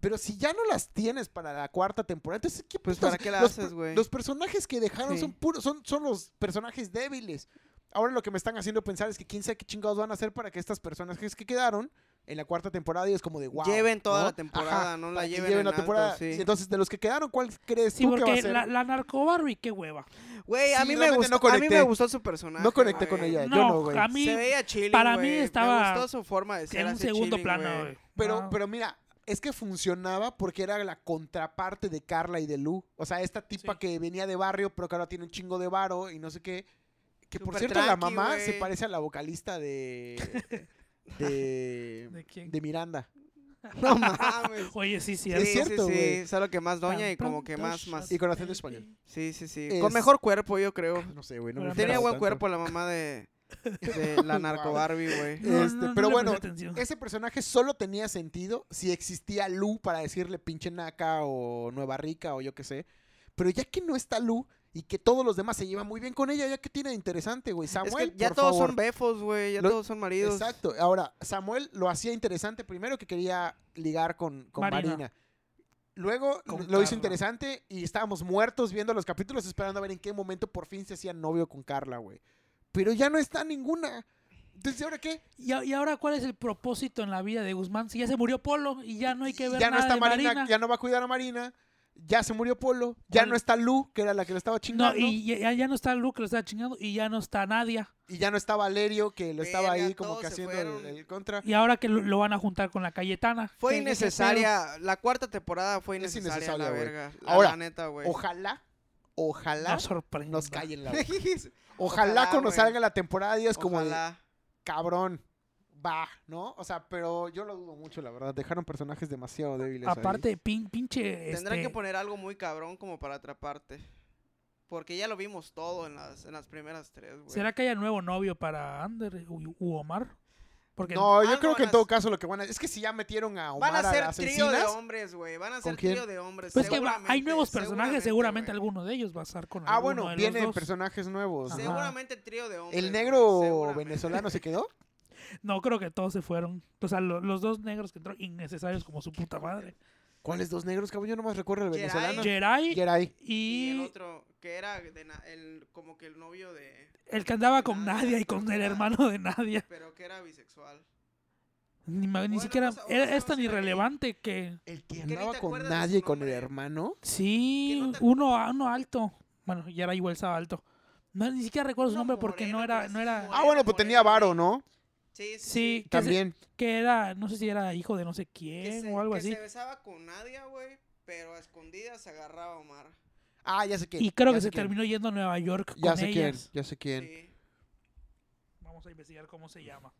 Pero si ya no las tienes para la cuarta temporada, entonces ¿qué
Pues,
putas?
¿para qué la
Los
haces,
per-
güey?
Los personajes que dejaron
Sí.
son puros, son, son los personajes débiles. Ahora lo que me están haciendo pensar es que quién sabe qué chingados van a hacer para que estas personas que quedaron en la cuarta temporada y es como de wow.
Lleven toda
¿no?
la temporada,
Ajá,
no la
para que
lleven en alto, sí.
Y Entonces, de los que quedaron, ¿cuál crees
Sí,
tú que va a
porque
ser?
la, la narcobarry, qué hueva.
Güey, a
Sí,
mí me
realmente no
gustó, a mí
conecté.
me gustó su personaje.
No conecté
güey.
con ella, yo no,
No,
güey.
a mí
Se veía chilling,
para mí
güey.
estaba
Me gustó su forma de ser
en un
así
segundo
chilling,
plano,
güey.
güey. Ah,
Pero,
No.
pero mira, es que funcionaba porque era la contraparte de Carla y de Lu. O sea, esta tipa
Sí.
que venía de barrio, pero que ahora tiene un chingo de varo y no sé qué. Que por
Súper
cierto, la
tranqui,
mamá se
güey.
parece a la
<laughs>
vocalista de. de.
¿De quién?
de Miranda.
<laughs> No mames.
Oye, <laughs> sí, sí.
es cierto,
sí,
güey.
sí, solo que más doña y como que
Pronto
más, más.
Y con acento español.
Sí, sí, sí.
Es-
Con mejor cuerpo, yo creo.
No sé, güey. No
Pero
me
Tenía
acuerdo
buen
tanto.
cuerpo la mamá de,
<laughs>
de la narco Barbie, güey.
No, no,
Este,
no
pero
le
bueno,
presté atención.
Ese personaje solo tenía sentido si existía Lu para decirle pinche naca o nueva rica o yo qué sé. Pero ya que no está Lu y que todos los demás se llevan muy bien con ella, ya que tiene de interesante, güey.
Es
Samuel,
que Ah, ya
por
todos
favor.
son befos, güey. Ya
Lo-
todos son maridos.
Exacto. Ahora, Samuel lo hacía interesante primero que quería ligar con, con Marina.
Marina.
Luego
Con
lo hizo
Carla.
interesante y estábamos muertos viendo los capítulos esperando a ver en qué momento por fin se hacía novio con Carla, güey. Pero ya no está ninguna. Entonces, ¿ahora qué?
¿Y, a- y ahora cuál es el propósito en la vida de Guzmán? Si ya se murió Polo y ya no hay que ver
ya no
nada
está
de
Marina,
Marina.
ya no va a cuidar a Marina, ya se murió Polo, ya
¿Cuál?
no está Lu, que era la que lo estaba
No,
chingando, y...
y ya, ya no está Luke, lo está chingando, y ya no está Nadia.
ya no está Valerio, que lo estaba
Verga,
ahí como
todos
que
se
haciendo el,
fueron.
el contra.
Y ahora que lo, lo van a juntar con la Cayetana.
Fue
¿Qué- qué- qué
innecesaria. La cuarta temporada fue
Es
innecesaria,
innecesaria,
la
güey.
verga. La-
Ahora,
la neta, güey. <laughs>
Ojalá,
pedo?
ojalá
No sorprenda.
nos callen la boca.
Ojalá,
Ojalá,
Ojalá,
cuando
güey.
salga la temporada 10 como de, cabrón, va, ¿no? O sea, pero yo lo dudo mucho, la verdad. Dejaron personajes demasiado débiles. ahí.
Aparte, pin- pinche.
Tendrán
este,
que poner algo muy cabrón como para atraparte. Porque ya lo vimos todo en las, en las primeras tres, güey.
¿Será que haya nuevo novio para Ander u, u Omar? Porque
No, yo
Algo
creo
van
que en
a
todo
hacer.
caso lo que van a es que si ya metieron a Omar
Ah, Van a ser
las
trío de
asesinas,
hombres, güey. Van a
¿Con
ser
quién?
trío de hombres.
pues que va- hay
seguramente,
nuevos personajes, seguramente
güey.
alguno de ellos va a estar con
Ah,
alguno
bueno,
de los
vienen
dos.
personajes nuevos.
Ajá.
Seguramente trío de hombres.
¿El
güey,
negro
seguramente.
venezolano se quedó?
No, creo que todos se fueron. O sea, lo- los dos negros que entró innecesarios como su puta
<laughs>
madre.
¿Cuáles dos negros, cabrón? Yo nomás recuerdo el
Geray.
venezolano.
Jerai
Geray.
Y el
y
otro, que era de na- el, como que el novio de...
el que andaba con
Nadia.
Nadia y con el hermano de Nadia.
Pero que era bisexual.
Ni, ma- ni
Bueno, pues,
siquiera
vamos a-
era-
vamos
es
a
tan
ver ahí.
irrelevante que
El que
ni te
andaba con
acuerdas de su
nadie y con el
nombre.
hermano.
sí,
Que no te-
uno a- uno alto. Bueno, Jerai igual estaba alto. No, ni siquiera recuerdo su
Uno
nombre porque no
moreno,
era
pero
no
así
era
moreno.
Ah, bueno, pues tenía varo, ¿no?
Sí, sí.
sí, que, se-
También.
que era no sé si era hijo de no sé
Que
quién
se,
eh, o algo
que
así.
se besaba con Nadia, güey, pero a escondidas se agarraba a Omar.
Ah, ya sé quién.
Y creo
ya
que
sé
se
quién.
terminó yendo a Nueva York
Ya
con
sé quién,
ellas.
ya sé quién.
Sí.
Vamos a investigar cómo se llama.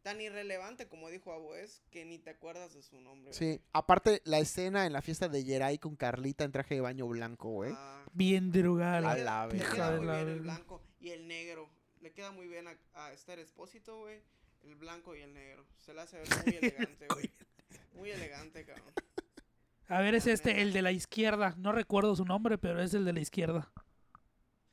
Tan irrelevante como dijo Abu es que ni te acuerdas de su nombre.
Sí. Aparte, la escena en la fiesta de Geray con Carlita en traje de baño blanco, güey.
Ah,
Bien drogada
le
la
queda-
la
le queda
verga.
muy
La
bien el
verga.
blanco y el negro. Le queda muy bien a, a Esther Espósito, güey. El blanco y el negro. Se la hace ver
<laughs>
muy elegante, güey. Muy elegante, cabrón.
A ver, es
La
este,
neta.
el de la izquierda. No recuerdo su nombre, pero es el de la izquierda.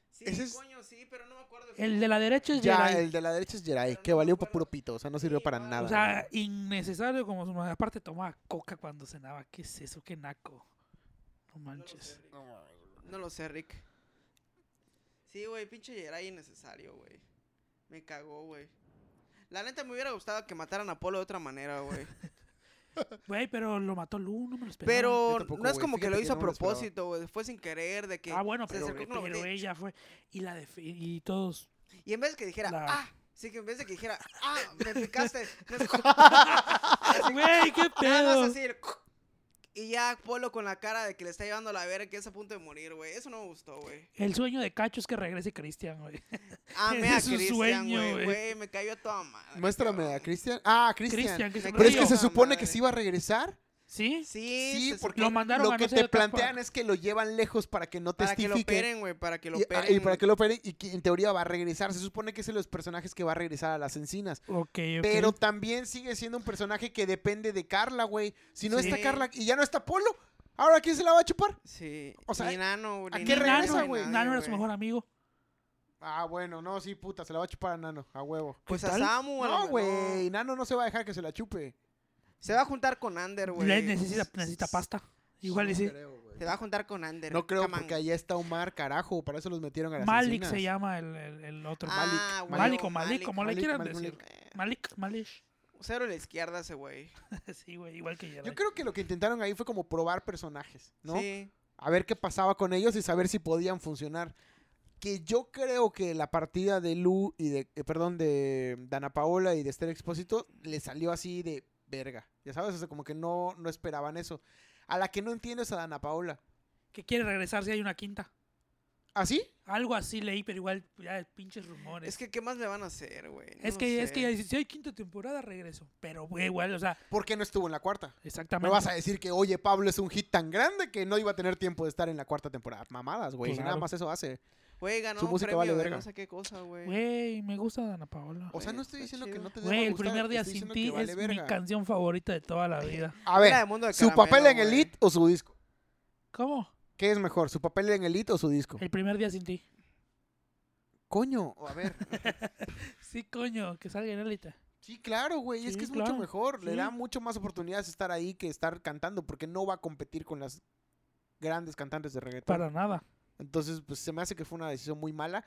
Sí,
Ese es-
coño, sí, pero no me acuerdo. su
El de
nombre.
la derecha es
Ya,
Geray.
el de la derecha es Geray,
Pero
que
no me
valió para
acuerdo.
puro pito, o sea, no sirvió
Sí,
para
vale.
nada.
O sea, innecesario como su madre. Aparte tomaba coca cuando cenaba. ¿Qué es eso? ¿Qué naco? No
No lo sé,
manches.
Rick. No lo sé, Rick. Sí, güey, pinche Yeray innecesario, güey. Me cagó, güey. La neta me hubiera gustado que mataran a Polo de otra manera,
<laughs>
güey.
Güey, pero lo mató Lu, no me lo esperaba.
Pero
Yo tampoco,
no es
güey.
como que
Fíjate
lo
que
hizo
no
a
me lo esperaba.
propósito, güey. Fue sin querer de que
Ah, bueno,
se
pero,
acercó con una
pero
botella.
ella fue. Y la def- y todos.
Y en vez de que dijera,
La-
ah, sí que en vez de que dijera, ah, me
<laughs>
picaste. no es-
Güey, qué
Nada más
pedo.
así, el Y ya Polo con la cara de que le está llevando la verga que es a punto de morir, güey. Eso no me gustó, güey.
<laughs>
El sueño de Cacho es que regrese Cristian, güey.
Amé
Ese
a
es su
Cristian,
sueño,
güey.
güey.
Güey, me cayó a toda madre.
Muéstrame
cabrón.
a Cristian. Ah, Cristian.
Cristian, que se
Pero es que
murió.
se
Puta
supone que
madre.
se iba a regresar.
¿Sí?
Sí,
Sí,
se
porque
supone-
Lo mandaron
lo
a
que
no sé
te
de qué forma.
plantean es que lo llevan lejos para que no
para que lo
testifique.
operen, güey, para que lo
y, ah,
operen.
y para que lo operen y que en teoría va a regresar. Se supone que es de los personajes que va a regresar a las encinas.
Ok, ok.
Pero también sigue siendo un personaje que depende de Carla, güey. Si no
Sí.
está Carla y ya no está Polo, ¿ahora quién se la va a chupar?
Sí.
O sea,
ni Nano,
¿a
ni
qué
Ni
Nano,
regresa,
Nano,
ni
güey?
nadie,
Nano era su
güey.
mejor amigo.
Ah, bueno, no, sí, puta, se la va a chupar a Nano, a huevo.
Pues
¿Qué
a
tal?
Samu, a lo
No,
mejor.
güey, Nano no se va a dejar que se la chupe.
Se va a juntar con Ander, güey.
Le necesita, necesita pasta. Igual
no
dice.
creo, güey.
Se va a juntar con Ander.
No creo
come on.
porque allá está Omar, carajo, para eso los metieron a las
Malik
encinas.
se llama el, el- el otro.
Ah,
Malik,
güey,
Malik o Malik, como le
Malik,
quieran
Malik,
decir. Malik, <laughs> Malish.
Cero a la izquierda ese güey.
sí, güey, igual que Jedi.
Yo creo que lo que intentaron ahí fue como probar personajes, ¿no?
Sí.
A ver qué pasaba con ellos y saber si podían funcionar. Que yo creo que la partida de Lu y de, eh, perdón, de Dana Paola y de Esther Expósito le salió así de verga. Ya sabes, o sea, como que no, no esperaban eso. A la que no entiendo es a Dana Paola.
Que quiere regresar si hay una quinta. ¿Ah,
¿Así?
Algo así leí, pero igual ya pinches rumores.
Es que, ¿qué más le van a hacer, güey? No
Es
lo
que, es
sé.
que ya dice, si hay quinta temporada, regreso. Pero, güey, igual, o sea,
¿Por qué no estuvo en la cuarta?
exactamente.
Me vas a decir que, oye, Pablo es un hit tan grande que no iba a tener tiempo de estar en la cuarta temporada. Mamadas, güey.
Claro.
Nada más eso hace.
Güey, ganó
Su
un
música
premio
vale
de
verga.
no sé qué cosa, güey.
Güey, me gusta Dana Paola.
O sea,
Güey,
no estoy
está
diciendo que
chido.
no te deba
Güey, el
gustar,
primer día
estoy
sin
diciendo
ti
que vale
es mi
verga.
canción favorita de toda
<laughs>
la vida.
A
Era de
ver,
Mundo de
su
Caramelo,
papel en
güey.
Elite o su disco.
¿Cómo?
¿Qué es mejor, su papel en Elite o su disco?
El primer día sin ti.
Coño, a ver.
Sí, coño, que salga en élite.
Sí, claro, güey, es
Sí,
que es
claro,
mucho mejor. Le da
sí.
mucho más oportunidades estar ahí que estar cantando, porque no va a competir con las grandes cantantes de reggaetón.
Para nada.
Entonces, pues se me hace que fue una decisión muy mala.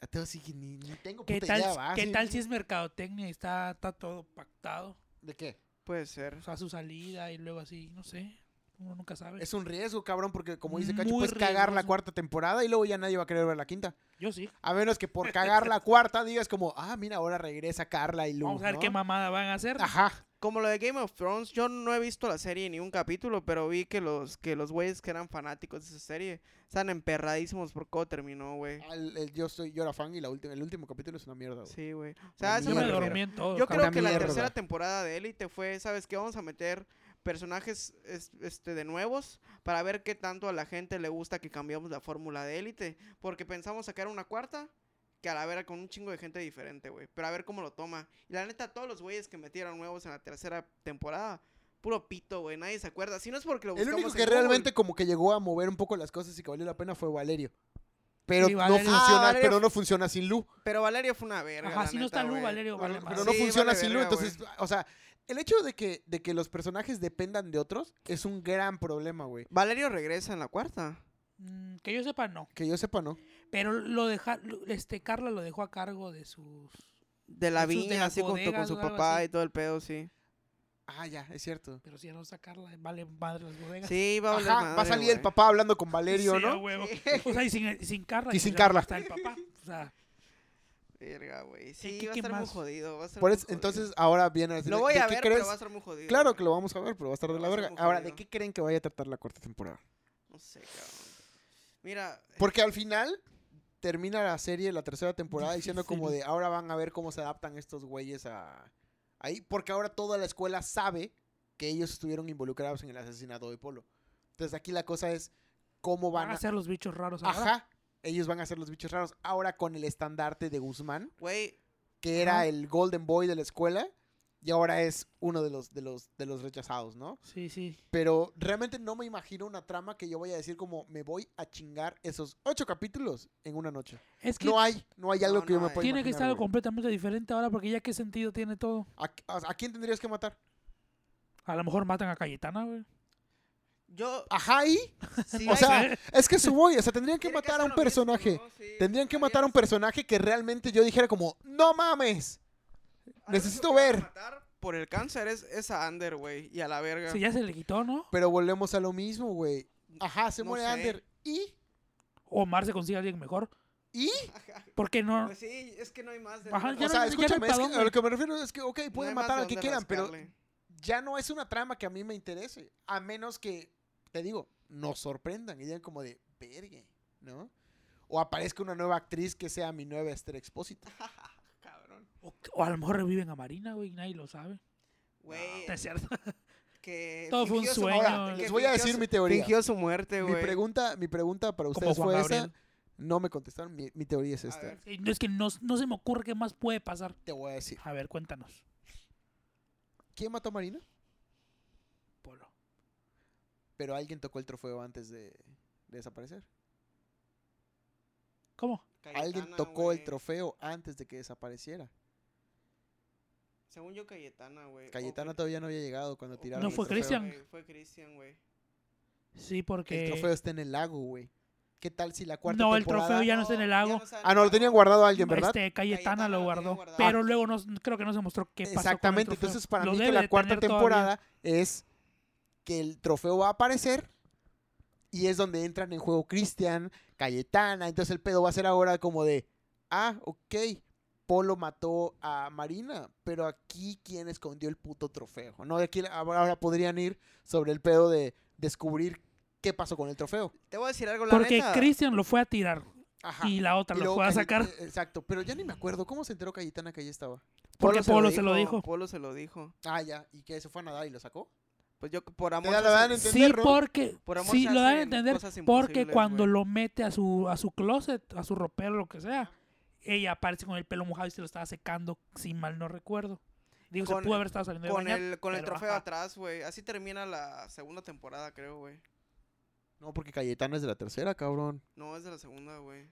Ah, A todos sí que ni, ni tengo
¿Qué
puta
tal,
idea, ¿va?
¿qué
Ah, Sí.
tal si es mercadotecnia y está, está todo pactado?
¿De qué?
Puede ser.
O sea, su salida y luego así, no sé. Uno nunca sabe.
Es un riesgo, cabrón, porque como dice Cacho,
Muy
puedes cagar la
riesgoso.
cuarta temporada y luego ya nadie va a querer ver la quinta.
Yo sí.
A menos que por
<laughs>
cagar la cuarta digas como, ah, mira, ahora regresa Carla y Lu.
Vamos a ver
¿no?
qué mamada van a hacer.
Ajá.
Como lo de Game of Thrones, yo no he visto la serie ni un capítulo, pero vi que los que los güeyes que eran fanáticos de esa serie están emperradísimos por cómo terminó,
Eh,
güey.
Ah, El- el- yo soy yo era fan y la última, el último capítulo es una mierda. güey.
Sí, güey. O sea,
Una
Yo
esa
me
es la
mierda.
primera.
dormí en todo.
Yo
cabrón.
creo que la
mierda.
tercera temporada de Elite fue, ¿sabes qué? Vamos a meter personajes es- este, de nuevos para ver qué tanto a la gente le gusta que cambiamos la fórmula de Elite. Porque pensamos sacar una cuarta que a la vera con un chingo de gente diferente, güey. Pero a ver cómo lo toma. Y la neta, todos los güeyes que metieron nuevos en la tercera temporada, puro pito, güey. Nadie se acuerda. Si no es porque lo
El
buscamos
único
en
que
Google.
realmente como que llegó a mover un poco las cosas y que valió la pena fue Valerio. Pero
Sí,
no
Valerio.
funciona,
Ah, Valerio.
pero no funciona sin Lu.
Pero Valerio fue una verga.
Ajá,
la
si no
neta,
está Lu,
güey.
Valerio vale
Pero,
más.
no
Sí,
funciona
vale
sin Lu,
verga,
entonces, o sea, el hecho de que de que los personajes dependan de otros es un gran problema, güey.
Valerio regresa en la cuarta.
Mm, que yo sepa, no.
Que yo sepa, ¿no?
Pero lo deja, lo- este Carla lo dejó a cargo de sus.
De la
Jesús de
viña,
las
así junto con
bodegas
su
o algo
papá
así.
y todo el pedo, sí.
Ah, ya, es cierto.
Pero si ya no está Carla, vale madre las bodegas.
Sí, va a valer
Ajá, va a
madre,
salir el
güey.
papá hablando con Valerio,
Sí, a
¿no?
huevo. O sea, y sin, y sin Carla.
Y
pues
sin
ya
Carla.
Está el papá. O
<laughs>
sea,
Verga, güey. Sí,
qué-
va a
qué
estar muy
más?
jodido. Va a estar
Por
muy
eso,
jodido.
entonces ahora viene a decir,
Lo voy
¿de
a
qué
ver,
crees?
pero va a estar muy jodido.
Claro
güey.
que lo vamos a ver, pero va a estar de la
Va a
verga.
estar muy
Ahora, ¿de
jodido.
qué creen que vaya a tratar la cuarta temporada?
No sé, cabrón. Mira,
Porque al final termina la serie, la tercera temporada, diciendo como
Sí.
de ahora van a ver cómo se adaptan estos güeyes a ahí. Porque ahora toda la escuela sabe que ellos estuvieron involucrados en el asesinato de Polo. Entonces aquí la cosa es cómo
van
van
a
a.
ser los bichos raros. ahora.
Ajá. Ellos van a ser los bichos raros. Ahora con el estandarte de Guzmán,
güey,
Ajá.
que era el Golden Boy de la escuela. Y ahora es uno de los, de los, de los rechazados, ¿no?
Sí, sí.
Pero realmente no me imagino una trama que yo vaya a decir como me voy a chingar esos ocho capítulos en una noche.
Es que
No hay, no hay algo
No,
que yo
no
me
hay.
pueda
tiene que estar
imaginar,
algo
güey.
completamente diferente ahora porque ya qué sentido tiene todo.
¿A, a- a quién tendrías que matar?
A lo mejor matan a Cayetana, güey.
<laughs>
yo.
Ajá, ahí.
sí,
o
hay-
<laughs>
sea,
tiene
Es
<laughs>
que eso voy, o sea, tendrían que
que
matar
hacer
a un
lo mismo,
personaje.
¿no? Sí,
Tendrían que matar a un
habías-
personaje que realmente yo dijera como, no mames.
algo
necesito
que iban a
ver.
matar Por el cáncer es, es a Ander, güey. Y a la verga.
Sí, ya se le quitó, ¿no?
Pero volvemos a lo mismo, güey. Ajá, se
No
muere
sé.
Ander. ¿Y?
Omar se consigue a alguien mejor.
¿Y?
Porque no.
Pues sí, es que no hay más de.
Ajá,
no
ya
o
no-
sea,
hay
escúchame, es que
padrón,
a
güey.
lo que me refiero es que, ok,
hay
pueden
más
matar
de
al que
dónde
quieran, pero
rascarle.
ya no es una trama que a mí me interese. A menos que, te digo, nos sorprendan y digan como de, vergue, ¿no? O aparezca una nueva actriz que sea mi nueva Esther Expósito.
Cabrón.
O, o a lo mejor reviven a Marina, güey. y Nadie lo sabe.
Güey,
No es cierto. <laughs>
que.
Todo fue un
fingió su-
sueño.
Ahora,
no,
les
que
voy a
fingió
decir
su-
mi teoría.
Fingió su muerte,
Mi
güey.
pregunta, mi pregunta para
Como
ustedes
Juan
fue
Gabriel.
esa. No me contestaron. Mi, mi teoría es esta.
ver.
Y no es que no, no se me ocurre qué más puede pasar.
Te voy a decir.
A ver, cuéntanos,
¿Quién mató a Marina?
Polo.
Pero alguien tocó el trofeo antes de, de desaparecer.
¿Cómo?
Alguien
Cayetana,
tocó el
güey.
trofeo antes de que desapareciera.
Según yo, Cayetana, güey. O
Cayetana
Cri-
todavía no había llegado cuando
o
tiraron
No
el
fue
trofeo.
Cristian.
güey, Fue Cristian, güey.
Sí,
El
porque.
trofeo está en el lago, güey. ¿Qué tal si la cuarta
No, el
temporada...
trofeo ya no está en el lago.
Ah, no, lo tenían guardado a alguien, ¿verdad?
Este Cayetana
Cayetana
lo
lo
guardó,
tenía guardado.
pero luego no, creo que no se mostró qué pasó. con el
Exactamente,
trofeo.
entonces para
Lo
mí que
debe
la
de
cuarta
tener todavía.
temporada es que el trofeo va a aparecer y es donde entran en juego Cristian, Cayetana, entonces el pedo va a ser ahora como de, ah, ok, Polo mató a Marina, pero aquí quién escondió el puto trofeo, ¿no? De aquí ahora ahora podrían ir sobre el pedo de descubrir qué pasó con el trofeo.
Te voy a decir algo, la
Porque
neta.
Christian lo fue a tirar
Ajá.
y la otra
Y
lo
luego
fue a
Calle-
sacar
eh, Exacto, pero ya ni me acuerdo cómo se enteró Cayetana que ahí estaba.
porque Polo se lo dijo.
Polo se lo dijo.
Ah, ya, y que se fue a nadar y lo sacó.
Pues yo por amor.
da
se
la
hace-
gana en-
Sí,
entender, ¿no?
porque
Por amor
sí
se
lo dan a
hacen
entender
cosas
porque
imposibles,
cuando
güey.
lo mete a su a su closet, a su ropero lo que sea, ella aparece con el pelo mojado y se lo estaba secando, si mal no recuerdo. Digo, se
Con-
pudo haber estado saliendo de
con
bañar.
el, con el
pero
trofeo
ajá.
atrás, güey. Así termina la segunda temporada, creo, güey.
No, porque Cayetana es de la tercera, cabrón.
No, es de la segunda, güey.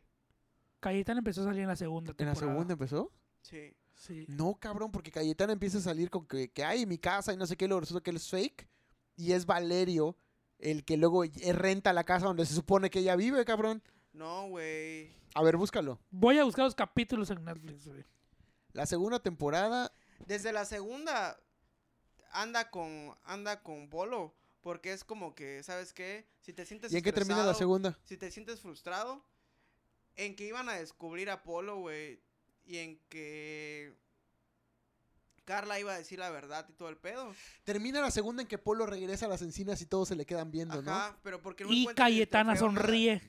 Cayetana empezó a salir en la segunda
¿En la
temporada.
segunda empezó?
Sí.
Sí.
No, cabrón, porque Cayetana empieza a salir con que, que hay mi casa y no sé qué, luego resulta que él es fake. Y es Valerio el que luego y- renta la casa donde se supone que ella vive, cabrón.
No, güey.
A ver, búscalo.
Voy a buscar los capítulos en Netflix, güey.
La segunda temporada.
Desde la segunda anda con anda con Polo, porque es como que, ¿sabes qué? Si te sientes
¿Y en qué termina la
estresado,
segunda?
Si te sientes frustrado en que iban a descubrir a Polo, güey, y en que Carla iba a decir la verdad y todo el pedo.
Termina la segunda en que Polo regresa a las encinas y todos se le quedan viendo,
Ajá, pero porque no
y
encuentran el
Cayetana
trofeo, nada.
sonríe.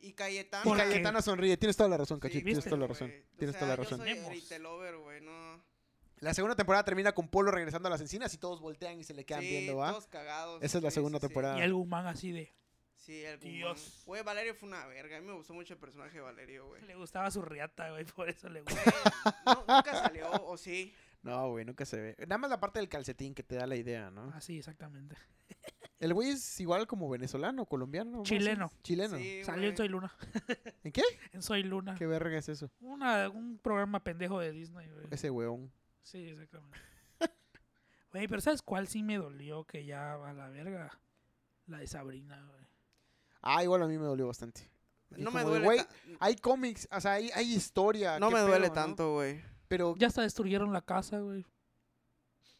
Y Cayetana
¿no? Y
¿Por qué?
Cayetana sonríe. Tienes toda la razón, Cachito.
Sí,
tienes
viste,
toda la
güey.
razón.
O
Tienes
sea,
toda la
yo
razón.
soy
Tenemos.
Erite Lover, güey, no.
La segunda temporada termina con Polo regresando a las encinas y todos voltean y se le quedan
Sí,
viendo, ¿va?
todos cagados.
¿ah? Esa es la
Sí,
segunda
sí, sí.
temporada.
Y el Guzmán así de...
Sí, el Guzmán.
Dios.
Güey, Valerio fue una verga. A mí me gustó mucho el personaje de Valerio, güey.
Le gustaba su riata, güey, por eso le gusta.
<laughs> Güey, no, nunca salió, o sí.
No, güey, nunca se ve. Nada más la parte del calcetín que te da la idea, ¿no?
Así, exactamente.
El güey es igual como venezolano, colombiano. ¿no?
Chileno.
Sí, Chileno.
Sí,
Salió en
güey.
Soy Luna. <laughs>
¿En qué?
En Soy Luna.
¿Qué verga es eso?
Una, un programa pendejo de Disney, güey.
Ese weón.
Sí, exactamente. Güey, pero ¿sabes cuál sí me dolió que ya a la verga? La de Sabrina, güey.
Ah, igual a mí me dolió bastante. Y
No
como
me
de,
duele.
Güey,
ta-
hay cómics, o sea, hay, hay historia.
no
qué
me
pedo,
duele tanto, güey.
Pero,
Ya hasta destruyeron la casa, güey.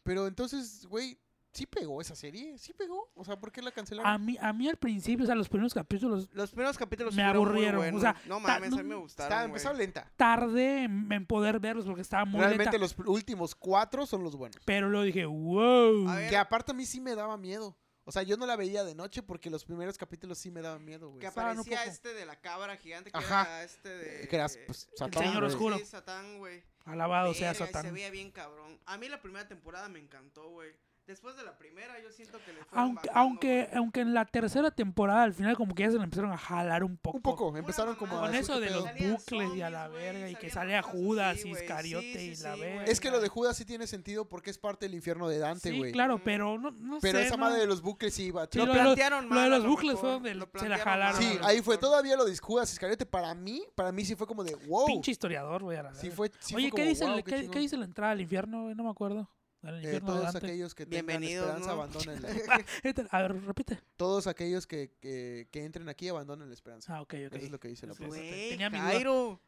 pero entonces, güey, sí pegó esa serie. Sí pegó. O sea, ¿por qué la cancelaron?
A mí, a mí al principio, o sea, los primeros capítulos,
Los primeros capítulos
Me
fueron muy
aburrieron, o
buenos.
sea,
no
ta-
mames, a mí me
no-
gustaron.
Está,
güey.
empezó lenta.
tardé en, en poder verlos porque estaba muy lenta,
Realmente los últimos cuatro son los buenos.
Pero luego dije, wow.
A ver,
Que aparte a mí sí me daba miedo. O sea, yo no la veía de noche porque los primeros capítulos sí me daban miedo, güey.
que
estaban un
aparecía
poco.
este de la cabra gigante que
Ajá.
era este de.
Que eras, pues, Satán,
Señor
güey.
Oscuro.
Sí, Satán, güey.
Alabado sea
Verga, y Se
Satán.
veía bien cabrón. A mí la primera temporada me encantó, güey. Después de la primera, yo siento que le fueron
Aunque,
bajando,
aunque,
güey.
aunque en la tercera temporada, al final, como que ya se le empezaron a jalar un poco.
Un poco. Empezaron
Una
como
mamada.
a
Con
decir,
eso
¿qué
de
pedo?
los
Salían
bucles y a la
zombies,
verga, y
güey,
que salía
salían cosas así,
Judas y
güey. Sí,
Iscariote
sí,
y la
sí,
verga.
güey.
Es que lo de Judas sí tiene sentido porque es parte del infierno de Dante,
Sí,
güey.
claro, pero no, no
Pero
sé,
esa
no-
madre de los bucles sí iba.
Sí,
tío.
lo de los- lo de los bucles fue donde se la jalaron.
Sí,
Claro,
ahí fue. Todavía lo de Judas Iscariote para mí, para mí sí fue como de wow.
Pinche historiador, güey, a la
Sí
verga.
fue, sí
Oye,
fue como,
¿qué, dice
"Guau,
el-
qué
qué- qué
chingón".
dice la entrada al infierno, güey? No me acuerdo. Al
Eh,
infierno de
todos
Dante. Este,
aquellos que tengan
Bienvenidos,
esperanza
¿no?
abandonen la-
A ver, repite.
todos aquellos que, que, que entren aquí abandonen la esperanza.
Ah, ok, ok.
Eso es lo que dice la
Sí, sí,
pregunta.
Güey,
Tenía mi duda.
Jairo.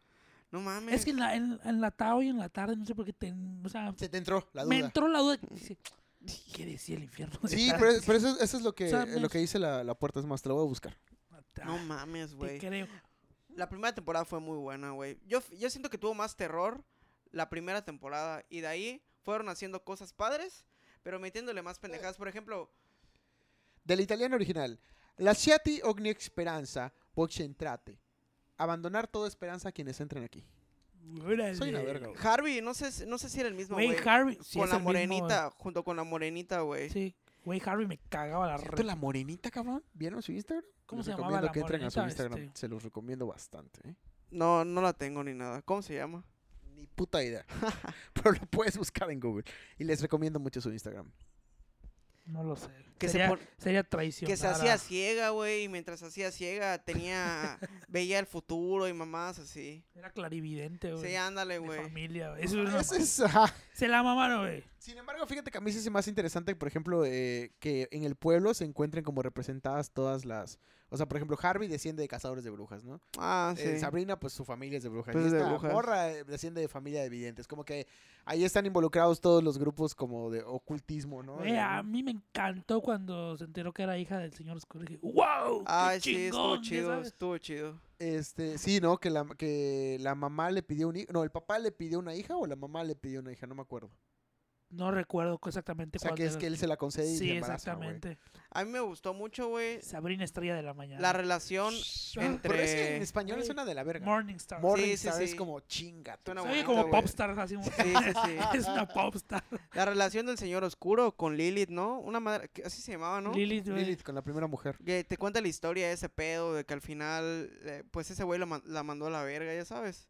No mames.
Es que en la, en, en la tarde y en la tarde, no sé por qué, te, o sea,
Se te entró la
me
duda.
entró la duda.
<laughs>
Dice, ¿Qué decía el infierno? de
Sí,
Dante?
pero, es- pero eso, eso es lo que,
O sea,
eh,
me-
lo que dice la, la puerta. Es más, te lo voy a buscar.
Ah,
No mames,
te
güey.
creo.
La primera temporada fue muy buena, güey. Yo, yo siento que tuvo más terror la primera temporada. Y de ahí fueron haciendo cosas padres, pero metiéndole más pendejadas. Por ejemplo,
Del italiano original. Lasciati ogni speranza, voce entrate. Abandonar toda esperanza a quienes entren aquí. Soy una
Órale.
verga, güey.
Harvey, no sé, si- no sé si era el mismo,
Güey,
güey.
Harvey. sí
con
es
la
el mismo, güey.
morenita, junto con la morenita, güey.
Sí. Güey, Harvey me cagaba la
¿Cierto,
red.
la morenita, cabrón? ¿Vieron su Instagram?
¿Cómo
Les
se llamaba
recomiendo
la
que entren a su
morenita,
Instagram.
este?
Se los recomiendo bastante. ¿eh?
No, no la tengo ni nada. ¿Cómo se llama?
Ni puta idea. <laughs> Pero lo puedes buscar en Google. Y les recomiendo mucho su Instagram.
No lo sé.
Que se,
sería,
pon-
sería traición.
que se hacía ciega, güey, y mientras hacía ciega
<laughs>
tenía, veía el futuro y mamás así.
Era clarividente, güey.
Sí, ándale,
De
güey.
familia, güey. Eso es una
Ah, Ese
ma-
es- ajá.
Se la mamaron, güey.
Sin embargo, fíjate que a mí sí se me hace interesante, por ejemplo, eh, que en el pueblo se encuentren como representadas todas las... O sea, por ejemplo, Harvey desciende de cazadores de brujas, ¿no?
Ah, sí.
Eh, Sabrina, pues su familia es de brujas.
Pues
y
es de
esta
brujas.
morra eh, desciende de familia de videntes. Como que ahí están involucrados todos los grupos como de ocultismo, ¿no?
Güey,
De
a
algún-
mí me encantó cuando se enteró que era hija del señor Oscuro. Dije, wow, qué
Ay, Ah, sí, estuvo
chingón, ya
chido,
sabes.
estuvo chido.
Este, sí, ¿no? Que la, que la mamá le pidió un hijo. No, el papá le pidió una hija o la mamá le pidió una hija, no me acuerdo.
No recuerdo exactamente
O sea,
cuál
que
de
es
las
que él
dos.
se la concede y
Sí,
le embaraza, güey.
exactamente.
A mí me gustó mucho, güey,
Sabrina Estrella de la Mañana.
la relación
Shh, ah,
entre...
Pero es que en español
Güey,
suena de la verga.
Morningstar.
Morning
Sí, sí,
es
sí.
como chinga. tú.
Suena
Soy
bonito,
como
güey.
popstar, así un-
Sí, sí, sí.
<laughs> es una popstar.
La relación del señor oscuro con Lilith, ¿no? Una madre, que así se llamaba, ¿no?
Lilith, güey.
Lilith con la primera mujer.
Que te cuenta la historia de ese pedo, de que al final, eh, pues ese güey la, man- la mandó a la verga, ya sabes.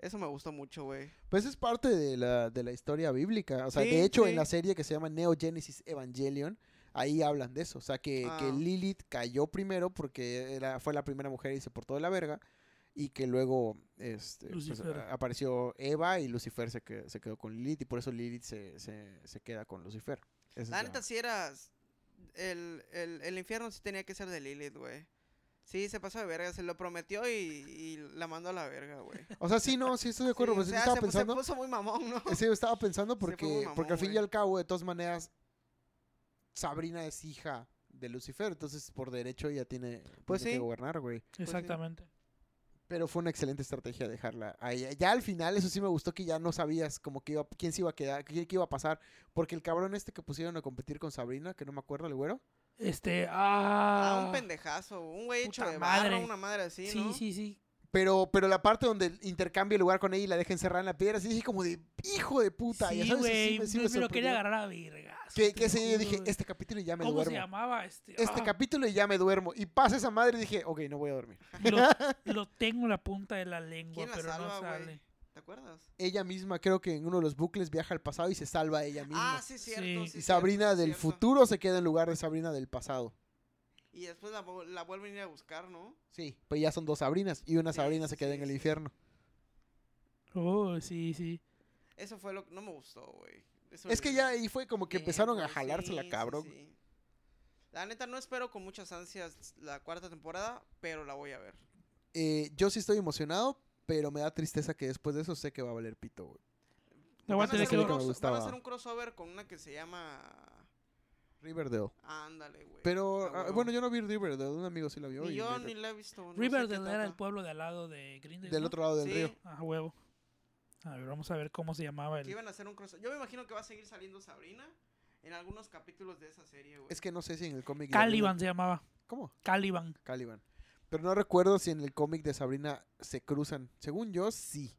Eso me gustó mucho, güey.
Pues es parte de la, de la historia bíblica. O sea,
Sí,
de hecho,
sí.
en la serie que se llama Neo Genesis Evangelion, ahí hablan de eso. O sea, que, que
Ah.
Lilith cayó primero porque era, fue la primera mujer y se portó de la verga. Y que luego este, pues,
Lucifer.
a- apareció Eva y Lucifer se, que- se quedó con Lilith. Y por eso Lilith se, se- se queda con Lucifer. Esa es
La
la-
neta sí era... El, el, el infierno sí tenía que ser de Lilith, güey. Sí, se pasó de verga, se lo prometió y, y la mandó a la verga, güey.
O sea, sí, no, sí estoy de acuerdo.
Sí,
pues,
o
yo
sea,
estaba
se, pu- se
pensando...
puso muy mamón, ¿no? <laughs>
Sí, yo estaba pensando
fue muy
porque, porque
mamón,
al fin y
güey.
al cabo, de todas maneras, Sabrina es hija de Lucifer, entonces por derecho ella tiene,
Pues
tiene
sí.
que gobernar, güey.
Exactamente.
Pero fue una excelente estrategia dejarla. a ella. Ya al final, eso sí me gustó que ya no sabías como que iba, quién se iba a quedar, qué, qué iba a pasar, porque el cabrón este que pusieron a competir con Sabrina, que no me acuerdo, el güero.
Este,
Ah,
ah.
un pendejazo, un güey hecho
puta
de madre.
madre.
una madre así,
Sí,
¿no?
sí, sí.
Pero, pero la parte donde intercambia el lugar con ella y la deja encerrada en la piedra, sí dije como de hijo de puta. ya
Sí,
sabes, eso sí
güey.
me- sí
me,
me
lo quería
sorprendió.
agarrar a virgas.
Que, que ese día yo dije, este capítulo ya me
¿Cómo
duermo.
se llamaba? Este,
este
ah,
capítulo y ya me duermo. Y pasa esa madre y dije, ok, no voy a dormir. <laughs>
lo, lo tengo en la punta de la lengua,
¿Quién la
pero no
salva, güey?
sale.
¿Te acuerdas?
Ella misma, creo que en uno de los bucles viaja al pasado y se salva ella misma.
Ah, sí, cierto. Sí.
Sí.
sí,
y
cierto,
Sabrina
sí,
del
cierto.
futuro se queda en lugar de Sabrina del pasado.
Y después la, vu- la vuelven a ir a buscar, ¿no?
Sí, pues ya son dos Sabrinas y una
Sí,
Sabrina se
sí,
queda en el
sí.
infierno.
Oh, sí, sí.
Eso fue lo que no me gustó, güey. Eso
Es que
me-
ya ahí fue como que empezaron a
Neta,
jalársela,
sí, sí,
cabrón.
sí. La neta no espero con muchas ansias la cuarta temporada, pero la voy a ver.
Eh, yo sí estoy emocionado, pero me da tristeza que después de eso sé que va a valer pito, güey.
La voy a
Van a,
tener que
hacer un
ver.
ver.
cross-
que me
van a
gustaba.
hacer un crossover con una que se llama
Riverdale.
Ándale, güey. Ah,
Pero, ah,
huevo.
bueno, yo no vi Riverdale, un amigo sí la vio.
ni
y
yo
me-
ni la he visto. no sé
Riverdale
qué
era
trata.
el pueblo de al lado de Grindel.
Del
¿no?
otro lado del
Sí,
río.
Ah, huevo. A ver, vamos a ver cómo se llamaba
Que
el.
iban a hacer un crossover. Yo me imagino que va a seguir saliendo Sabrina en algunos capítulos de esa serie, güey.
Es que no sé si en el cómic... de-
Caliban se llamaba.
¿Cómo?
Caliban.
Caliban. Pero no recuerdo si en el cómic de Sabrina se cruzan. Según yo, sí.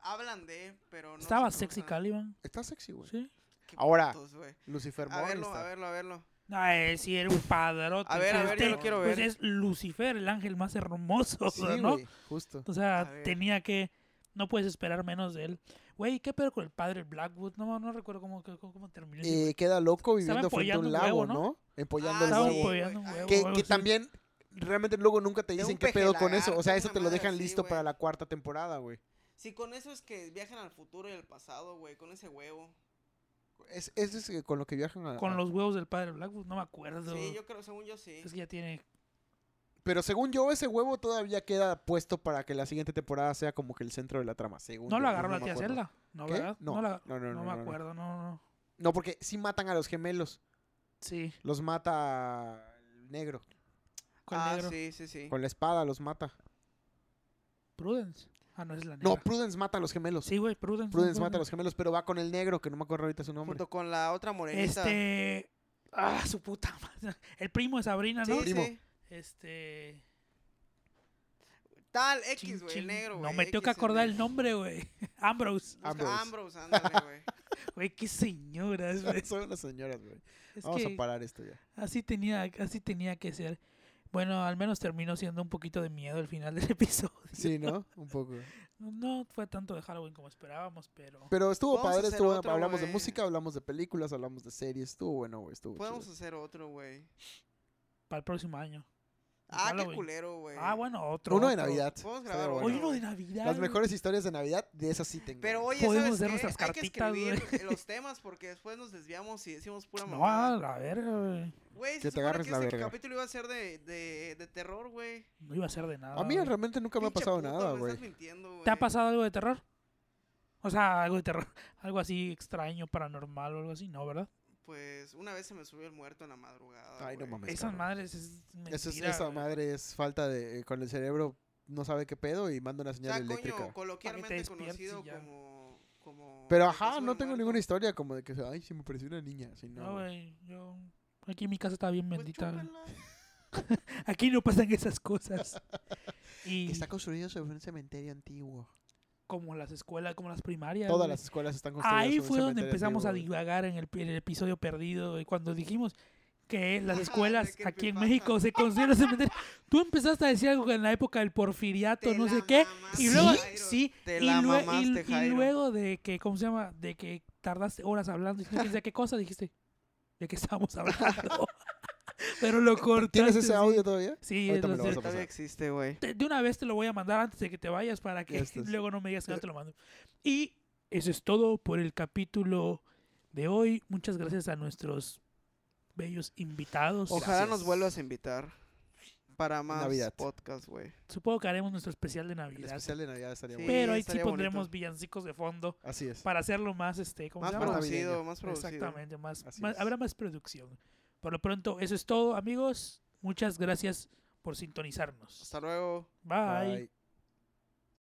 Hablan de, pero no.
Estaba
se
sexy
cruzan.
Caliban.
Está sexy, güey.
Sí.
Qué
Ahora.
putos, güey.
Lucifer
A verlo, a
Morningstar.
verlo, a verlo.
Ay, Ah, eh, sí, era un padrote.
A ver, a ver, yo lo quiero
Pues
ver.
es Lucifer, el ángel más hermoso,
Sí,
¿no?
güey, justo.
O
A
sea,
ver.
tenía que. No puedes esperar menos de él. Güey, ¿qué pedo con el padre Blackwood? No, no recuerdo cómo, cómo, cómo terminó. ese güey.
Eh, queda loco viviendo frente a
empollando
un
un
lago,
huevo,
¿no?
¿no?
Empollando
Ah,
sí,
el huevo.
güey. apoyando
güey.
un
Ay,
huevo,
que
huevo,
que
sí.
también, realmente luego nunca te
De
dicen
un
qué pedo con eso.
pejelagarto,
O sea, eso
una
te lo
madre
dejan
así,
listo
güey.
para la cuarta temporada, güey.
Si con eso es que viajan al futuro y al pasado, güey, con ese huevo.
Es, eso es eh, con lo que viajan a...
Con los huevos del padre Blackwood, no me acuerdo.
Sí, yo creo, según yo sí.
Es que ya tiene.
Pero según yo, ese huevo todavía queda puesto para que la siguiente temporada sea como que el centro de la trama. Según
No
yo,
lo
yo
agarró la
me
tía
acuerdo.
Zelda. No,
¿Qué?
¿verdad?
No,
la-
no, no, no,
me
no, no.
acuerdo, no, no.
No, porque sí matan a los gemelos.
Sí,
Los mata el negro.
con
ah,
negro.
sí, sí, sí.
Con la espada los mata.
Prudence. Ah, no es la negra.
No, Prudence mata a los gemelos.
Sí, güey, Prudence.
Prudence mata a los gemelos, pero va con el negro, que no me acuerdo ahorita su nombre.
Junto con la otra morenita.
Este. Ah, su puta <laughs> madre. El primo de Sabrina,
sí,
¿no?
primo.
sí.
Este.
Tal
chin,
X, güey,
chin.
el negro, güey.
No me tengo que acordar el nombre, güey. <laughs> Ambrose.
Ambrose.
Ambrose. Ambrose, ándale,
<laughs>
güey.
Güey, qué señoras, güey.
Son las señoras, güey.
Es
Vamos
que
<laughs>
a parar esto ya.
así tenía, así tenía que ser. Bueno, al menos terminó siendo un poquito de miedo el final del <laughs> episodio.
Sí, ¿no? Un poco.
No fue tanto de Halloween como esperábamos, pero...
Pero estuvo
Vamos a
padre,
hacer
estuvo bueno.
otro,
hablamos de
güey.
música, hablamos de películas, hablamos de series. Estuvo bueno, güey. Estuvo
Podemos
chido.
hacer otro, güey.
Para el próximo año.
Ah, qué
Halloween.
culero, güey.
Ah, bueno, otro.
Uno de
otro.
Navidad.
Podemos
Estaría
grabar
bueno,
Oye,
Hoy
uno
güey.
de Navidad.
Las
güey.
mejores historias de Navidad, de esas sí tengo.
Pero
güey.
oye,
Podemos
¿sabes
hacer
qué?
nuestras
Hay que
cartitas, güey.
escribir
<laughs>
los temas porque después nos desviamos y decimos pura
No, a
mamada.
la verga, güey.
Güey,
Que te
se supone
agarres
que
la
este
verga.
capítulo iba a ser de, de, de terror, güey.
No iba a ser de nada.
A mí
güey.
realmente nunca me ha
Pinche
pasado
puto,
nada,
me
güey.
estás mintiendo,
¿Te ha
güey.
pasado algo de terror? O sea, algo de terror. <laughs> Algo así extraño, paranormal o algo así, ¿no, verdad?
Pues una vez se me subió el muerto en la madrugada.
Ay, no
güey.
mames.
Esas
Pues cabrón.
madres es mentira,
Eso es, esa
güey.
madre es falta de. eh, Con el cerebro no sabe qué pedo y manda una
O
señal
sea,
eléctrica.
coño, coloquialmente
despiertes y
conocido
ya.
como, como.
Pero
me pasó
ajá,
el
no tengo
muerto.
ninguna historia como de que. Ay, se me pareció una niña. Así no.
No,
güey.
güey. Yo... Aquí en mi casa está bien
Pues
bendita. güey.
chúpenla.
Aquí no pasan esas
<laughs>
cosas.
Que
Y
está construido sobre un cementerio antiguo.
como las escuelas, como las primarias.
Todas
güey.
las escuelas están construidas
Ahí
sobre un
fue donde
cementerio
empezamos a
antiguo, güey.
divagar en el, en el episodio perdido, y cuando dijimos que las
<laughs>
Ah,
escuelas
de
aquí en
creepypasta.
México se consideran cementerios. Tú empezaste a decir algo en la época del porfiriato,
Te
no
la
sé qué, y
mamaste,
luego,
Jairo.
sí,
Te
y,
la
lue- y-
mamaste,
y
Jairo.
luego de que, ¿cómo se llama? De que tardaste horas hablando, y quién sabe qué cosa dijiste, ¿de qué estábamos hablando? <laughs> Pero lo cortaste.
¿Tienes ese
sí.
audio todavía?
Sí,
Ahorita me
lo
lo
sé.
vas a Este
Todavía
pasar.
existe, güey.
Te- de una vez te lo voy a mandar antes de que te vayas para que
Ya
<laughs>
estás.
luego no me digas que no te lo mando. Y eso es todo por el capítulo de hoy. Muchas gracias a nuestros bellos invitados.
Ojalá
Gracias.
nos vuelvas a invitar para más
Navidad.
podcast, güey.
Supongo que haremos nuestro especial de
El
Navidad.
especial de Navidad estaría
Sí.
bueno.
pero ahí sí
estaría
pondremos
bonito.
villancicos de fondo
Así es.
para hacerlo más, este, ¿cómo
Más
se
Navidad.
llama?
producido, más producido.
Exactamente, más,
Así
más-
es.
habrá más producción. Por lo pronto, eso es todo, amigos. Muchas gracias por sintonizarnos.
Hasta luego.
Bye.
Bye.